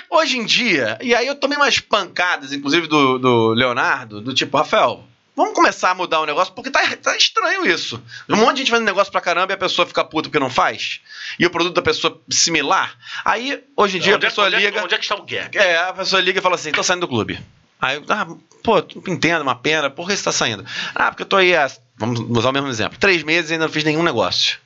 Hoje em dia, e aí eu tomei umas pancadas, inclusive do, do Leonardo, do tipo, Rafael, vamos começar a mudar o negócio, porque tá, tá estranho isso. Um monte de gente fazendo negócio pra caramba e a pessoa fica puta porque não faz. E o produto da pessoa é similar. Aí, hoje em dia, a onde, é, pessoa onde é- liga. onde é que está o gap? É, a pessoa liga e fala assim, tô saindo do clube. Aí, eu, ah, pô, tu- entendo, uma pena, por que você tá saindo? Ah, porque eu tô aí há, vamos usar o mesmo exemplo, três meses e ainda não fiz nenhum negócio.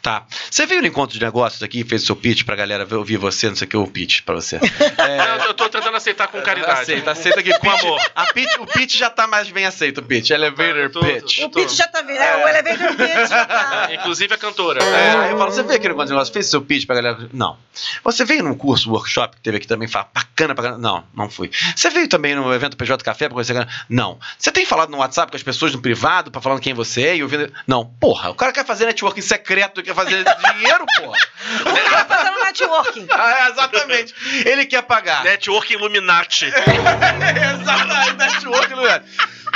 Tá. Você veio no encontro de negócios aqui, fez o seu pitch pra galera ver, ouvir você, não sei o que, o pitch pra você. Eu, eu tô tentando aceitar com caridade. Aceita, aceita que Com pitch- amor. Tá, a pitch- o pitch já tá mais bem aceito, o pitch. Elevator Tô- tô- pitch. O Pete já tá vindo. É, o Elevator Pete já tá. Inclusive a cantora. É, aí eu falo, você veio aqui no encontro de negócios, fez seu pitch pra galera? Não. Você veio num curso, workshop que teve aqui também, fala, bacana pra galera? Não, não fui. Você veio também no evento PJ Café pra conhecer a galera? Não. Você tem falado no WhatsApp com as pessoas no privado pra falando quem você é e ouvindo? Não. Porra, o cara quer fazer networking secreto, quer fazer dinheiro, porra. O cara tá fazendo networking. Ah, é, exatamente. Ele quer pagar. Network Illuminati. Exatamente, networking, Luiz. né,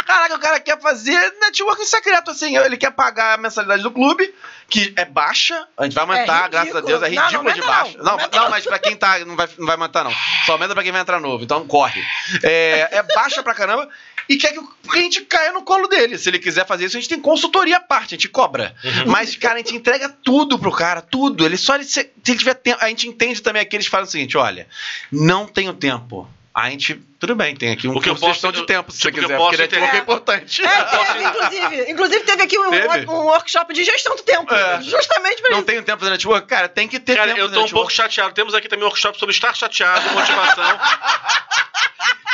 Caraca, o cara quer fazer networking secreto, assim. Ele quer pagar a mensalidade do clube, que é baixa. A gente vai aumentar, É graças a ridículo. Deus, é Não, não ridículo de aumenta baixo. Não, não, mas pra quem tá, não vai, não vai aumentar, não. Só aumenta pra quem vai entrar novo, então corre. É, é baixa pra caramba. E quer que o cliente caia no colo dele. Se ele quiser fazer isso, a gente tem consultoria à parte, a gente cobra. Mas, cara, a gente entrega tudo pro cara, tudo. Ele só ele, se, se ele tiver tempo. A gente entende também aqueles que falam o seguinte: olha, não tenho tempo. A gente, tudo bem, tem aqui um O que eu curso de posso- gestão de tempo, se tipo, você o que eu quiser, posso porque network entender. é importante. É, teve, inclusive. Inclusive, teve aqui um, Teve? um workshop de gestão do tempo. É. Justamente pra Não isso. tenho tempo pra fazer network? Cara, tem que ter Cara, tempo né? eu Tipo, pra tô um network. pouco chateado. Temos aqui também um workshop sobre estar chateado, motivação.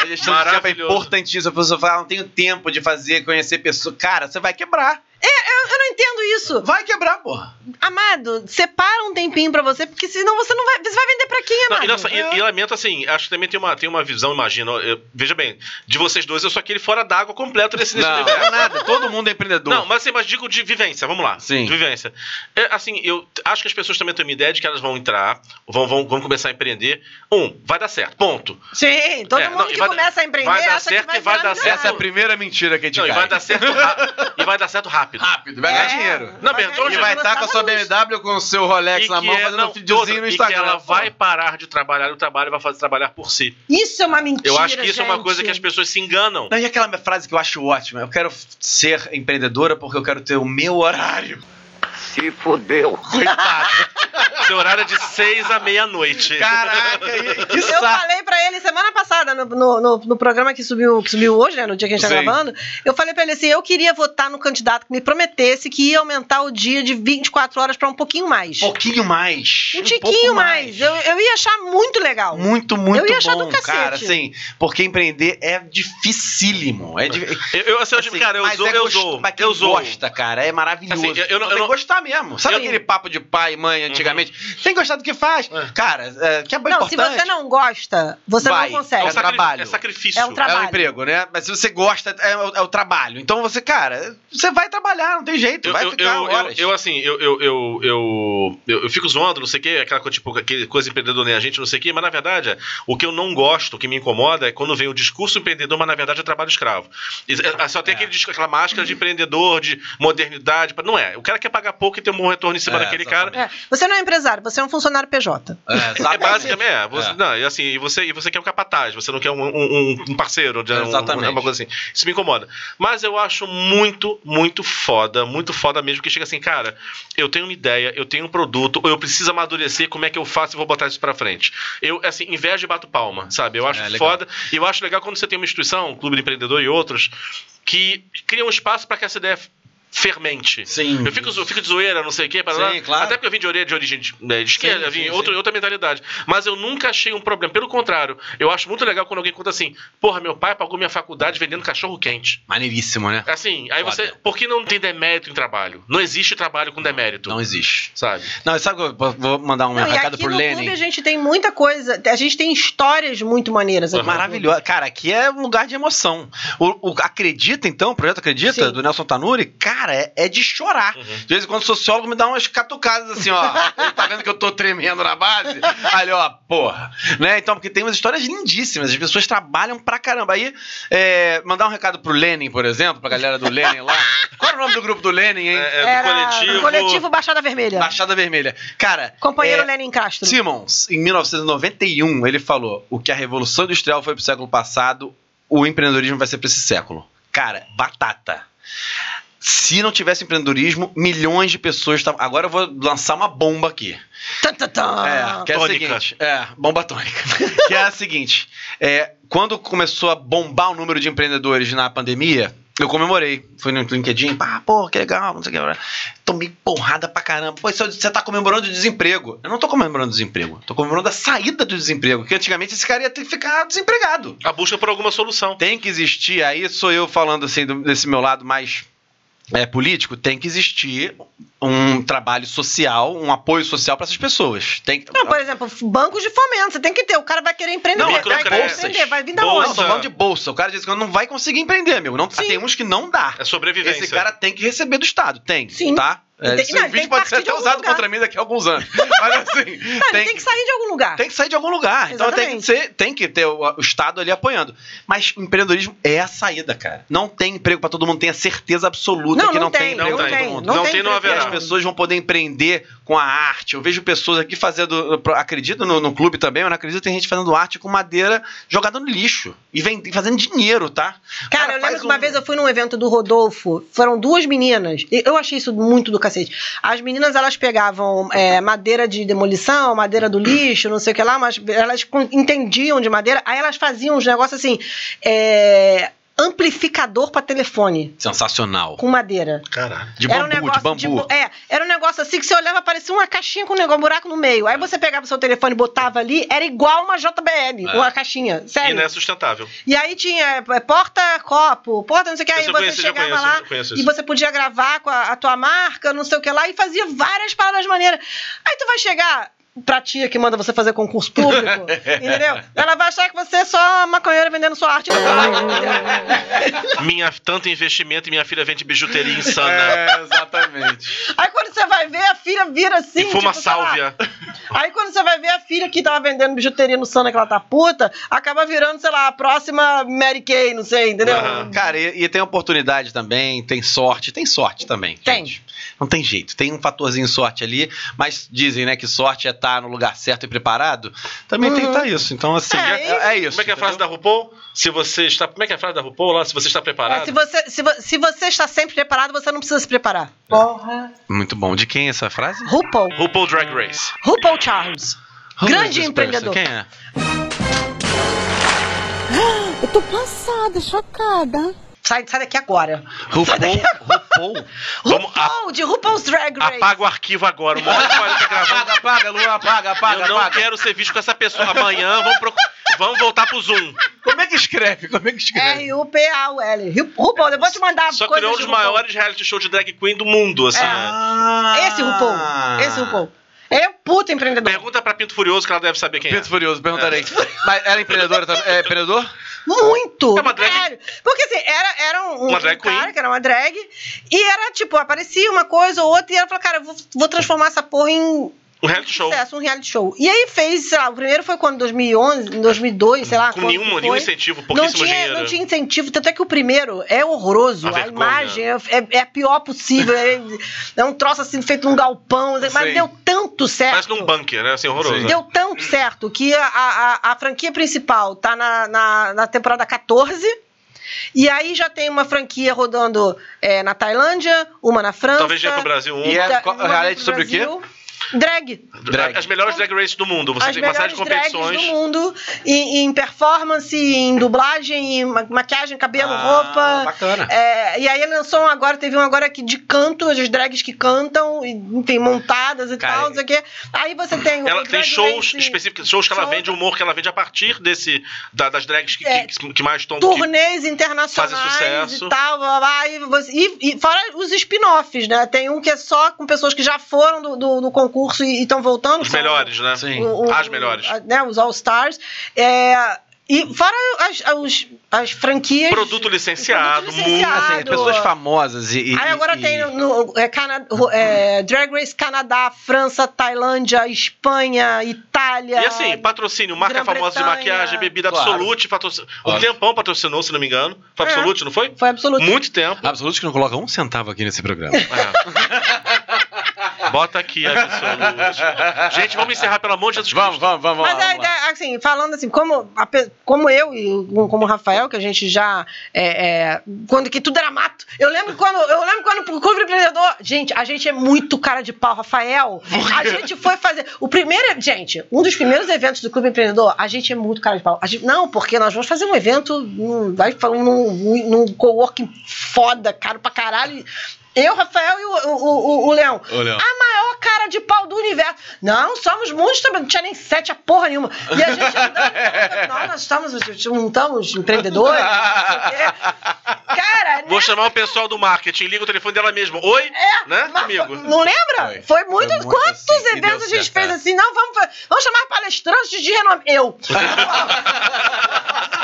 A gestão de tempo é Maravilhoso. importantíssima. A pessoa fala, "Ah, não tenho tempo de fazer, conhecer pessoas. Cara, você vai quebrar. Eu, eu não entendo isso. Vai quebrar, porra. Amado, separa um tempinho pra você, porque senão você não vai. Você vai vender pra quem, Não, amado? e, nossa, e- e lamento assim, acho que também tem uma, tem uma visão, imagino. eu- veja bem, de vocês dois, eu sou aquele fora d'água completo nesse, nesse Não, universo. nada. Todo mundo é empreendedor. Não, mas assim, mas digo de vivência, vamos lá. Sim. De vivência. É, assim, eu t- acho que as pessoas também têm uma ideia de que elas vão entrar, vão, vão, vão começar a empreender. Um, vai dar certo. Ponto. Sim, todo É, mundo não, e que vai- começa a empreender vai dar acha certo que e vai virar dar milionário. Essa é a primeira mentira que a gente Não, e cai. vai dar certo ra- e vai dar certo rápido. rápido, vai ganhar É. dinheiro. Não, então, Bertão, ganhar E hoje- vai dinheiro, estar com a tá sua na luz. BMW, com o seu Rolex E na que mão, é- fazendo não, um videozinho outra, no e que Instagram. ela vai parar de trabalhar, o trabalho vai fazer trabalhar por si. Isso é uma mentira. Eu acho que isso é uma gente. coisa que as pessoas se enganam. Não, e aquela minha frase que eu acho ótima? Eu quero ser empreendedora porque eu quero ter o meu horário. Se fodeu. Seu horário é de seis à meia-noite. Caraca, e- e que Eu saco. falei pra ele semana passada, no, no, no- no programa que subiu, que subiu hoje, né? No dia que a gente tá Sim. gravando, eu falei pra ele assim: eu queria votar no candidato que me prometesse que ia aumentar o dia de 24 horas pra um pouquinho mais. Um pouquinho mais. um pouco tiquinho mais. Eu, eu ia achar muito legal. Muito, muito Eu ia achar bom, do cacete. cara, assim, porque empreender é dificílimo. É, di- Eu, eu, assim, eu digo, assim, cara, eu mas sou, é eu gost- sou, pra quem eu sou. gosta, cara, é maravilhoso. Assim, eu- eu não- eu tem não- que gostar mesmo. Sabe Eu- aquele papo de pai e mãe antigamente? Tem que gostar do que faz. Cara, é, que é não, importante. se você não gosta, você Vai. não É É um um consegue. sacri- trabalho. É sacrifício. É um É o trabalho. emprego, né? Mas se você gosta, é, o- é o trabalho. Então você, cara, você vai trabalhar, não tem jeito. Eu, é Vai eu, ficar eu, eu, horas. eu, assim, eu, eu, eu, eu, eu, eu fico zoando, não sei o quê, aquela coisa, tipo, aquele coisa empreendedor nem a gente, não sei o quê, mas na verdade, é, o que eu não gosto, o que me incomoda é quando vem o discurso empreendedor, mas na verdade é trabalho escravo. E, é, Só tem aquele, disco- aquela máscara de empreendedor, de modernidade, pra- não é. O cara quer pagar pouco e ter um bom retorno em cima É, daquele exatamente. cara. É, Você não é empresário, você é um funcionário PJ. É, É exatamente. basicamente, é, você, É. Não, e assim, e você, e você quer um capataz, você não quer um, um- um parceiro, de- um- Exatamente. uma coisa assim. Isso me incomoda. Mas eu acho muito, muito foda, muito foda mesmo, que chega assim, cara, eu tenho uma ideia, eu tenho um produto, eu preciso amadurecer, como é que eu faço e vou botar isso pra frente? Eu, assim, invejo e bato palma, sabe? Eu acho É, legal. foda, e eu acho legal quando você tem uma instituição, um clube de empreendedor e outros, que cria um espaço pra que essa ideia fermente. Sim. Eu fico, zo- fico de zoeira, não sei o quê, para Sim, lá. claro. Até porque eu vim de orelha de origem de, né, de esquerda, Sim, vim sim, outro- sim. outra mentalidade. Mas eu nunca achei um problema. Pelo contrário, eu acho muito legal quando alguém conta assim: porra, meu pai pagou minha faculdade vendendo cachorro quente. Maneiríssimo, né? Assim, aí Foda. você. Por que não tem demérito em trabalho? Não existe trabalho com demérito. Não existe. Sabe? Não, e sabe que eu vou- vou mandar um Não, e recado aqui pro no clube Lenin? a gente tem muita coisa, a gente tem histórias muito maneiras. aqui no clube. Maravilhoso. Cara, aqui é um lugar de emoção. O, o Acredita, então, o projeto Acredita, Sim. do Nelson Tanuri, cara, é, é de chorar. De vez em quando o sociólogo me dá umas catucadas assim, ó. Ele tá vendo que eu tô tremendo na base? Ali, ó, porra. Né? Então, porque tem umas histórias lindíssimas. As pessoas trabalham pra caramba. Aí, é, mandar um recado pro Lenin, por exemplo, pra galera do Lenin lá. Qual era o nome do grupo do Lenin, hein? É, é do Era coletivo. do coletivo Baixada Vermelha. Baixada Vermelha. Cara, Companheiro é, Lenin Castro. Simmons, em 1991, ele falou: o que a Revolução Industrial foi pro século passado, o empreendedorismo vai ser pra esse século. Cara, batata. Se não tivesse empreendedorismo, milhões de pessoas estavam. Agora eu vou lançar uma bomba aqui. Tan, tan, tan. é, que é a tônica. seguinte. É, bomba tônica. que é a seguinte: é, quando começou a bombar o número de empreendedores na pandemia, Eu comemorei. Fui no LinkedIn, pá, pô, que legal, não sei o que. Tomei porrada pra caramba. Pô, isso- você tá comemorando o desemprego. Eu não tô comemorando o desemprego. Tô comemorando a saída do desemprego. Que antigamente esse cara ia ter que ficar desempregado. A busca por alguma solução. Tem que existir, aí sou eu falando assim, do- desse meu lado mais é, político, tem que existir um trabalho social, um apoio social para essas pessoas. Tem que. Não, por exemplo, bancos de fomento, você tem que ter. O cara vai querer empreender, Não, vai querer microcréditos, empreender, vai vir da bolsa. Não, tô falando de bolsa. O cara diz que não vai conseguir empreender, amigo. Não, Sim. tem uns que não dá. É sobrevivência. Esse cara tem que receber do Estado, tem, Sim. tá? É, Tem- esse não, ele tem vídeo que pode ser partir de até algum usado lugar. contra mim daqui a alguns anos. Mas assim, Não, ele tem, tem que sair de algum lugar. tem que sair de algum lugar. Então tem que, Exatamente. ser, tem que ter o, o Estado ali apoiando. Mas o empreendedorismo é a saída, cara. Não tem emprego pra todo mundo, tem a certeza absoluta Não, que não não, tem, tem, não emprego pra tem, todo mundo. não Não tem tem, não E as haverá. pessoas vão poder empreender com a arte. Eu vejo pessoas aqui fazendo. Acredito no, no clube também, mas não acredito. Tem gente fazendo arte com madeira jogada no lixo. E vem e fazendo dinheiro, tá? O Cara, eu faz lembro que uma um- vez eu fui num evento do Rodolfo, foram duas meninas, e eu achei isso muito do cacete. As meninas, elas pegavam é, madeira de demolição, madeira do lixo, não sei o que lá, mas elas con- entendiam de madeira, aí elas faziam uns negócios assim, é, amplificador pra telefone, Sensacional. com um madeira. Caralho. De bambu, de bambu. bo- é, era um negócio assim que você olhava, parecia uma caixinha com um negócio, um buraco no meio. Aí você pegava o seu telefone, botava ali, era igual uma JBL, É. né, uma caixinha, E sério. não é sustentável. E aí tinha é, porta-copo, porta não sei o que, aí Esse eu você conheço, eu já chegava conheço, lá eu conheço e isso. você podia gravar com a, a tua marca, não sei o que lá, e fazia várias paradas maneiras. Aí tu vai chegar pra tia que manda você fazer concurso público, entendeu? Ela vai achar que você é só uma maconheira vendendo sua arte. no trabalho. Minha, tanto investimento e minha filha vende bijuteria insana. É, exatamente. aí quando você vai ver, a filha vira assim, E fuma tipo, sei lá, sálvia. Aí quando você vai ver a filha que tava vendendo bijuteria no Sana, que ela tá puta, acaba virando, sei lá, a próxima Mary Kay, não sei, entendeu? Aham. Ah, Cara, e, e tem oportunidade também, tem sorte, tem sorte também. Tem. gente. Não tem jeito, tem um fatorzinho sorte ali, mas dizem, né, que sorte é estar no lugar certo e preparado. Também tem que estar isso. Então, assim, É, é, é- é isso. Como é que é a frase da RuPaul? Se você está. Como é que é a frase da RuPaul lá? Se você está É, preparado. se, você, se, vo- se você está sempre preparado, você não precisa se preparar. Muito bom. De quem é essa frase? RuPaul. RuPaul Drag Race. RuPaul Charles. Grande empreendedor. Quem é? Eu tô passada, chocada. Sai, sai daqui agora. RuPaul. RuPaul. Vamos- RuPaul, de RuPaul's Drag Race. Apaga o arquivo agora. Uma hora e quarenta tá gravando. Apaga, apaga, Luan, apaga, apaga, Eu não apaga. quero ser visto com essa pessoa. Amanhã vamos, procu- vamos voltar pro Zoom. Como é que escreve? Como é que escreve? então. R-U-P-A-U-L. Ru- RuPaul, eu vou te mandar Só coisas criou um de É. dos RuPaul. maiores reality shows de drag queen do mundo, assim. né? Ah. Esse RuPaul. Esse RuPaul. É um puto empreendedor. Pergunta pra Pinto Furioso que ela deve saber quem é. Pinto Furioso, perguntarei. Mas era empreendedora também? É empreendedor? Muito! É uma drag- Sério. Porque assim, era, era um, Uma um drag cara queen. que era uma drag. E era, tipo, aparecia uma coisa ou outra, e ela falou, cara, eu vou, vou transformar essa porra em Um reality show. sucesso, um reality show. E aí fez, sei lá, o primeiro foi quando? 2011, em 2002, sei lá. Com quando nenhum, que nenhum foi. incentivo, Não pouquíssimo tinha, dinheiro. não tinha incentivo, tanto é que o primeiro é horroroso. Uma A vergonha. imagem é, é- é a pior possível. é, é um troço assim feito num galpão. Mas Sei. deu tanto certo. Parece num bunker, né? Assim, horroroso. Sim. Deu tanto certo que a, a- a franquia principal tá na, na, na temporada 14. E aí já tem uma franquia rodando é, na Tailândia, uma na França. Talvez venha pro Brasil um. E é outra- qual- uma reality vem pro sobre o quê? Brasil. Drag. Drag. As melhores drag races do mundo. Você As tem passagem melhores de drags competições. do mundo em, em performance, em dublagem, em ma- maquiagem, cabelo, Ah, roupa. Bacana. É, e aí lançou um agora, teve um agora que de canto, as drags que cantam, e, enfim, montadas e Cara, tal, não sei o quê. Aí você tem o Ela tem drag shows race, específicos, shows que ela show- vende, humor que ela vende a partir desse da- das drags que, É, que, que mais estão. que- turnês internacionais fazem sucesso. e tal, blá, blá, blá, e, você- e- e fora os spin-offs, né? Tem um que é só com pessoas que já foram do, do- do concurso e estão voltando. Os são melhores, né? Sim. o- o- As melhores. a- né, os All Stars. É, e fora as, as- as franquias. Produto licenciado, Produto muito. licenciado. Assim, pessoas famosas e. e- É Aí agora e- tem no, é, Cana- é, Drag Race Canadá, França, Tailândia, Espanha, Itália. E assim, patrocínio, marca famosa de É. Grã-Bretanha. maquiagem, bebida Claro. absolute, patrocínio. Um Claro. tempão patrocinou, se não me engano. Foi É. absolute, não foi? Foi absoluto. Muito tempo. Absoluto que não coloca um centavo aqui nesse programa. É. Bota aqui absoluto. Gente, vamos encerrar, pelo amor de Jesus Vamos, Cristo. vamos, vamos. Mas lá, a vamos lá. ideia, assim, falando assim, como, a pe- como eu e o- como o Rafael, que a gente já. é, é, quando que tudo era mato. Eu lembro quando. Eu lembro quando pro Clube Empreendedor. Gente, a gente é muito cara de pau, Rafael. A gente foi fazer. O primeiro. Gente, um dos primeiros eventos do Clube Empreendedor, a gente é muito cara de pau. A gente- não, porque nós vamos fazer um evento. Num, vai falar num, num, num coworking foda, caro pra caralho. Eu, Rafael e o, o, o, o Leão. Ô, Leão. A maior cara de pau do universo. Não, somos muitos também. Não tinha nem sete a porra nenhuma. E a gente andando. Não, nós estamos, juntamos empreendedores. não sei o quê. Cara, Vou né? chamar o pessoal do marketing. Liga o telefone dela mesma. Oi? É, né, mas amigo? Não Foi. lembra? Foi, muito. Foi muito Quantos assim, e eventos deu a certo, gente fez é. assim? Não, vamos, fa- vamos chamar palestrantes de renome. Eu.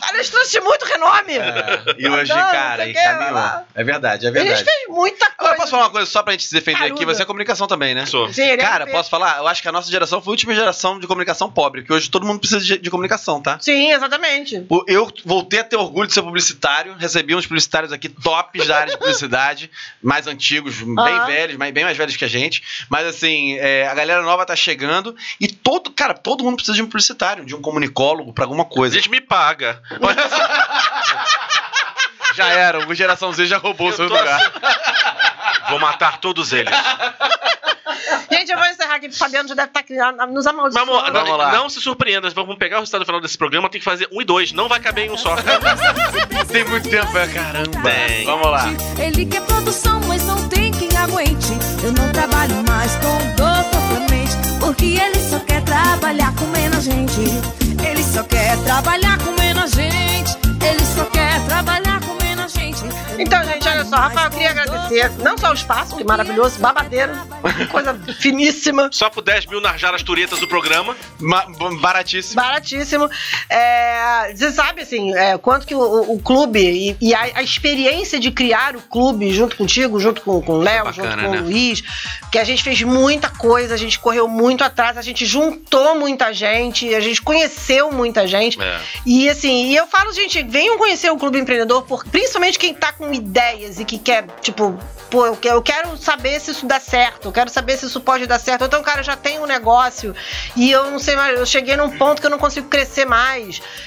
palestrantes de muito renome. É, E hoje, Andando, cara, e não sei o quê, vai caminhou. lá. É verdade, é A gente verdade. fez muita coisa. Agora, posso falar uma coisa só pra gente se defender aqui? Caruda. Você é comunicação também, né? Sou. Sim, ele é Cara, um posso falar? Eu acho que a nossa geração foi a última geração de comunicação pobre, que hoje todo mundo precisa de, de comunicação, tá? Sim, exatamente. O- Eu voltei a ter orgulho de ser publicitário, recebi uns publicitários aqui tops da área de publicidade, mais antigos, bem Aham. velhos, mais- bem mais velhos que a gente. Mas assim, é, a galera nova tá chegando e todo, cara, todo mundo precisa de um publicitário, de um comunicólogo pra alguma A coisa. gente me paga. Olha só. Já era, o geração Z já roubou o seu Eu tô assim. lugar. Vou matar todos eles. Gente, eu vou encerrar aqui. O Fabiano já deve estar criando, nos Mas, amaldiçoando. amor, Vamos não, lá. não se surpreenda. Vamos pegar o resultado final desse programa, tem que fazer um e dois. Não vai caber em um só. Tem muito tempo, é caramba. Vamos lá. Ele quer produção, mas não tem quem aguente. Eu não trabalho mais com o doutor Clemente, porque ele só quer trabalhar com menos gente. Ele só quer trabalhar com menos gente. Ele só quer trabalhar com menos gente. Eu Então, não gente, olha trabalho só, mais Rafael, eu queria com o Dr. agradecer não só o espaço, que é maravilhoso, babadeiro, coisa finíssima, Só por 10 mil narjaras turetas do programa. Ma- baratíssimo. baratíssimo. É, você sabe, assim, é, quanto que o, o- o clube e, e a, a experiência de criar o clube junto contigo, junto com, com o Léo, Bacana, junto com né? o Luiz, que a gente fez muita coisa, a gente correu muito atrás, a gente juntou muita gente, a gente conheceu muita gente. É. E assim, e eu falo, gente, venham conhecer o Clube Empreendedor, por- principalmente quem tá com ideias e que quer, tipo, pô, eu que- eu quero saber se isso dá certo, eu quero saber se isso pode dar certo. Ou Então, cara, eu já tenho um negócio e eu não sei mais, eu cheguei num ponto que eu não consigo crescer mais.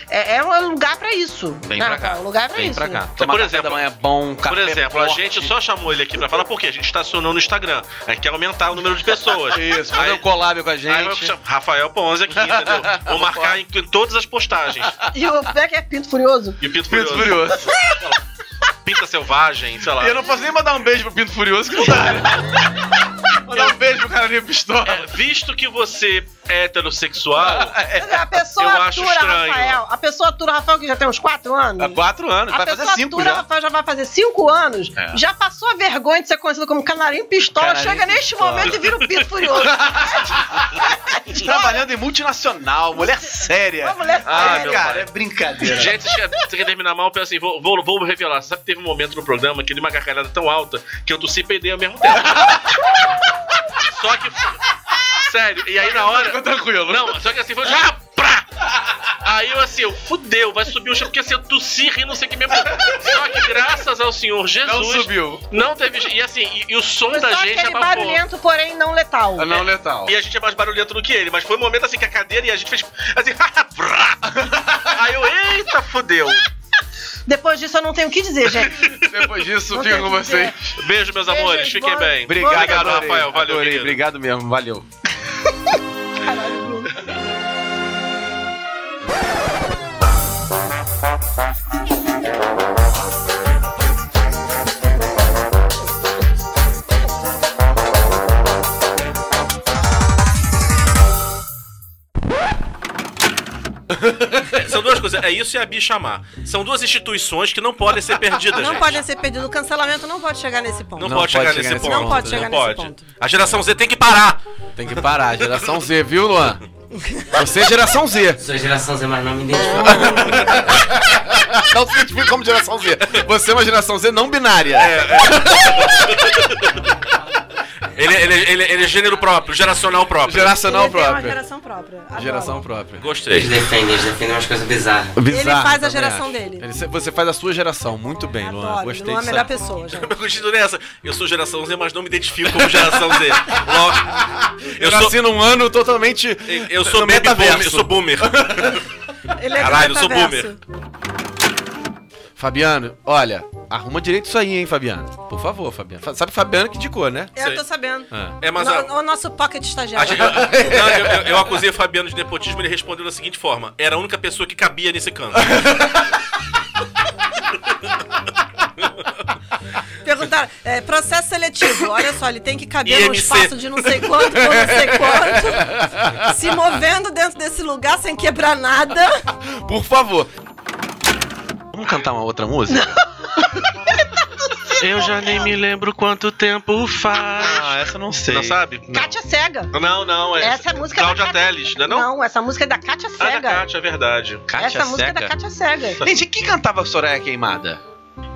É, é um lugar pra isso. Vem né, pra cá. Rafael? Um lugar pra Vem isso. pra cá. Por Tomar café exemplo, da manhã bom, café Por exemplo, a forte. gente só chamou ele aqui pra falar porque a gente estacionou no Instagram. A gente quer aumentar o número de pessoas. Isso, fazer Aí- um collab com a Aí eu gente. chamo Rafael Ponzi aqui, entendeu? Vou marcar em, em todas as postagens. E o como é que é Pinto Furioso? E o Pinto Pinto Furioso. Furioso. Pinta Selvagem, sei lá. E eu não posso nem mandar um beijo pro Pinto Furioso, que não dá, né? Mandar um beijo pro Carolina Pistola. É, visto que você é heterossexual, É, A pessoa Eu acho atura estranho. Rafael. A pessoa atura Rafael que já tem uns quatro anos. Há quatro anos, A vai pessoa fazer cinco atura, já. Rafael, já vai fazer cinco anos, É. já passou a vergonha de ser conhecido como canarinho pistola, Canarinho chega neste pistola. momento e vira um pito furioso. Trabalhando em multinacional, mulher séria. é Uma mulher Ah, séria. meu cara, é brincadeira. gente, você quer, você quer terminar mal, eu penso assim, vou, vou, vou revelar. Você sabe que teve um momento no programa que deu uma gargalhada tão alta que eu tossi e peidei ao mesmo tempo. Só que. Sério, e aí na hora. Fica tranquilo. Não, só que assim foi. Ah, prá! Aí eu assim, eu fudeu, vai subir o chão, porque assim, eu tossi, ri, não sei o que mesmo. Só que graças ao Senhor Jesus. não subiu. Não teve. E assim, e, e o som Foi da só gente é aquele abafou. barulhento, porém não letal. Ah, Não letal. E a gente é mais barulhento do que ele, mas foi um momento assim que a cadeira e a gente fez assim. brá. Aí eu, eita, fudeu. Depois disso eu não tenho o que dizer, gente. Depois disso, Não tem fico o com que vocês. dizer. Beijo, meus Beijo, amores. Fiquem boa- bem. Obrigado, Obrigado, adorei, Rafael. Valeu, adorei, querido. Obrigado mesmo, valeu. São duas coisas, é isso e a bichamar. São duas instituições que não podem ser perdidas, Não gente. podem ser perdidos. O cancelamento não pode chegar nesse ponto. Não, pode chegar, nesse, ponto. Não pode chegar nesse ponto. A geração Z tem que parar. Tem que parar, geração Z, viu, Luan? Você é geração Z. Sou geração Z, mas não me identifico. Não se identifica como geração É, Z. Você é uma geração Z não binária. Ele, ele, ele, ele é gênero próprio, geracional próprio. Geracional Ele tem uma própria. geração própria. Adoro. Geração própria. Gostei. Eles defendem, eles defendem umas coisas bizarras. Bizarro, faz a também geração acho. dele. Ele- você faz a sua geração. Muito bem, Luan. Adoro. Gostei Luan é a disso. melhor pessoa, gente. Eu continuo nessa. Eu sou geração Z, mas não me identifico como geração Z. Logo, Eu, eu sou, nasci num ano totalmente. eu sou no baby metaverso. boomer, eu sou boomer. Ele é Caralho, eu sou metaverso. Fabiano, olha, arruma direito isso aí, hein, Fabiano. Por favor, Fabiano. Fa- Sabe Fabiano que indicou, né? É, Eu tô sabendo. Ah. É, mas No- a- O nosso pocket a estagiário. gente- não, eu, eu- eu acusei o Fabiano de nepotismo e ele respondeu da seguinte forma: era a única pessoa que cabia nesse canto. Perguntaram, é, processo seletivo, olha só, ele tem que caber num IMC. espaço de não sei quanto por não sei quanto, se movendo dentro desse lugar sem quebrar nada. Por favor. Vamos cantar uma outra música? Eu já nem me lembro quanto tempo faz. ah, essa eu não sei. Não sabe? Kátia Cega. Não, não. É Essa é a música Cláudia da Kátia- Teles, não é não? Não, essa música é da Kátia Ah, da Cega. Kátia, é verdade. Essa música é da Kátia Cega. Gente, quem cantava Soraya Queimada?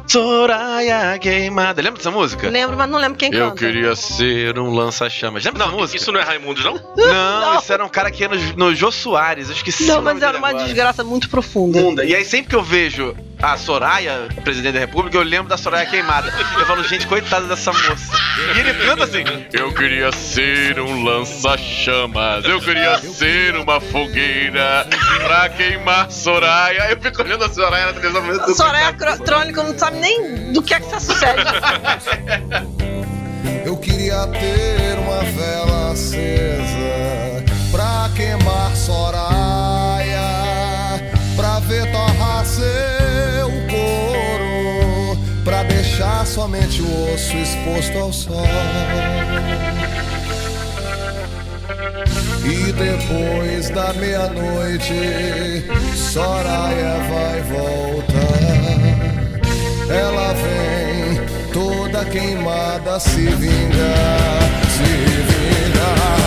Soraya Queimada. Lembra dessa música? Lembro, mas não lembro quem Eu canta. queria ser um lança-chamas. Lembra dessa música? Isso não é Raimundo, não? Não, isso era um cara que ia no, no Jô Soares. Eu esqueci. Não, o mas nome era dele uma agora. desgraça muito profunda. Bunda. E aí sempre que eu vejo a Soraya, presidente da República, eu lembro da Soraya queimada. Eu falo, gente, coitada dessa moça. E ele canta assim: Eu queria ser um lança-chamas, eu queria ser uma fogueira pra queimar Soraya. Eu fico olhando a Soraya na televisão. meu Deus. Soraya Cro- Trônico é não sabe nem do que é que isso sucede. Eu queria ter uma vela acesa pra queimar Soraya, pra ver torrar seu couro, pra deixar somente o osso exposto ao sol. E depois da meia-noite, Soraya vai voltar. Ela vem toda queimada se vingar, se vingar.